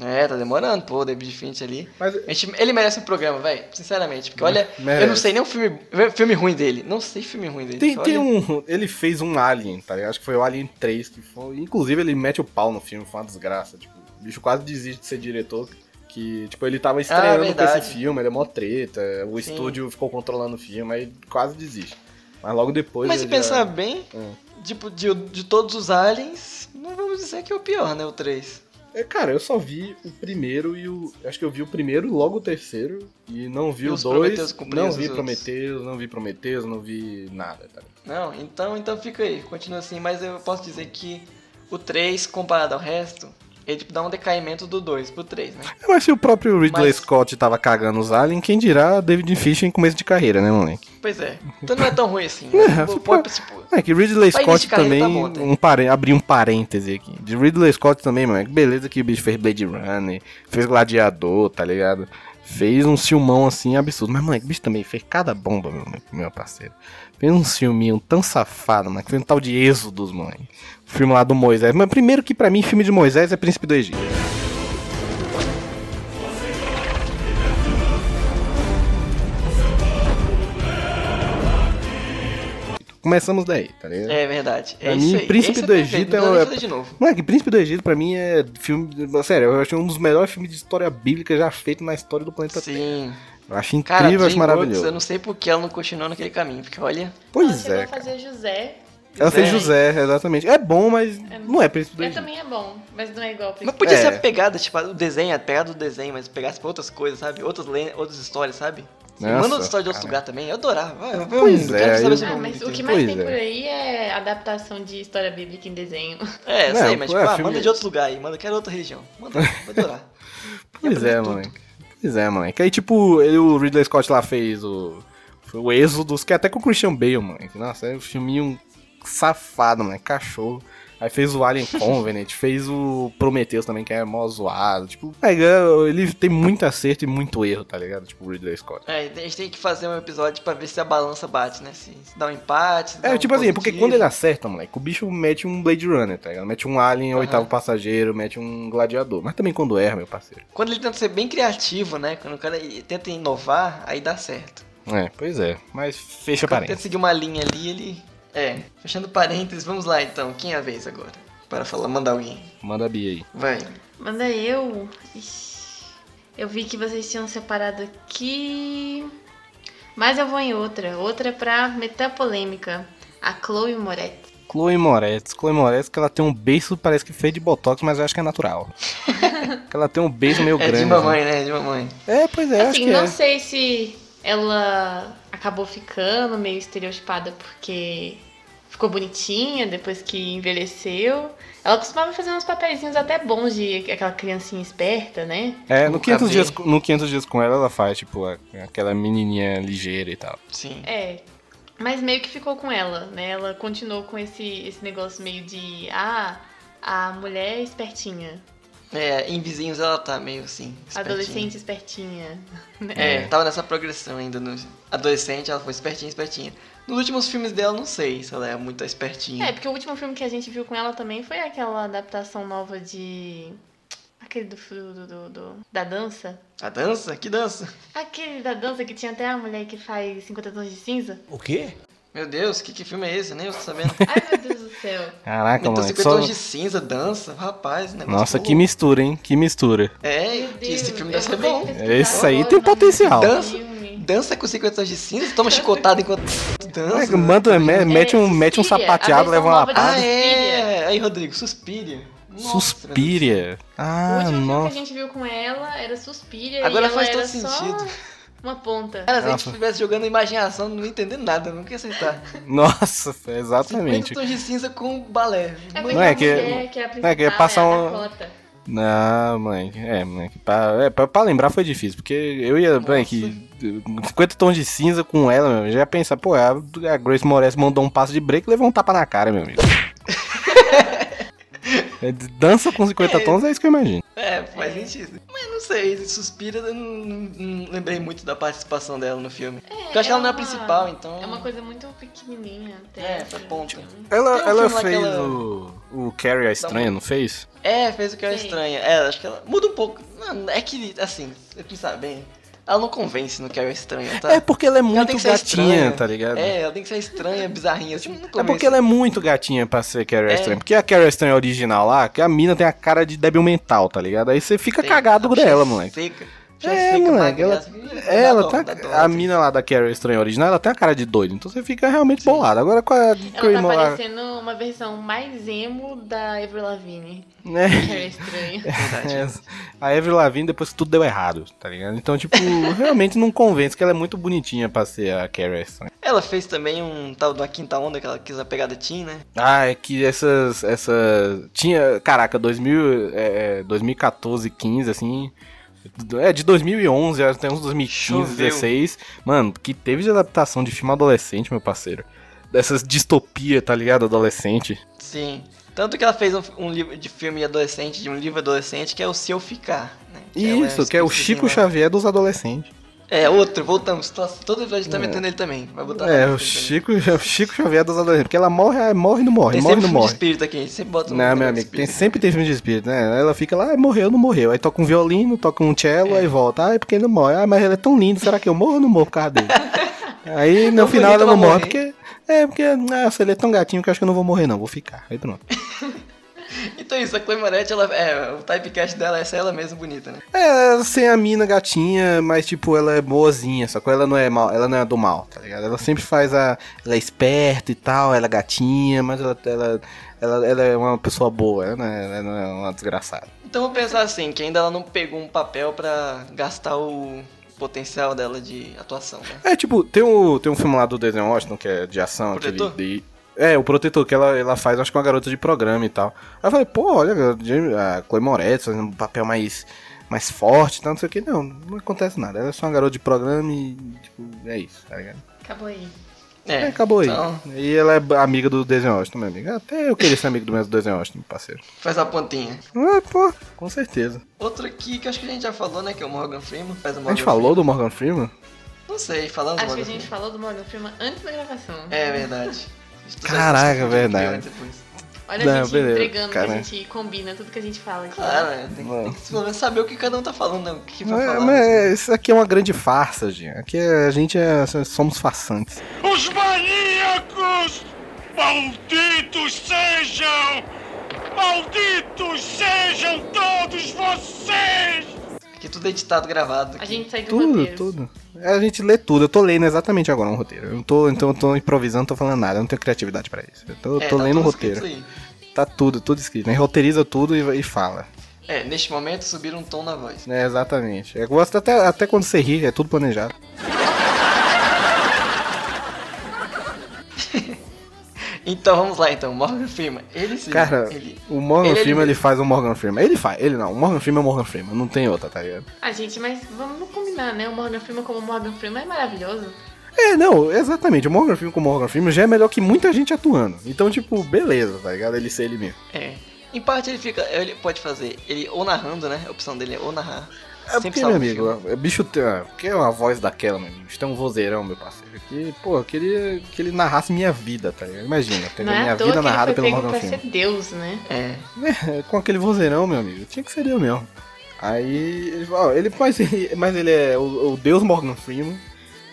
S4: É, tá demorando, pô, o David Fincher ali.
S5: Mas
S4: A gente- ele merece um programa, vai, sinceramente. Porque olha,
S5: Merece.
S4: eu não sei nem o filme, filme ruim dele. Não sei filme ruim dele.
S5: tem,
S4: Olha,
S5: tem um... Ele fez um Alien, tá ligado? Acho que foi o Alien 3 que foi... Inclusive, ele mete o pau no filme, foi uma desgraça. Tipo, o bicho quase desiste de ser diretor. Que, tipo, ele tava estreando com
S4: Ah, verdade.
S5: esse filme, ele é mó treta. O
S4: Sim.
S5: estúdio ficou controlando o filme, aí quase desiste. Mas logo depois...
S4: Mas se
S5: ele já-
S4: pensar bem,
S5: Hum.
S4: tipo, de, de todos os aliens, não vamos dizer que é o pior, né, o 3.
S5: É, cara, eu só vi o primeiro e o. Acho que eu vi o primeiro, logo o terceiro, e não vi
S4: E
S5: o
S4: os
S5: dois.
S4: Prometheus com
S5: Não
S4: presos,
S5: vi
S4: os outros.
S5: Prometeus, não vi Prometeus, não vi nada, tá ligado?
S4: Não, então, então fica aí, continua assim, mas eu posso dizer que o 3, comparado ao resto, ele tipo, dá um decaimento do 2 pro 3, né?
S5: Mas se o próprio Ridley
S4: Mas-
S5: Scott tava cagando os aliens, quem dirá David Fincher em começo de carreira, né, moleque?
S4: Pois é. Então não é tão ruim
S5: <laughs>
S4: assim. Né? Pô, pode, tipo,
S5: É que Ridley
S4: Pra
S5: Scott
S4: início de carreira
S5: também.
S4: tá bom, tá?
S5: um pare... Abri um parêntese aqui. De Ridley Scott também, moleque. Beleza que o bicho fez Blade Runner, fez Gladiador, tá ligado? Fez um filmão assim absurdo. Mas, moleque, o bicho também fez cada bomba, meu, meu parceiro. Fez um filminho tão safado, moleque. Fez um tal de Êxodos, moleque. O filme lá do Moisés. Mas primeiro que pra mim, filme de Moisés é Príncipe do Egito. Começamos daí, tá ligado?
S4: é verdade. É
S5: Pra
S4: isso
S5: mim,
S4: aí.
S5: Príncipe
S4: Esse
S5: do
S4: perfeito,
S5: Egito
S4: não
S5: é
S4: dá
S5: o-
S4: nem pra fazer de novo.
S5: Moleque, Príncipe do Egito pra mim é filme. Sério, eu achei um dos melhores filmes de história bíblica já feito na história do planeta Terra.
S4: Sim.
S5: Eu acho incrível,
S4: Cara,
S5: eu acho
S4: DreamWorks,
S5: maravilhoso.
S4: eu não sei por que ela não continuou naquele caminho, porque olha,
S6: Ela
S5: <laughs> Pois
S6: chegou
S5: é.
S6: a
S5: cara.
S6: fazer José.
S5: Ela fez
S4: José.
S5: José, exatamente. É bom, mas não é Príncipe do
S6: Ele
S5: Egito.
S6: também é bom, mas não é igual.
S4: Mas podia
S5: É.
S4: ser a pegada, tipo, o desenho, a pegada do desenho, mas pegasse pra outras coisas, sabe? Outras, len- outras histórias, sabe? Você
S5: Nossa,
S4: manda outra história de outro
S5: cara.
S4: lugar também, eu adorava. Vai, vai,
S5: Pois
S4: eu
S5: é,
S4: quero saber
S5: eu-
S4: sobre
S6: Ah,
S4: mundo
S6: mas o
S4: inteiro.
S6: que mais
S5: Pois
S6: tem
S5: é.
S6: por aí é adaptação de história bíblica em desenho.
S4: É, eu
S5: Não,
S4: sei, mas tipo,
S5: pô, é
S4: ah,
S5: filme-
S4: manda de outro lugar aí, manda, quero outra região. Manda, vou
S5: <laughs>
S4: adorar.
S5: Pois
S4: Aprende
S5: é,
S4: tudo.
S5: moleque. Pois é, moleque. Aí, tipo, ele, o Ridley Scott lá fez o. Foi o Êxodos, que é até com o Christian Bale, moleque. Nossa, é um filminho safado, moleque. Cachorro. Aí fez o Alien Covenant, <laughs> fez o Prometheus também, que é mó zoado. Tipo, é, ele tem muito acerto e muito erro, tá ligado? Tipo, o Ridley Scott.
S4: É, a gente tem que fazer um episódio pra ver se a balança bate, né? Se, se dá um empate. se dá
S5: É,
S4: um
S5: tipo assim, porque
S4: positivo.
S5: quando ele acerta, moleque, o bicho mete um Blade Runner, tá ligado? Mete um Alien,
S4: Aham.
S5: oitavo passageiro, mete um gladiador. Mas também quando erra, meu parceiro.
S4: Quando ele tenta ser bem criativo, né? Quando o cara i- tenta inovar, aí dá certo.
S5: É, pois é. Mas fecha
S4: Quando ele tenta
S5: parênteses.
S4: seguir uma linha ali, ele. É. Fechando parênteses, vamos lá então. Quem é a vez agora? Para falar, mandar alguém.
S5: Manda a Bia aí.
S4: Vai.
S6: Manda é eu. Ixi. Eu vi que vocês tinham separado aqui. Mas eu vou em outra. Outra pra meter a polêmica. A Chloe Moretti.
S5: Chloe Moretz. Chloe Moretz, que ela tem um beijo, parece que feito de botox, mas eu acho que
S4: <laughs>
S5: é natural. que ela tem um beijo meio
S4: é
S5: grande.
S4: de mamãe, né? É de mamãe.
S5: assim. É, pois é, acho
S6: Assim,
S5: que
S6: não
S5: é.
S6: sei se ela acabou ficando meio estereotipada porque ficou bonitinha depois que envelheceu. Ela costumava fazer uns papeizinhos até bons de aquela criancinha esperta, né?
S5: É, no
S4: Nunca
S5: 500,
S4: vi.
S5: dias, com- no 500 dias com ela, ela faz, tipo, a- aquela menininha ligeira e tal.
S4: Sim.
S6: É. Mas meio que ficou com ela, né? Ela continuou com esse, esse negócio meio de. Ah, a mulher espertinha.
S4: É, em vizinhos ela tá meio assim. espertinha.
S6: Adolescente espertinha.
S4: É, tava nessa progressão ainda. No adolescente, ela foi espertinha, espertinha. Nos últimos filmes dela, não sei se ela é muito espertinha.
S6: É, porque o último filme que a gente viu com ela também foi aquela adaptação nova de. Aquele do. do, do- do- da dança.
S4: A dança? Que dança?
S6: Aquele da dança que tinha até a mulher que faz 50 tons de cinza.
S4: Meu Deus, que, que filme é esse? Nem eu tô
S5: <laughs>
S4: sabendo.
S6: Ai, meu Deus do céu.
S5: Caraca,
S4: Então,
S5: mano.
S4: 50
S5: Só...
S4: tons de cinza, dança, rapaz, negócio
S5: Nossa,
S4: bom.
S5: que mistura, hein? Que mistura.
S4: É,
S6: Meu Deus,
S4: esse filme
S6: eu
S4: deve ser
S6: vou
S4: bom.
S6: ter que pesquisar
S5: Esse aí
S6: agora
S5: tem
S6: o nome
S5: potencial.
S6: desse
S4: Dança.
S6: filme.
S4: Dança com 50 tons de cinza, toma chicotada enquanto dança.
S5: Caraca, é manda,
S4: é
S5: me- mete, um,
S6: Suspiria,
S5: mete um
S6: a
S5: sapateado,
S6: versão
S5: leva uma
S6: nova de
S5: pá.
S4: Ah, é. Aí, Rodrigo, suspire.
S5: Suspira.
S6: O
S5: Ah,
S6: último filme que
S5: nossa.
S6: a gente viu com ela era Suspira
S4: Agora
S6: e ela
S4: faz todo
S6: era só
S4: sentido.
S6: uma ponta. É
S4: Cara, se a gente estivesse jogando imaginação, não ia entender nada, não ia acertar.
S5: <laughs> Nossa, foi
S4: 50
S5: exatamente.
S4: tons de cinza com balé.
S6: porque
S5: Não é
S6: a
S5: que-
S6: mulher que é a
S5: não é que ia
S6: principal,
S5: passar
S6: é a
S5: um-
S6: Dakota.
S5: Não, mãe. É, mãe. Pra, é, pra, pra lembrar foi difícil, porque eu ia, mãe, que 50 tons de cinza com ela, meu, amigo, já ia pensar, pô, a, a Grace Moraes mandou um passo de break e levou um tapa na cara,
S4: <laughs>
S5: meu amigo. É, Dança com 50 tons é isso que eu imagino.
S4: É, faz sentido. Mas não sei, ele suspira, eu não, não- não lembrei muito da participação dela no filme. Porque eu acho que ela não é a
S6: uma-
S4: principal, então.
S6: É uma coisa muito pequenininha até. assim, tipo,
S4: É, foi ponta.
S5: Ela,
S4: Tem um
S5: ela
S4: filme lá que
S5: fez
S4: ela- um
S5: o, o Carrie a Estranha, não fez?
S4: É, fez o que era
S6: Sim.
S4: estranho. É, acho que ela muda um pouco. Não, é que, assim, eu pensar bem, ela não convence no que era estranho, tá?
S5: É porque ela é
S4: Ela
S5: muito
S4: tem que ser
S5: gatinha,
S4: estranha.
S5: tá ligado? É,
S4: É, ela tem que ser estranha, bizarrinha, assim, não convence.
S5: porque ela é muito gatinha pra ser Carrie
S4: É.
S5: Estranha. Porque a Carrie Estranha original lá, que a mina tem a cara de débil mental, tá ligado? Aí você fica
S4: Tem-
S5: cagado
S4: ela
S5: por
S4: já
S5: ela, moleque.
S4: Seca. Já
S5: É,
S4: seca,
S5: moleque, ela,
S4: magrinha, dá
S5: ela
S4: dó,
S5: tá.
S4: dá dó,
S5: A
S4: assim.
S5: mina lá da Carrie Estranha original, ela tem a cara de doida, então você fica realmente bolado. Agora com a Grey
S6: Ela tá
S5: Molar.
S6: parecendo uma versão mais emo da Avril Lavigne. Que
S5: Né? <laughs>
S6: é estranho.
S5: É, a Avril Lavigne depois que tudo deu errado, tá ligado? Então, tipo, <laughs> realmente não convence que ela é muito bonitinha pra ser a Carrie Estranha.
S4: Ela fez também um tal da quinta onda que ela quis a pegada teen, né?
S5: Ah, é que essas. Essa, tinha. Caraca, 2000, é, é, 2014, 15, assim. É, de 2011 até uns 2015,
S4: Choveu.
S5: 16. Mano, que teve de adaptação de filme adolescente, meu parceiro. Dessas distopia, tá ligado? Adolescente.
S4: Sim. Tanto que ela fez um, um livro de filme adolescente, de um livro adolescente, que é o Se Eu Ficar, né? ela
S5: Isso, que é o
S4: esquisita,
S5: Chico
S4: né?
S5: Xavier dos adolescentes.
S4: É, outro, voltamos. Tô- Todo episódio a gente tá metendo ele também. Vai botar
S5: É,
S4: na
S5: o
S4: frente
S5: Chico, <laughs> o Chico Xavier dos adolescentes. Porque ela morre, ah, morre não morre,
S4: também. Tem
S5: morre
S4: sempre
S5: não
S4: filme de
S5: morre.
S4: espírito aqui, a gente sempre bota um
S5: Não, meu
S4: negócio de
S5: amigo, tem,
S4: espírito.
S5: sempre tem filme de espírito, né? Ela fica lá, ah, morreu ou não morreu? Aí toca um violino, toca um cello, aí volta. Ah, é porque ele não morre. Ah, mas ele é tão lindo, será que eu morro ou não morro por causa <laughs> dele? aí no
S4: Tão
S5: final ela
S4: bonito,
S5: não
S4: ela
S5: morre,
S4: morre.
S5: porque. É, porque, nossa, ele é tão gatinho que eu acho que eu não vou morrer, não, vou ficar. Aí pronto.
S4: Então é isso, a Chloe Moretti, ela, é, o typecast dela é essa ela mesma bonita, né?
S5: É, sem a mina gatinha, mas tipo, ela é boazinha, só que ela não é mal, ela não é do mal, tá ligado? Ela sempre faz a. Ela é esperta e tal, ela é gatinha, mas ela, ela, ela, ela é uma pessoa boa, ela não é- ela não é uma desgraçada.
S4: Então vou pensar assim, que ainda ela não pegou um papel pra gastar o potencial dela de atuação, né?
S5: É, tipo, tem um, tem um filme lá do Denzel Washington, que é de ação,
S4: Protetor?
S5: aquele... De... É, o Protetor, que ela, ela faz, acho que uma garota de programa e tal. Aí eu falei, pô, olha, a Jamie- a Chloe Moretz fazendo um papel mais, mais forte e tal, não sei o que. Não, não acontece nada. Ela é só uma garota de programa e, tipo, é isso, tá ligado?
S6: Acabou aí.
S5: É, acabou aí.
S4: Então,
S5: E ela é amiga do Denzel Washington, meu amigo. Até eu queria ser amigo do mesmo Denzel Washington, meu parceiro.
S4: faz a pontinha.
S5: Ah, pô, com certeza.
S4: Outro aqui que eu acho que a gente já falou, né? Que é o Morgan Freeman. Faz o
S5: A
S4: Morgan
S5: gente falou do Morgan Freeman?
S4: Freeman. Não sei, falando do
S6: Acho que
S4: Morgan
S6: a gente
S4: Freeman.
S6: falou do Morgan Freeman antes da gravação.
S4: É verdade. Estou-
S5: Caraca,
S4: estou-
S5: verdade.
S4: depois.
S6: Olha
S5: Não,
S6: a gente
S5: beleza,
S6: entregando
S5: cara.
S6: que a gente combina tudo que a gente fala aqui.
S4: Claro, é, tem, que-
S5: Bom.
S4: tem que pelo menos saber o que cada um tá falando, né? O que vai
S5: É,
S4: falar.
S5: mas
S4: né?
S5: isso aqui é uma grande farsa, gente. Aqui é- a gente é, somos façantes.
S1: Os maníacos! Malditos sejam! Malditos sejam todos vocês!
S4: Porque tudo é editado, gravado.
S6: A
S4: aqui.
S6: gente sai do
S5: Tudo,
S6: roteiro.
S5: tudo. É, A gente lê tudo. Eu tô lendo exatamente agora um roteiro. Eu não tô, então eu tô improvisando, não tô falando nada. Eu não tenho criatividade pra isso. Eu tô,
S4: É,
S5: tô
S4: tá
S5: lendo um
S4: tudo escrito
S5: roteiro.
S4: aí.
S5: Tá tudo, tudo escrito. Né? Roteiriza tudo e, e fala.
S4: É, neste momento subir um tom na voz.
S5: É, exatamente. Eu gosto até, até quando você ri, é tudo planejado.
S4: Então vamos lá então, Morgan Freeman. Ele sim.
S5: Cara,
S4: ele...
S5: o Morgan
S4: ele é
S5: Freeman,
S4: ele
S5: ele faz o Morgan Freeman. Ele faz, ele não. O Morgan Freeman é o Morgan Freeman, não tem outra, tá ligado?
S6: Ah, gente, mas vamos combinar, né? O Morgan Freeman como Morgan Freeman é maravilhoso.
S5: É, não, exatamente. O Morgan Freeman com o Morgan Freeman já é melhor que muita gente atuando. Então, tipo, beleza, tá ligado? Ele ser ele mesmo.
S4: É. Em parte ele fica. Ele pode fazer. Ele ou narrando, né? A opção dele é ou narrar.
S5: É porque, meu
S4: salva o filme.
S5: amigo, é bicho tem ah, porque é uma voz daquela, meu amigo. Tem um vozeirão, meu parceiro. Que, pô, eu queria que ele narrasse minha vida, tá ligado? Imagina, ter
S6: não é
S5: minha
S6: à toa
S5: vida
S6: que ele
S5: narrada
S6: foi
S5: pelo
S6: pego
S5: Morgan
S6: pra
S5: Freeman.
S6: ser Deus, né?
S4: É.
S5: É, <laughs> com aquele vozeirão, meu amigo. Tinha que ser eu mesmo. Aí, ele, ó, ele, mas, ele, mas ele é o, o Deus Morgan Freeman.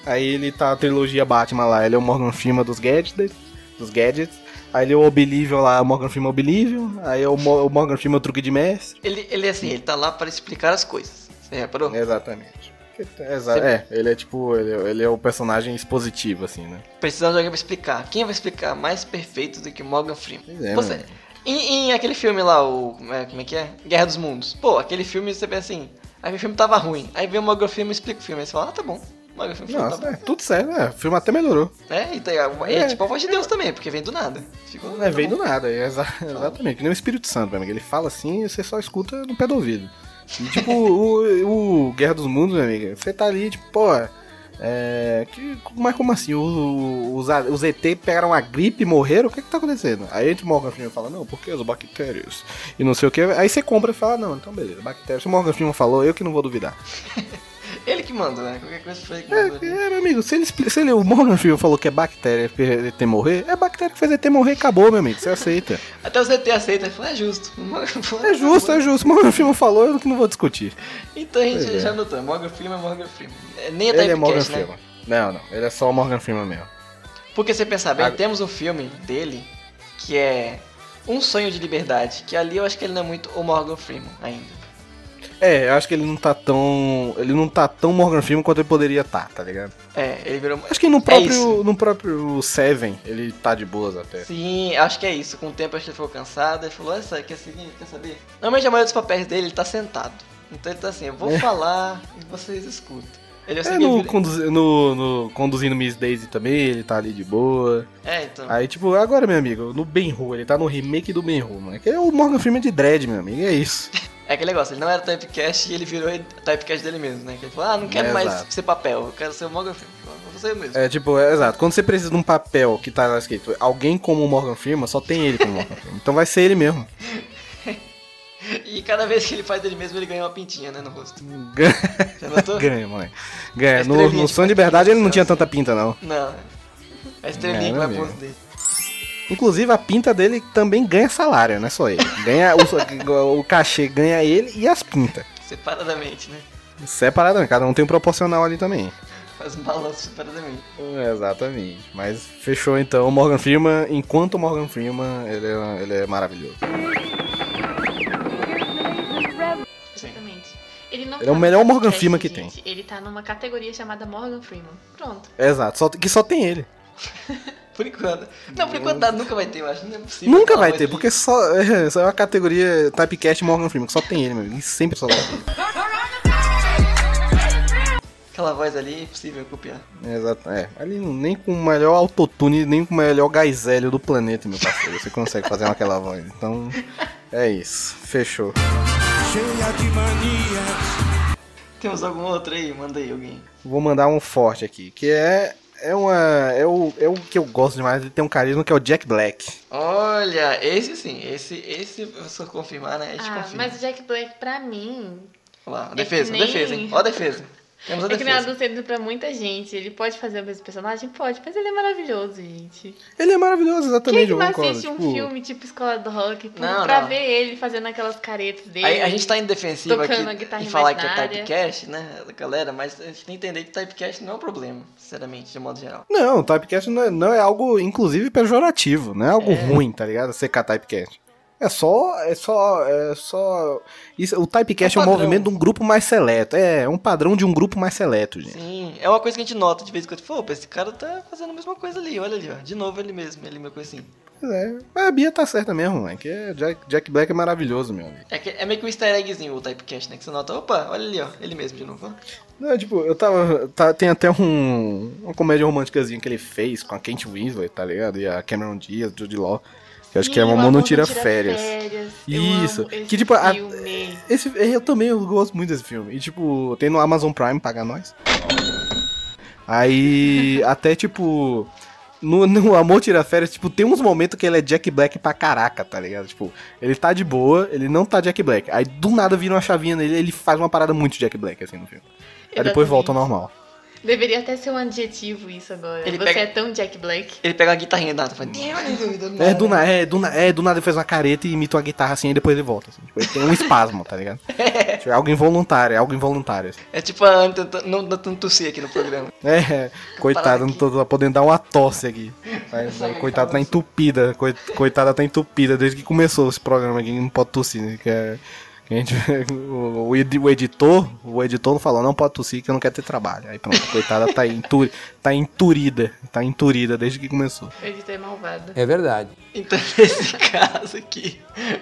S5: Aí ele tá a trilogia Batman lá, ele é o Morgan Freeman dos gadgets. Dos gadgets. Aí ele é o Oblivion lá, o Morgan Freeman Oblivion. Aí é o, Mo- o Morgan Freeman Truque de Mestre.
S4: Ele, ele é assim, ele tá lá para explicar as coisas. Você reparou?
S5: É. Exatamente. Exa é, ele é tipo, ele, é- ele é o personagem expositivo, assim, né?
S4: Precisamos de alguém pra explicar. Quem vai explicar mais perfeito do que Morgan
S5: Pois
S4: Freeman?
S5: é,
S4: Você-
S5: mano.
S4: em, em aquele filme lá, o. como é- Como é que é? Guerra dos Mundos. Pô, aquele filme você pensa assim. Aquele filme tava ruim. Aí vem o Morgan Freeman e explica o filme. Aí você fala, ah, tá bom. Morgan Freeman
S5: Nossa,
S4: tá
S5: é, tudo certo, é, o filme até melhorou.
S4: bom. É, então, é, é,
S5: É.
S4: tipo a voz de Deus também, porque vem do nada. Ficou.
S5: É, veio do nada, é exa- exatamente, que nem o Espírito Santo, meu amigo. Ele fala assim e você só escuta no pé do ouvido. E <laughs> tipo, o, o Guerra dos Mundos, meu amigo, você tá ali, tipo, pô. É, que, mas como assim? Os, os, os ET pegaram a gripe e morreram? O que que tá acontecendo? Aí entra o Morgan Freeman e fala, não, porque as bactérias e não sei o que. Aí você compra e fala, não, então beleza, bactérias. Se o Morgan Freeman falou, eu que não vou duvidar.
S4: Ele que manda, né? Qualquer coisa foi ele que mandou.
S5: É, é, meu amigo, se ele, expli- se ele, o Morgan Freeman falou que é bactéria que fez ET morrer, é bactéria que fez ET morrer e acabou, meu amigo, você aceita.
S4: Até o ZT aceita, falou, é justo. <laughs> Morgan Freeman
S5: É justo,
S4: tá
S5: é justo. Mas o filme falou, eu que não vou discutir.
S4: bom. Então a gente
S5: Pois é.
S4: já notou, Morgan Freeman é Morgan Freeman. É, Nem é
S5: Ele é
S4: typecast,
S5: Morgan
S4: né?
S5: Freeman. Não, não. Ele é só o Morgan Freeman mesmo.
S4: Porque você pensar bem,
S5: Agora-
S4: temos um filme dele que é Um Sonho de Liberdade, que ali eu acho que ele não é muito o Morgan Freeman ainda.
S5: É, eu acho que ele não tá tão. Ele não tá tão Morgan Freeman quanto ele poderia estar, tá, ligado?
S4: É, ele virou.
S5: Acho que no
S4: isso.
S5: próprio. no próprio Seven, ele tá de boas até.
S4: Sim, acho que é isso. Com o tempo acho que ele ficou cansado, ele falou, essa, quer seguir, quer saber? Normalmente a maioria dos papéis dele ele tá sentado. Então ele tá assim, eu vou falar e vocês escutam. Ele é, o
S5: É,
S4: seguinte,
S5: no,
S4: ele-
S5: conduzi- no- no Conduzindo Miss Daisy também, ele tá ali de boa.
S4: é, então.
S5: Aí, tipo, agora, meu amigo, no Ben-Hur, ele tá no remake do Ben-Hur, mano. Que é o Morgan Freeman de Dread, meu amigo, é isso.
S4: É aquele negócio, ele não era typecast e ele virou typecast dele mesmo, né? Que ele falou, ah, não quero
S5: É,
S4: mais
S5: exato.
S4: ser papel, eu quero ser o Morgan Freeman. Ele falou, "Eu vou ser eu mesmo.
S5: É, tipo, é, exato. Quando você precisa de um papel que tá lá escrito alguém como o Morgan Freeman, só tem ele como Morgan Freeman. Então vai ser ele mesmo.
S4: E cada vez que ele faz dele mesmo, ele ganha uma pintinha, né, no rosto.
S5: Ganha-
S4: Já notou?
S5: Ganha, mãe. Ganha.
S4: Mas
S5: No,
S4: Trevinha,
S5: no
S4: tipo,
S5: Sonho de Verdade ele não tinha
S4: assim.
S5: tanta pinta, não.
S4: Não. A estrelinha
S5: É,
S4: que vai pro
S5: meu
S4: rosto
S5: amigo.
S4: dele.
S5: Inclusive, a pinta dele também ganha salário, não é só ele. Ganha o, <laughs> o cachê, ganha ele e as pintas.
S4: Separadamente, né?
S5: Separadamente, cada um tem um proporcional ali também.
S4: Faz um balanço separadamente.
S5: É, Exatamente. Mas fechou então. O Morgan Freeman, enquanto o Morgan Freeman, ele é, ele é maravilhoso.
S6: Exatamente. Ele, não
S5: Ele é o
S6: tá
S5: melhor
S6: no
S5: Morgan
S6: podcast,
S5: Freeman que
S6: gente. Ele tá numa categoria chamada Morgan Freeman. Pronto.
S5: Exato, só, que só tem ele.
S4: Por enquanto. Não, por enquanto nada, nunca vai ter, eu acho. Não é possível.
S5: Nunca
S4: Aquela
S5: vai
S4: voz
S5: ter,
S4: de-
S5: porque só, é, só <laughs> é uma categoria Typecast Morgan Freeman, que só tem ele, meu amigo. E sempre só tem ele.
S4: Aquela voz ali é impossível copiar.
S5: Exato, é. Ali não- nem com o melhor autotune, nem com o melhor gás hélio do planeta, meu parceiro. Você consegue fazer aquela voz. Então, é isso. Fechou.
S4: Temos algum outro aí? Manda aí alguém.
S5: Vou mandar um forte aqui, que é. É uma. É o, é o que eu gosto demais, ele tem um carisma que é o Jack Black.
S4: Olha, esse sim, esse, esse, se eu confirmar, né? A gente
S6: Ah,
S4: confirma.
S6: mas o Jack Black, pra mim,
S4: Olha lá, defesa,
S6: É que nem-
S4: defesa, hein? Ó, a defesa. Temos a
S6: é que nem a
S4: defesa.
S6: do sendo pra muita gente. Ele pode fazer o mesmo personagem? Pode, mas ele é maravilhoso, gente.
S5: Ele é maravilhoso,
S6: Quem é
S5: exatamente,
S6: que
S5: eu
S6: não
S5: concordo,
S6: assiste um
S5: tipo,
S6: filme tipo Escola do Rock por-
S4: Não,
S6: pra
S4: não.
S6: ver ele fazendo aquelas caretas dele?
S4: Aí, a gente tá indo defensivo aqui
S6: Tocando a guitarra
S4: e falar que é
S6: imaginária.
S4: typecast, né, galera? Mas a gente tem que entender que typecast não é um problema, sinceramente, de modo geral.
S5: Não, typecast não é, não é algo, inclusive, pejorativo, não é algo
S4: É.
S5: ruim, tá ligado? Secar typecast. É só. É só. É só. Isso, o typecast
S4: É
S5: é,
S4: um
S5: um
S4: padrão.
S5: movimento de um grupo mais seleto. É, é um padrão de um grupo mais seleto, gente.
S4: Sim, é uma coisa que a gente nota de vez em quando. Fala, Opa, esse cara tá fazendo a mesma coisa ali, olha ali, ó. De novo ele mesmo, ele mesmo coisa assim.
S5: Pois é. Mas a Bia tá certa mesmo, moleque. É, Jack, Jack Black é maravilhoso, meu amigo.
S4: É, que- é meio que um easter eggzinho o typecast, né? Que você nota, opa, olha ali, ó, ele mesmo de novo. ó.
S5: Não, é, tipo, eu tava. tá- tem até um. Uma comédia românticazinha que ele fez com a Kate Winslet, tá ligado? E a Cameron Diaz, Judy Law. Que eu acho que é
S6: Sim, o
S5: Mamão Não
S6: Amor
S5: Tira, Férias.
S6: Eu
S5: Isso.
S6: amo esse
S5: Que, tipo, a-
S6: filme.
S5: Esse, eu também eu gosto muito desse filme. E, tipo, tem no Amazon Prime, paga nós. Aí, até, tipo, no, no Amor Tira Férias, tipo, tem uns momentos que ele é Jack Black pra caraca, tá ligado? Tipo, ele tá de boa, ele não tá Jack Black. Aí, do nada, vira uma chavinha nele, ele faz uma parada muito Jack Black, assim, no filme. Aí depois
S6: Exatamente.
S5: volta ao normal.
S6: Deveria até ser um adjetivo isso agora.
S4: Ele
S6: Você
S4: pega-
S6: é tão Jack Black.
S4: Ele pega a guitarrinha da fala, "Damn, olha ali, do
S5: É, do
S4: nada."
S5: nada, é, do, na- é, do nada ele faz uma careta e imita uma guitarra, assim, e depois ele volta, assim. Tipo, ele tem um <laughs> espasmo, tá ligado? Tipo, é algo involuntário, é algo involuntário, assim.
S4: É tipo a Ana tenta- não não tentando tossir aqui no programa.
S5: É, coitada, não tô podendo dar uma tosse aqui. Mas,
S4: Essa
S5: aí,
S4: aí,
S5: coitada tá
S4: fala
S5: entupida, coi- coitada tá entupida desde que começou esse programa aqui, não pode tossir, né, que é- que a gente, <laughs> o, o edi- o editor, o editor não falou, não pode tossir que eu não quero ter trabalho. Aí pronto, coitada tá, enturi, tá enturida, tá enturida desde que começou.
S6: Ele é malvado.
S11: É verdade.
S4: Então, <laughs> nesse caso aqui,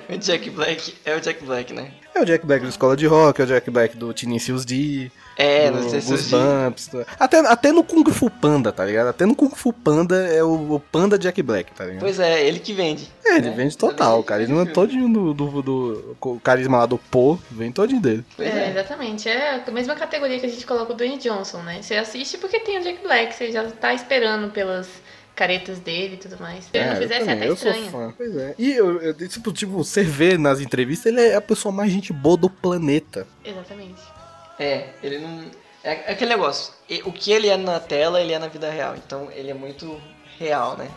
S4: o Jack Black é o Jack Black, né?
S5: É o Jack Black do Escola de Rock, é o Jack Black do Tinicius D,
S4: É,
S5: do
S4: não sei se eu
S5: Goosebumps,
S4: digo.
S5: do- até, até no Kung Fu Panda, tá ligado? Até no Kung Fu Panda é o, o Panda Jack Black, tá ligado?
S4: Pois é, ele que vende.
S5: É, ele
S4: né?
S5: vende total,
S4: Ele
S5: cara. Ele
S4: vende
S6: <laughs>
S5: não
S4: <laughs>
S5: é
S4: filme.
S5: todinho do, do, do- O carisma lá do Po, vem todinho dele.
S4: Pois
S6: é,
S4: é.
S6: exatamente. É a mesma categoria que a gente coloca o Dwayne Johnson, né? Você assiste porque tem o Jack Black, você já tá esperando pelas caretas dele e tudo mais. Se ele não
S5: eu
S6: fizesse, é
S5: também,
S6: até
S5: eu sou
S6: estranho.
S5: fã. Pois é. E, eu, eu- tipo, tipo, você vê nas entrevistas, ele é a pessoa mais gente boa do planeta.
S6: Exatamente.
S4: É, ele não. É é aquele negócio. e- O que ele é na tela, ele é na vida real. Então ele é muito real, né?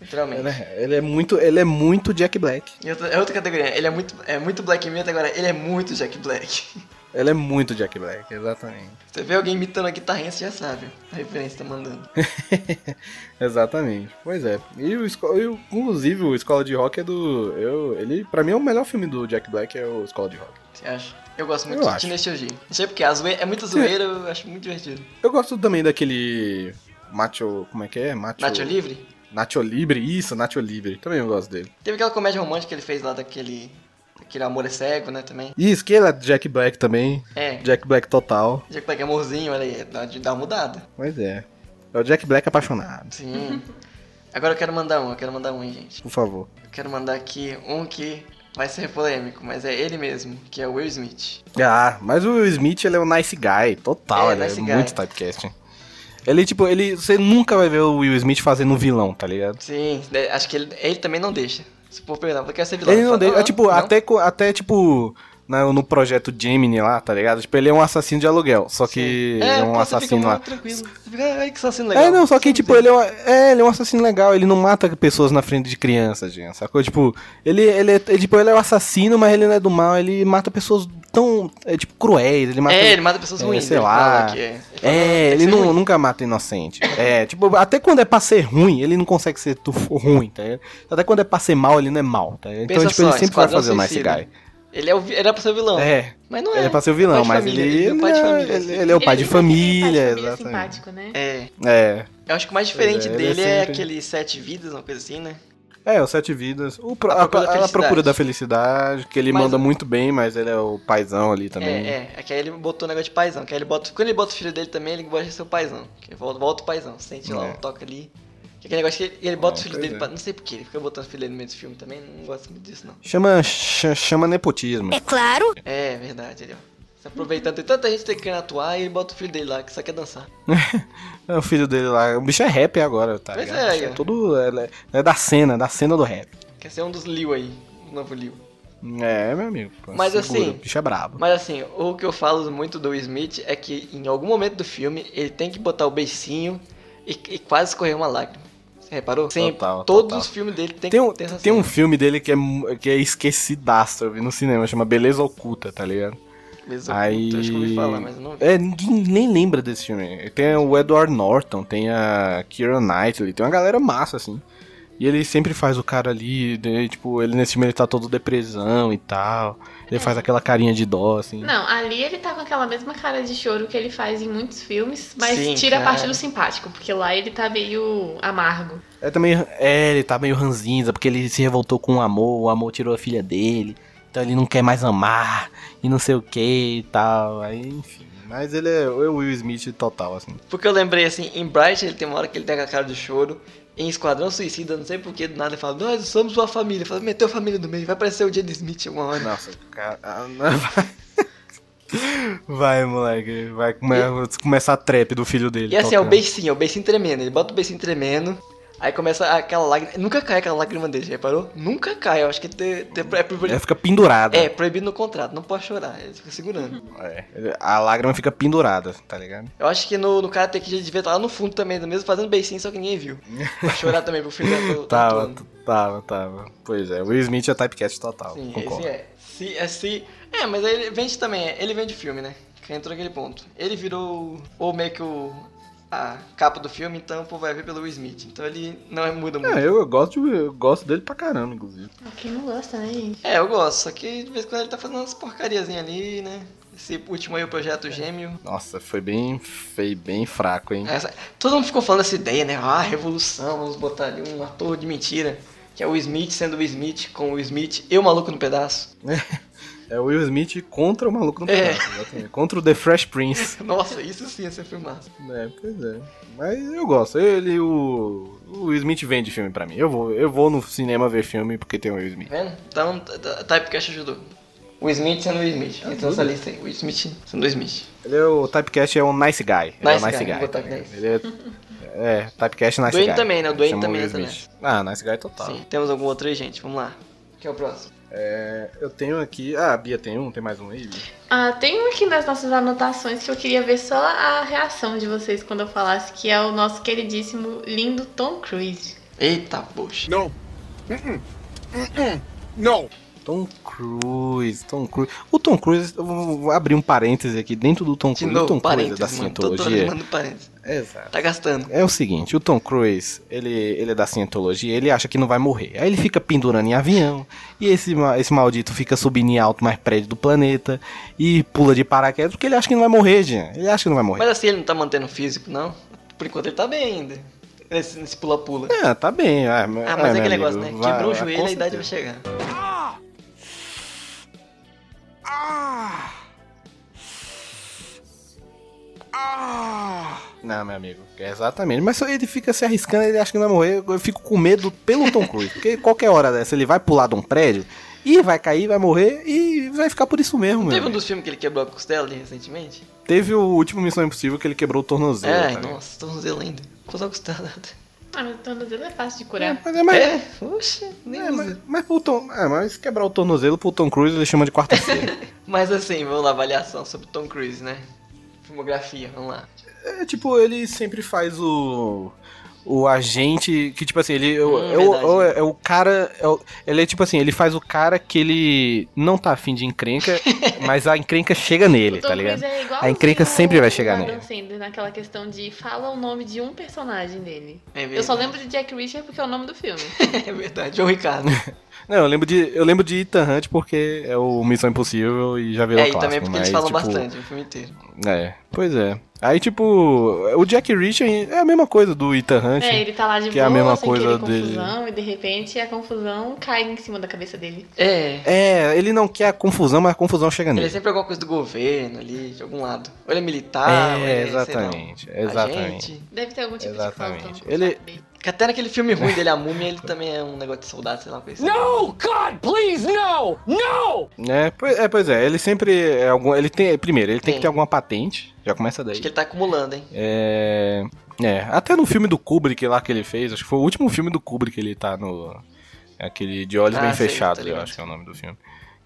S4: Literalmente.
S5: Ele é, ele é muito, ele é muito Jack Black.
S4: E outra- É outra categoria. Ele é muito, é muito Black Mirror, agora ele é muito Jack Black. <laughs>
S5: Ele é muito Jack Black, exatamente.
S4: Você vê alguém imitando a guitarrinha, você já sabe a referência que tá mandando.
S5: Exatamente. Pois é. E o, Esco- e o- inclusive o Escola de Rock é do, eu, ele, para mim é o melhor filme do Jack Black é o Escola de Rock.
S4: Você acha? Eu gosto
S5: Eu
S4: muito de
S5: acho.
S4: Teenage G. Não sei porque, a zoe- é muita zoeira, eu acho muito divertido.
S5: Eu gosto também daquele Macho, como é que é? Macho,
S4: Nacho Livre?
S5: Nacho Libre, isso, Nacho Libre. Também eu gosto dele.
S4: Teve aquela comédia romântica que ele fez lá daquele. Aquele amor é cego, né? Também.
S5: Isso, que ele é Jack Black também.
S4: É.
S5: Jack Black total.
S4: Jack Black é amorzinho, olha aí, dá, dá uma mudada.
S5: Pois é. É o Jack Black apaixonado.
S4: Sim. <laughs> Agora eu quero mandar um, eu quero mandar um, hein, gente.
S5: Por favor.
S4: Eu quero mandar aqui um que vai ser polêmico, mas é ele mesmo, que é o Will Smith.
S5: Ah, mas o Smith, ele é um nice guy. Total,
S4: É,
S5: ele
S4: nice
S5: é
S4: guy.
S5: muito typecasting. Ele, tipo, ele. Você nunca vai ver o Will Smith fazendo um vilão, tá ligado?
S4: Sim, né, acho que ele, ele também não deixa. Se for perguntar, porque quer ser vilão.
S5: Ele não
S4: fala,
S5: deixa. É tipo,
S4: não.
S5: até, co- até tipo. na- no projeto Gemini lá, tá ligado? Tipo, ele é um assassino de aluguel. Só que ele
S4: pô,
S5: é, um
S4: então você
S5: assassino
S4: fica
S5: lá.
S4: muito tranquilo. Você fica, "Ai, que assassino legal.
S5: É, não, só que,
S4: Sabe
S5: tipo,
S4: dizer?
S5: ele é, um, é, ele é um assassino legal, ele não mata pessoas na frente de crianças, gente, sacou? Tipo, ele, ele, é, é, tipo, ele é um assassino, mas ele não é do mal, ele mata pessoas tão, é, tipo, cruéis, ele mata...
S4: É, ele mata pessoas
S5: é,
S4: ruins.
S5: sei
S4: ele
S5: lá.
S4: fala que é.
S5: É, ele não, nunca mata inocente. É, tipo, até quando é pra ser ruim, ele não consegue ser tu- ruim, tá ligado? Até quando é pra ser mal, ele não é mal, tá ligado? Então,
S4: Pensa
S5: tipo, ele
S4: só,
S5: sempre vai
S4: Esquadrão
S5: fazer o nice
S4: Suicida.
S5: guy.
S4: Ele é o vi- ele é pra ser o vilão.
S5: É,
S4: Mas não é.
S5: ele é pra ser o
S4: Pai
S5: vilão,
S4: de
S5: mas
S4: família,
S5: ele,
S4: é um pai de
S5: não,
S4: família.
S5: ele- ele é o pai de família,
S6: família, pai de família
S5: exatamente.
S6: simpático, né?
S4: É.
S5: É,
S4: Eu acho que o mais diferente
S5: Pois é, ele é
S4: dele é,
S5: sempre-
S4: aquele Sete Vidas, uma coisa assim, né?
S5: É, o Sete Vidas. O pro-
S4: A Procura
S5: a,
S4: da
S5: a- a
S4: Felicidade.
S5: Procura da Felicidade, que ele
S4: Mas
S5: manda
S4: o-
S5: muito bem, mas ele é o paizão ali também.
S4: É, é. É que aí ele botou o negócio de paizão. Que aí ele bota, quando ele bota o filho dele também, ele gosta de ser o paizão. Que ele volta, volta o paizão. Sente lá,
S5: É.
S4: toca ali. Que é aquele negócio que ele, ele bota
S5: É,
S4: o filho
S5: pois
S4: dele
S5: é.
S4: pra. Não sei porquê, ele fica botando o filho dele no meio do filme também. Não gosto muito disso, não.
S5: Chama, ch- chama nepotismo. <laughs>
S2: claro.
S4: É, verdade, ele, ó. Se aproveitando, tem tanta gente querendo atuar e ele bota o filho dele lá, que só quer dançar.
S5: É o filho dele lá. O bicho é rap agora, tá
S4: Pois
S5: ligado?
S4: é,
S5: O bicho
S4: aí, ó.
S5: todo. É, é da cena, da cena do rap.
S4: Quer ser um dos Liu aí, o novo Liu.
S5: É, meu amigo. pô,
S4: Mas
S5: segura,
S4: assim-
S5: O bicho é brabo.
S4: Mas assim, o que eu falo muito do Will Smith é que em algum momento do filme ele tem que botar o beicinho e, e quase escorrer uma lágrima. Você reparou? Sempre.
S5: Total,
S4: todos
S5: total.
S4: os filmes dele tem,
S5: Tem um,
S4: que ter essa
S5: tem um
S4: cena.
S5: filme dele que é, mu- que é esquecidaço, eu vi no cinema, chama Beleza Oculta, tá ligado?
S4: Beleza,
S5: Aí.
S4: eu acho que eu ouvi falar, mas eu não vi.
S5: É, ninguém nem lembra desse filme. Tem o Edward Norton, tem a Kira Knightley, tem uma galera massa, assim. E ele sempre faz o cara ali, né, tipo, ele nesse filme ele tá todo depressão e tal. Ele faz aquela carinha de dó, assim.
S6: Não, ali ele tá com aquela mesma cara de choro que ele faz em muitos filmes, mas
S4: Sim,
S6: tira a
S5: é.
S4: cara.
S6: parte do simpático, porque lá ele tá meio amargo.
S5: É também, é, ele tá meio ranzinza, porque ele se revoltou com o amor, o amor tirou a filha dele, então ele não quer mais amar, e não sei o que e tal, aí enfim. Mas ele é o Will Smith total, assim.
S4: Porque eu lembrei assim, em Bright ele tem uma hora que ele tem a cara de choro. Em Esquadrão Suicida, não sei porquê, do nada ele fala, nós somos uma família. Fala, meteu a família do meio, vai aparecer o Jaden Smith alguma hora.
S5: Nossa, cara. ah, <laughs> Vai, moleque, vai come- começar a trap do filho dele.
S4: E assim, é o
S5: tocando.
S4: beicinho, é o beicinho tremendo. Ele bota o beicinho tremendo, aí começa aquela lágrima. Nunca cai aquela lágrima dele, já reparou? Nunca cai, eu acho que te- te- é, proibido,
S5: um. Ela fica pendurada.
S4: é proibido no contrato, não pode chorar, ele fica segurando.
S5: É, ele- A lágrima fica pendurada, tá ligado?
S4: Eu acho que no, no Karate Kid ele devia estar lá no fundo também, mesmo fazendo beicinho, só que ninguém
S5: <laughs>
S4: viu. Pra chorar também pro filho da tá
S5: Tava, t- tava, tava. Pois é, o Will Smith é typecast total.
S4: Sim,
S5: concordo.
S4: esse é. Se, é se. É, mas ele vende também, é, ele vende filme, né? Que entrou naquele ponto. Ele virou ou meio que o. a capa do filme, então o povo vai ver pelo Will Smith. Então ele não é- muda muito.
S5: É, eu, eu gosto, de- eu gosto dele pra caramba, inclusive.
S6: Quem não gosta, né, gente?
S4: É, eu gosto, só que de vez em quando ele tá fazendo umas porcariazinhas ali, né? Esse último aí, o Projeto Gêmeo.
S5: Nossa, foi bem feio, bem fraco, hein?
S4: Essa- todo mundo ficou falando essa ideia, né? Ah, revolução, vamos botar ali um ator de mentira. Que é o Smith sendo o Smith, com o Smith e o maluco no pedaço. <laughs>
S5: É o Will Smith contra o maluco no
S4: É.
S5: é. exatamente. Contra o The Fresh Prince.
S4: Nossa, isso sim ia ser filmado.
S5: É, pois é. Mas eu gosto. Ele, o. O Will Smith vende filme pra mim. Eu vou, eu vou no cinema ver filme porque tem o Will Smith.
S4: Tá vendo? Então, t- t- Typecast ajudou. O Smith sendo o
S5: Tá
S4: Smith. Entra nessa lista aí. O Smith sendo o Smith.
S5: Ele é o Typecast é um nice guy. Ele é
S4: Nice
S5: um nice
S4: guy,
S5: guy.
S4: vou botar
S5: tá ligado?
S4: nice.
S5: Ele é. É, Typecast nice
S4: Dwayne
S5: guy.
S4: também, né? O Dwayne
S5: Chama
S4: também
S5: Will
S4: entra
S5: Smith. Ah, nice guy total.
S4: Sim. Temos algum outro aí, gente? Vamos lá. Quem é o próximo?
S5: É, eu tenho aqui. Ah, a Bia tem um, tem mais um aí. Bia?
S6: Ah, tem um aqui nas nossas anotações que eu queria ver só a reação de vocês quando eu falasse, que é o nosso queridíssimo, lindo Tom Cruise.
S4: Eita, poxa.
S1: No. No.
S5: Tom Cruise, Tom Cruise. O Tom Cruise, eu vou vou abrir um parêntese aqui dentro do Tom
S4: De
S5: Cruise. o
S4: novo,
S5: Tom Cruise
S4: parênteses,
S5: é da
S4: mano. Tô- tô
S5: cientologia.
S4: animando parênteses.
S5: Exato.
S4: Tá gastando.
S5: É o seguinte, o Tom Cruise, ele, ele é da cientologia, ele acha que não vai morrer. Aí ele fica pendurando em avião, e esse, ma- esse maldito fica subindo em alto mais prédio do planeta, e pula de paraquedas, porque ele acha que não vai morrer, Jean. Ele acha que não vai morrer.
S4: Mas assim, ele não tá mantendo o físico, não? Por enquanto ele tá bem ainda. Nesse nesse pula-pula.
S5: Ah, tá bem. Ah, mas
S4: Ah, mas é
S5: meu
S4: aquele
S5: amigo,
S4: negócio, né?
S5: vai-
S4: Quebrou o
S5: vai-
S4: joelho,
S5: com
S4: a idade vai
S5: certeza.
S4: chegar.
S5: Não, meu amigo, exatamente. Mas só ele fica se arriscando, ele acha que não vai morrer. Eu fico com medo pelo Tom Cruise, porque qualquer hora dessa ele vai pular de um prédio, e vai cair, vai morrer, e vai ficar por isso mesmo, meu
S4: Teve um
S5: amigo.
S4: dos filmes que ele quebrou a costela ali recentemente?
S5: Teve o último Missão Impossível que ele quebrou o tornozelo. tá
S4: É,
S5: ligado?
S4: nossa, tornozelo ainda. Costela costela.
S6: Ah, mas o tornozelo é fácil de curar.
S5: Mas é mais-
S4: É, oxe, nem
S5: É,
S4: usa.
S5: mas, mas pro Tom, é, mas quebrar o tornozelo pro Tom Cruise ele chama de quarta-feira.
S4: Mas assim, vamos lá, avaliação sobre Tom Cruise, né? Filmografia, vamos lá.
S5: <laughs> é tipo, ele sempre faz o. O agente que, tipo assim, ele é o-
S4: Hum,
S5: é, o,
S4: verdade.
S5: é o- é o cara. é o- ele é tipo assim, ele faz o cara que ele não tá afim de encrenca,
S4: <laughs>
S5: mas a encrenca chega nele,
S6: O Tom
S5: tá ligado?
S6: Cruise é igual
S5: A encrenca sempre vai chegar nele.
S6: naquela questão de fala o nome de um personagem dele.
S4: É verdade.
S6: Eu só lembro de Jack Richard porque é o nome do
S5: <laughs>
S6: filme.
S4: <laughs> é verdade, João Ricardo.
S5: Não, eu lembro de, eu lembro de Ethan Hunt porque é o Missão Impossível e já virou
S4: é, e
S5: clássico.
S4: também porque eles
S5: mas,
S4: falam
S5: tipo,
S4: bastante o filme inteiro.
S5: É, pois é. Aí, tipo, o Jack Richard é a mesma coisa do Ethan Hunt.
S6: É, ele tá lá de
S5: Que é a
S6: boa,
S5: mesma
S6: sem
S5: coisa
S6: querer
S5: dele.
S6: confusão, e de repente a confusão cai em cima da cabeça dele.
S4: É,
S5: É, ele não quer a confusão, mas a confusão chega
S4: ele é
S5: nele.
S4: sempre alguma coisa do governo ali, de algum lado. Ou ele é militar, ou ele
S5: é,
S4: é, sei lá,
S5: exatamente,
S4: agente.
S5: exatamente.
S6: Deve ter algum tipo
S5: Exatamente.
S6: de confusão.
S5: Ele-
S4: Que até naquele filme ruim dele, a múmia, ele também é um negócio de soldado, sei lá, uma coisa assim.
S1: No, God, please, no. No.
S5: É, pois é, pois é, ele sempre. É algum, ele tem, primeiro, ele tem
S4: Tem.
S5: que ter alguma patente. Já começa daí.
S4: Acho que ele tá acumulando, hein?
S5: É, é, Até no filme do Kubrick lá que ele fez, acho que foi o último filme do Kubrick que ele tá no. é Aquele de olhos
S4: Ah,
S5: bem
S4: sei,
S5: fechados,
S4: tá
S5: eu
S4: ligado.
S5: acho que é o nome do filme.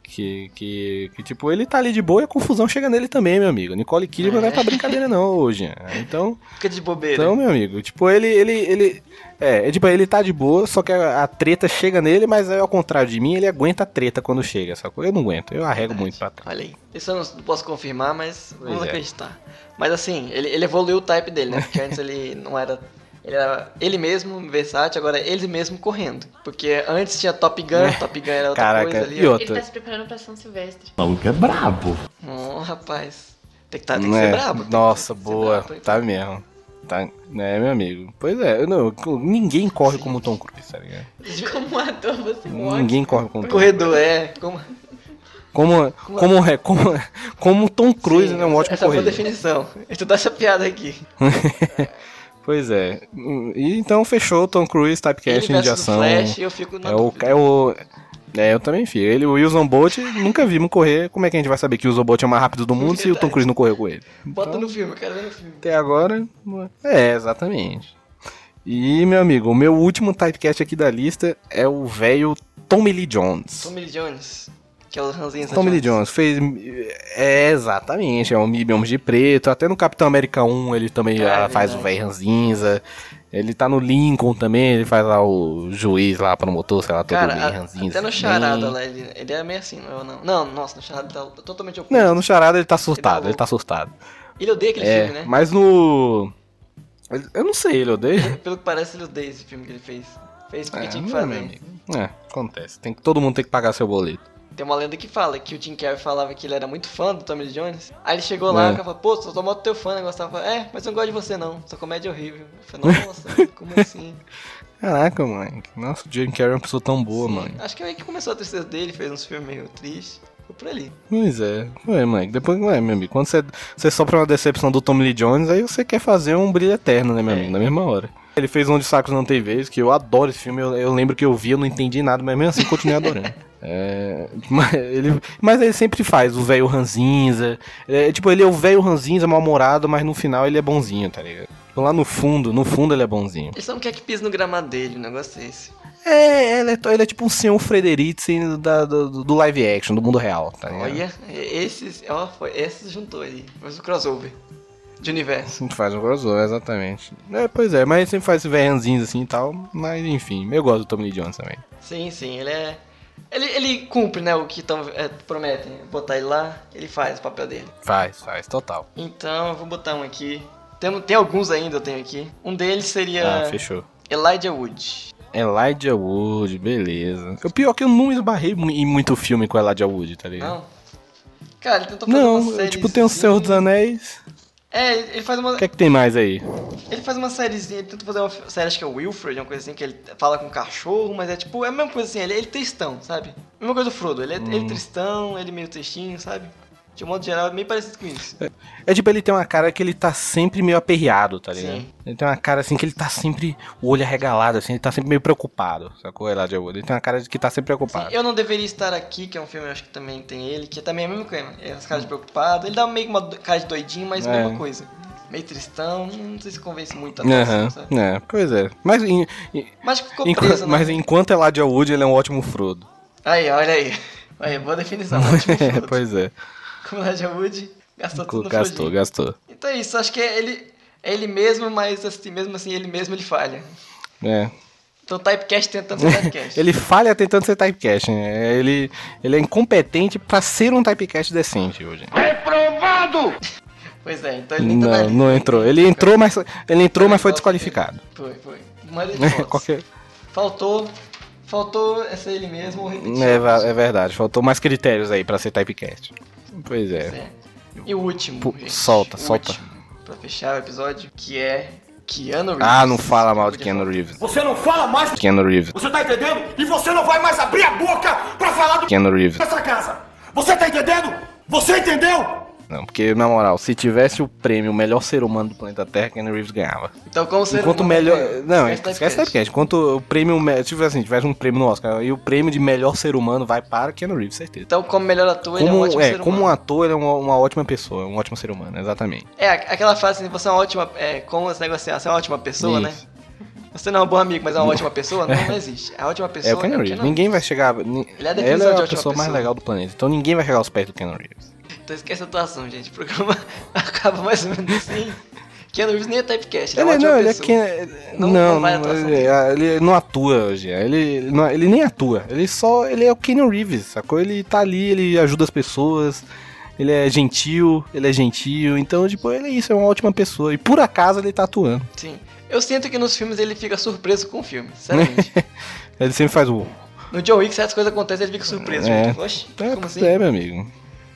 S5: Que, que, que, tipo, ele tá ali de boa e a confusão chega nele também, meu amigo. Nicole Kidman não é pra brincadeira, não, hoje. Então.
S4: Fica de bobeira.
S5: Então, meu amigo, tipo, ele, ele, ele, é, é, tipo, ele tá de boa, só que a, a treta chega nele, mas aí, ao contrário de mim, ele aguenta a treta quando chega, sacou? Eu não aguento, eu arrego muito pra trás.
S4: Olha aí. Isso eu não posso confirmar, mas vamos
S5: é. <laughs>
S4: acreditar. Mas assim, ele, ele evoluiu o type dele, né? Porque antes ele não era Ele era ele mesmo, versátil, agora é ele mesmo correndo. Porque antes tinha Top Gun, Top Gun era outra
S5: É. Caraca,
S4: coisa ali.
S5: e
S4: ó.
S5: outra?
S6: Ele tá se preparando pra São Silvestre.
S4: Não, rapaz. Tem que, tá, tem que
S5: É,
S4: ser brabo. <laughs> tem que
S5: Nossa,
S4: ser
S5: boa.
S4: brabo.
S5: Tá mesmo. Tá, né, meu amigo? Pois é, eu não, ninguém corre como o Tom Cruise, tá ligado?
S4: um
S6: Como ator, você morre.
S5: Ninguém corre como o Tom Cruise.
S4: é Corredor, é. Como...
S5: Como, como, é, como, como o Tom Cruise
S4: Sim,
S5: é um ótimo
S4: Essa é a boa
S5: corredor.
S4: definição. <laughs> Estudar essa piada aqui.
S5: <laughs> Pois é. E então fechou o Tom Cruise,
S4: Ele
S5: typecasting
S4: versus
S5: é de
S4: o
S5: ação.
S4: Flash, eu fico na
S5: É o,
S4: dúvida.
S5: é o. É, eu também, filho. Ele, o Wilson Bolt, nunca vimos correr. Como é que a gente vai saber que o Wilson Bolt é o mais rápido do mundo se o Tom Cruise não correu com ele?
S4: Bota no filme, eu quero ver no filme.
S5: Até agora. não é. É, exatamente. E, meu amigo, o meu último typecast aqui da lista é o velho Tommy Lee Jones.
S4: Tommy Lee Jones, que é o Ranzinho
S5: Tommy Lee Jones fez. É, exatamente, é um Mibion de preto. Até no Capitão América 1 ele também
S4: É,
S5: ah, faz
S4: verdade.
S5: o velho ranzinza. Ele tá no Lincoln também, ele faz lá o juiz lá, promotor, sei lá, todo
S4: Cara,
S5: meio
S4: a-
S5: ranzinza.
S4: até no
S5: também.
S4: Charada lá, ele, ele é meio assim, não é? Não, não nossa, no Charada tá totalmente oposto.
S5: Não, no Charada ele tá surtado,
S4: louco.
S5: ele tá surtado.
S4: Ele odeia aquele
S5: é,
S4: filme, né?
S5: mas no. Eu não sei, ele odeia.
S4: Pelo que parece, ele odeia esse filme que ele fez. Fez porque
S5: É,
S4: tinha que
S5: não é, meu
S4: fazer.
S5: amigo. É, acontece. Tem que, todo mundo tem que pagar seu boleto.
S4: Tem uma lenda que fala que o Jim Carrey falava que ele era muito fã do Tommy Lee Jones. Aí ele chegou lá
S5: É.
S4: e o cara falou, pô, sou tô mó teu fã, eu gostava. É, mas eu não gosto de você não, sua comédia é horrível. Eu
S5: <laughs>
S4: falei, nossa, como assim?
S5: Caraca, mãe. Nossa, o Jim Carrey é uma pessoa tão boa, mãe.
S4: Acho que é aí que começou a tristeza dele, fez uns filmes meio tristes. Foi por ali.
S5: Pois é, ué, moleque, depois, ué, meu amigo, quando você, você sofre uma decepção do Tommy Lee Jones, aí você quer fazer um brilho eterno, né, meu amigo, na mesma hora. Ele fez Onde os Sacos Não Tem Vez, que eu adoro esse filme, eu, eu lembro que eu vi, eu não entendi nada, mas mesmo assim continuei adorando. <laughs> É, mas, ele, mas ele sempre faz o velho ranzinza, é, tipo, ele é o velho ranzinza mal-humorado, mas no final ele é bonzinho, tá ligado? Lá no fundo, no fundo ele é bonzinho.
S4: Ele só não quer que pise no gramado dele, o negócio é esse.
S5: É, ele é, to- ele é tipo um senhor Frederiksen da- do, do live action, do mundo real, tá ligado?
S4: Olha, esses, ó, foi, esses juntou aí. Faz o crossover de universo.
S5: Sempre faz um crossover, exatamente. É, pois é, mas ele sempre faz esse verranzinho assim e tal. Mas enfim, eu gosto do Tommy Lee Jones também.
S4: Sim, sim, ele é. Ele, ele cumpre, né, o que tão, é, prometem. Botar ele lá, ele faz o papel dele.
S5: Faz, faz, total.
S4: Então, eu vou botar um aqui. Tem, tem alguns ainda, eu tenho aqui. Um deles seria
S5: Ah, fechou.
S4: Elijah Wood.
S5: Elijah Wood, beleza. O pior é que eu não esbarrei mu- em muito filme com Elijah Wood, tá ligado?
S4: Não? Cara, ele tentou fazer uma
S5: Não,
S4: série.
S5: tipo, tem o Senhor dos Anéis.
S4: É, ele ele faz uma.
S5: O que é que tem mais aí?
S4: Ele faz uma sériezinha, ele tenta fazer uma f- série, acho que é Wilfred, uma coisa assim, que ele fala com um cachorro, mas é tipo, é a mesma coisa assim, ele, ele tristão, sabe? Mesma coisa do Frodo, ele, é
S5: Hum.
S4: ele tristão, ele é meio tristinho, sabe? De um modo geral, é meio parecido com isso.
S5: É tipo, ele tem uma cara que ele tá sempre meio aperreado, tá ligado?
S4: Sim.
S5: Ele tem uma cara assim que ele tá sempre o olho arregalado, assim, ele tá sempre meio preocupado, sacou? Elijah Wood. Ele tem uma cara de que tá sempre preocupado.
S4: Eu Não Deveria Estar Aqui, que é um filme, acho que também tem ele, que também é a mesma coisa, é as caras de preocupado, ele dá meio que uma do- cara de doidinho, mas
S5: É.
S4: mesma coisa. Meio tristão, não sei se convence muito a
S5: Aham,
S4: atenção, sabe?
S5: é, pois é. Mas, em- em-
S4: Mas que ficou
S5: Enqu-
S4: preso, né?
S5: mas enquanto é Elijah Wood, ele é um ótimo Frodo.
S4: Aí, olha aí. Aí, boa
S5: <laughs>
S4: definição, <laughs> ótimo Frodo.
S5: pois é.
S4: Como Elijah Wood, gastou tudo no
S5: gastou,
S4: Frodinho.
S5: gastou.
S4: Então é isso, acho que é ele, é ele mesmo, mas assim, mesmo assim ele mesmo ele falha.
S5: É.
S4: Então Typecast tentando
S5: <laughs>
S4: ser Typecast.
S5: Ele falha tentando ser typecast, né? Ele, ele é incompetente pra ser um typecast decente hoje.
S1: Reprovado!
S4: Pois é, então ele nem tá na
S5: Não,
S4: lista.
S5: não entrou. Ele entrou, mas, ele entrou, mas foi desqualificado.
S4: Foi, foi. Manda
S5: <laughs>
S4: de
S5: É,
S4: votos.
S5: Qualquer...
S4: Faltou, faltou essa ele mesmo ou repetir.
S5: é, va- é verdade, faltou mais critérios aí pra ser typecast. Pois é.
S4: É. E o último,
S5: Pô,
S4: gente,
S5: solta,
S4: o
S5: solta.
S4: último, pra fechar o episódio, que é Keanu Reeves.
S5: Ah, não fala mal de Keanu Reeves.
S3: Você não fala mais,
S5: Keanu Reeves.
S3: você tá entendendo? E você não vai mais abrir a boca pra falar do
S5: Keanu Reeves.
S3: dessa casa. Você tá entendendo? Você entendeu?
S5: Não, porque, na moral, se tivesse o prêmio melhor ser humano do planeta Terra, Keanu Reeves ganhava.
S4: Então como ser
S5: Enquanto o
S4: humano,
S5: melhor.
S4: né?
S5: Não, esquece
S4: Typecast.
S5: Typecast. Enquanto o prêmio. me- Tipo assim, tivesse um prêmio no Oscar e o prêmio de melhor ser humano vai para Keanu Reeves, certeza.
S4: Então como melhor ator, ele é um
S5: Como,
S4: ótimo
S5: é,
S4: ser
S5: como um
S4: humano.
S5: ator, ele é uma, uma ótima pessoa, um ótimo ser humano, exatamente.
S4: É, aquela frase assim, você é uma ótima. É, como esse negócio assim, você é uma ótima pessoa,
S5: Isso.
S4: né? Você não é um bom amigo, mas é uma ótima pessoa?
S5: <laughs>
S4: Não, não existe. A ótima pessoa.
S5: é o Keanu Reeves. Ninguém vai chegar. ni-
S4: Ele é a
S5: ela
S4: definição de
S5: é a
S4: ótima
S5: pessoa, mais
S4: pessoa.
S5: legal do planeta. Então ninguém vai chegar aos pés do Keanu Reeves.
S4: Então esquece a atuação, gente. O programa <laughs> acaba mais ou menos assim. Keanu Reeves nem é typecast, ele é
S5: Ele,
S4: uma ótima
S5: não, ele é
S4: pessoa.
S5: Ken,
S4: Não-
S5: não,
S4: não
S5: não,
S4: vai atuação
S5: ele, é-
S4: dele.
S5: ele não atua hoje. Ele, ele não- é ele nem atua. Ele só ele é o Keanu Reeves, sacou? Ele tá ali, ele ajuda as pessoas. ele é gentil, ele é gentil, então, tipo, ele é isso, é uma ótima pessoa. E por acaso ele tá atuando. <laughs>
S4: Sim. Eu sinto que nos filmes ele fica surpreso com o filme,
S5: <laughs>
S4: sinceramente.
S5: Ele sempre faz o.
S4: no John Wick, certas coisas acontecem, ele fica surpreso.
S5: É.
S4: Tipo, Oxe,
S5: É,
S4: como assim?
S5: é, meu amigo.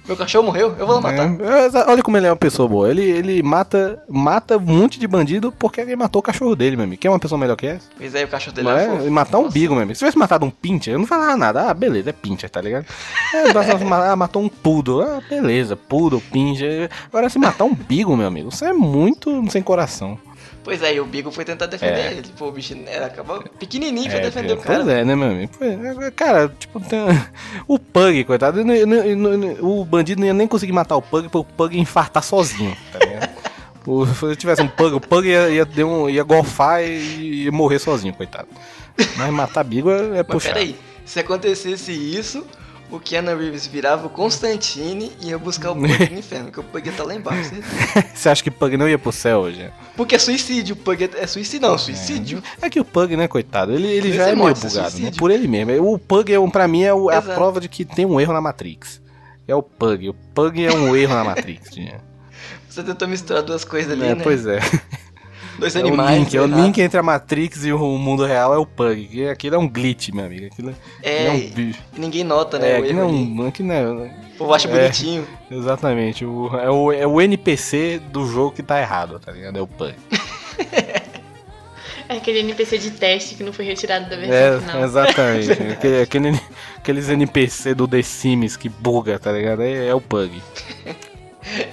S4: Meu cachorro morreu? Eu vou lá matar.
S5: É, é, exa- olha como ele é uma pessoa boa. Ele, ele mata, mata um monte de bandido porque ele matou o cachorro dele, meu amigo. Quer uma pessoa melhor que essa?
S4: Pois é, o cachorro dele
S5: Não
S4: é
S5: é?
S4: fofo.
S5: E matar um bigo, meu amigo. Se tivesse matado um pincher, eu não falava nada. Ah, beleza, é pincher, tá ligado? É, basta ma- ah, matou um pudo. Ah, beleza, pudo, pincher. Agora, se matar um bigo, meu amigo, isso é muito sem coração.
S4: Pois é, e o Bigo foi tentar defender ele. Tipo, o bicho era, acabou pequenininho pra
S5: É,
S4: defender o
S5: pois
S4: cara.
S5: é, né, meu amigo? Pois é, agora, cara, tipo, tem- <laughs> o Pug, coitado, ele não- ele não- ele não- o bandido não ia nem conseguir matar o Pug pro Pug infartar sozinho, tá ligado? O- se eu tivesse um Pug, o Pug ia, ia, dar um- ia golfar e ia morrer sozinho, coitado. Mas matar Bigo é, é
S4: Mas
S5: puxar.
S4: peraí, se acontecesse isso, o Keanu Reeves virava o Constantine e ia buscar o Pug
S5: <laughs>
S4: no inferno, que o Pug ia tá lá embaixo. certeza.
S5: Você acha que Pug não ia pro céu hoje?
S4: Porque é suicídio, o Pug é, é suicídio, não, suicídio.
S5: É que o Pug, né, coitado, ele, ele
S4: Esse
S5: já é
S4: é
S5: meio
S4: morte,
S5: bugado, né?
S4: suicídio.
S5: Por ele mesmo. O Pug, é um, pra mim, é, o- é a
S4: Exato.
S5: prova de que tem um erro na Matrix. É o Pug. O Pug é um erro
S4: <laughs>
S5: na Matrix, tinha.
S4: Você tentou misturar duas coisas ali,
S5: É,
S4: né?
S5: Pois é.
S4: Dois
S5: É
S4: animais.
S5: o link, é o
S4: sei lá.
S5: link entre a Matrix e o mundo real é o Pug. que Aquilo é um glitch, meu amigo. Aquilo
S4: É,
S5: é um bicho.
S4: e ninguém nota, né?
S5: É,
S4: o
S5: aquilo é
S4: erro ali.
S5: um. Aquilo é,
S4: O povo acha
S5: É.
S4: bonitinho. <laughs>
S5: exatamente. O, é, o, é o NPC do jogo que tá errado, tá ligado? É o Pug.
S6: É aquele NPC de teste que não foi retirado da versão
S5: É, <laughs>
S6: final.
S5: exatamente. Aquele- aquele- aqueles NPC do The Sims que buga, tá ligado? É, é o Pug.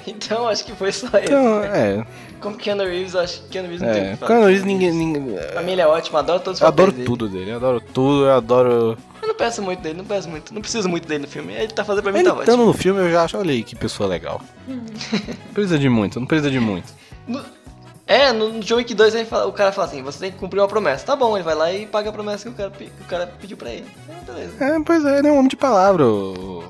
S4: Então acho que foi só ele.
S5: Então, é.
S4: Como Keanu Reeves, eu acho que Keanu Reeves não tem o
S5: é.
S4: que falar.
S5: Keanu Reeves, ninguém. ninguém
S4: Pra mim ele é ótimo, adoro todos os
S5: eu adoro
S4: papéis dele.
S5: tudo dele, eu adoro tudo, eu adoro.
S4: Eu não peço muito dele, não peço muito. Não preciso muito dele no filme. Ele tá fazendo pra mim,
S5: Ele
S4: tá ótimo.
S5: estando no filme, eu já acho, olha aí que pessoa legal. Não <laughs> precisa de muito, não precisa de muito.
S4: No- É, no John Wick 2 ele fala- o cara fala assim, você tem que cumprir uma promessa. Tá bom, ele vai lá e paga a promessa que o cara, pe- que o cara pediu pra ele. É, beleza.
S5: É, pois é, ele é um homem de palavra, o,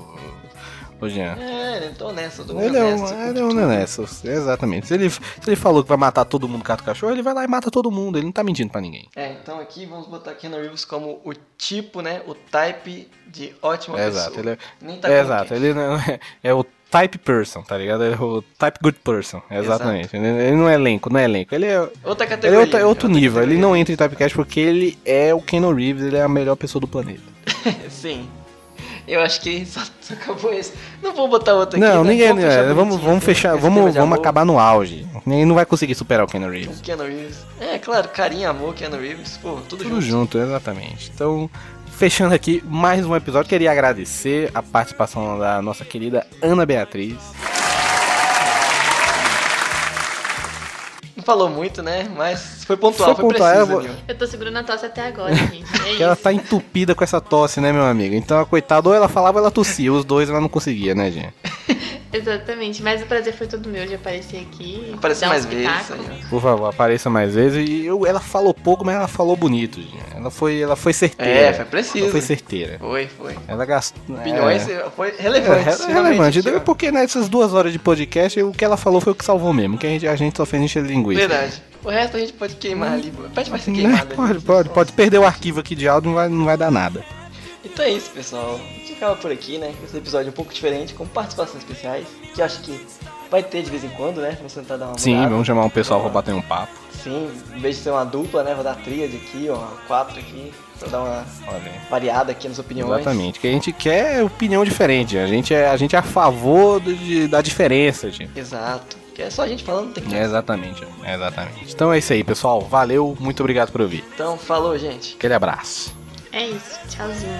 S5: o Jean.
S4: É, ele é tão honesto, tão
S5: Ele é
S4: honesto.
S5: um, ele é um
S4: tipo.
S5: honesto, exatamente. Se ele, se ele falou que vai matar todo mundo que cata o cachorro, ele vai lá e mata todo mundo, ele não tá mentindo pra ninguém.
S4: É, então aqui vamos botar Keanu Reeves como o tipo, né, o type de ótima
S5: É,
S4: pessoa.
S5: exato, ele é,
S4: Nem tá
S5: é
S4: com
S5: exato,
S4: quem.
S5: ele não é, é o type person, tá ligado? Ele é o type good person, é exatamente. Ele, ele não é elenco, não é elenco, ele é,
S4: Outra
S5: ele é
S4: categoria.
S5: outro, é
S4: outra
S5: outro nível, ele
S4: categoria.
S5: não entra em typecast porque ele é o Keanu Reeves, ele é a melhor pessoa do planeta.
S4: <laughs> Sim. Eu acho que só, <laughs> só acabou esse. Não vou botar outro aqui.
S5: Não,
S4: né?
S5: ninguém,
S4: Vamos fechar
S5: é, vamos,
S4: bonitinho,
S5: vamos
S4: tem
S5: fechar,
S4: esse
S5: vamos,
S4: clima de
S5: vamos
S4: amor.
S5: acabar no auge. Ninguém não vai conseguir superar o Keanu Reeves.
S4: Keanu Reeves. É, claro, carinha, amor, Keanu Reeves, pô, tudo,
S5: Tudo
S4: junto.
S5: junto, exatamente. Então, fechando aqui mais um episódio, queria agradecer a participação da nossa querida Ana Beatriz.
S4: Não falou muito, né? Mas foi pontual,
S5: Foi
S4: foi,
S5: pontual,
S4: preciso,
S5: eu vou-
S4: Nil.
S6: Eu tô segurando a tosse até agora, gente.
S5: <laughs>
S6: É
S5: Que ela
S6: isso.
S5: tá entupida com essa tosse, né, meu amigo? Então, a coitada, ou ela falava ou ela tossia. Os dois ela não conseguia, né, gente?
S6: Exatamente. Mas o prazer foi todo meu de aparecer aqui.
S4: Apareceu
S6: dar um
S4: mais vezes.
S6: pitaco.
S4: aí, ó.
S5: Por favor, apareça mais vezes. E eu- ela falou pouco, mas ela falou bonito, gente. Ela foi, ela foi certeira.
S4: É, foi preciso.
S5: Ela foi certeira.
S4: Foi, foi.
S5: Ela gastou.
S4: Opiniões,
S5: é.
S4: foi
S5: É,
S4: relevante. assim,
S5: é relevante, porque nessas duas horas de podcast, o que ela falou foi o que salvou mesmo, que a gente, a gente só fez encher de linguiça.
S4: Verdade. O resto a gente pode queimar ali. Pode mais ser
S5: Né?
S4: queimado. ali.
S5: Pode, pode, pode perder o arquivo aqui de áudio, não vai, não vai dar nada.
S4: Então é isso, pessoal. A gente acaba por aqui, né? Esse episódio é um pouco diferente, com participações especiais, que eu acho que vai ter de vez em quando, né? Vamos tentar dar uma
S5: Sim,
S4: mudada.
S5: vamos chamar um pessoal pra
S4: Vamos
S5: bater um papo.
S4: Sim, em vez de ser uma dupla, né? Vou dar tríade aqui, ó, quatro aqui, pra dar uma
S5: Olha aí.
S4: variada aqui nas opiniões.
S5: Exatamente, que a gente quer opinião diferente. A gente é a, gente é a favor do- de- da diferença, gente.
S4: Exato. Que é só a gente falando, não tem que.
S5: É, exatamente, é, exatamente. Então é isso aí, pessoal. Valeu, muito obrigado por ouvir.
S4: Então, falou, gente.
S5: Aquele abraço.
S6: É isso. Tchauzinho.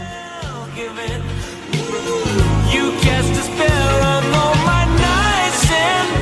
S3: You cast a spell on all my nights and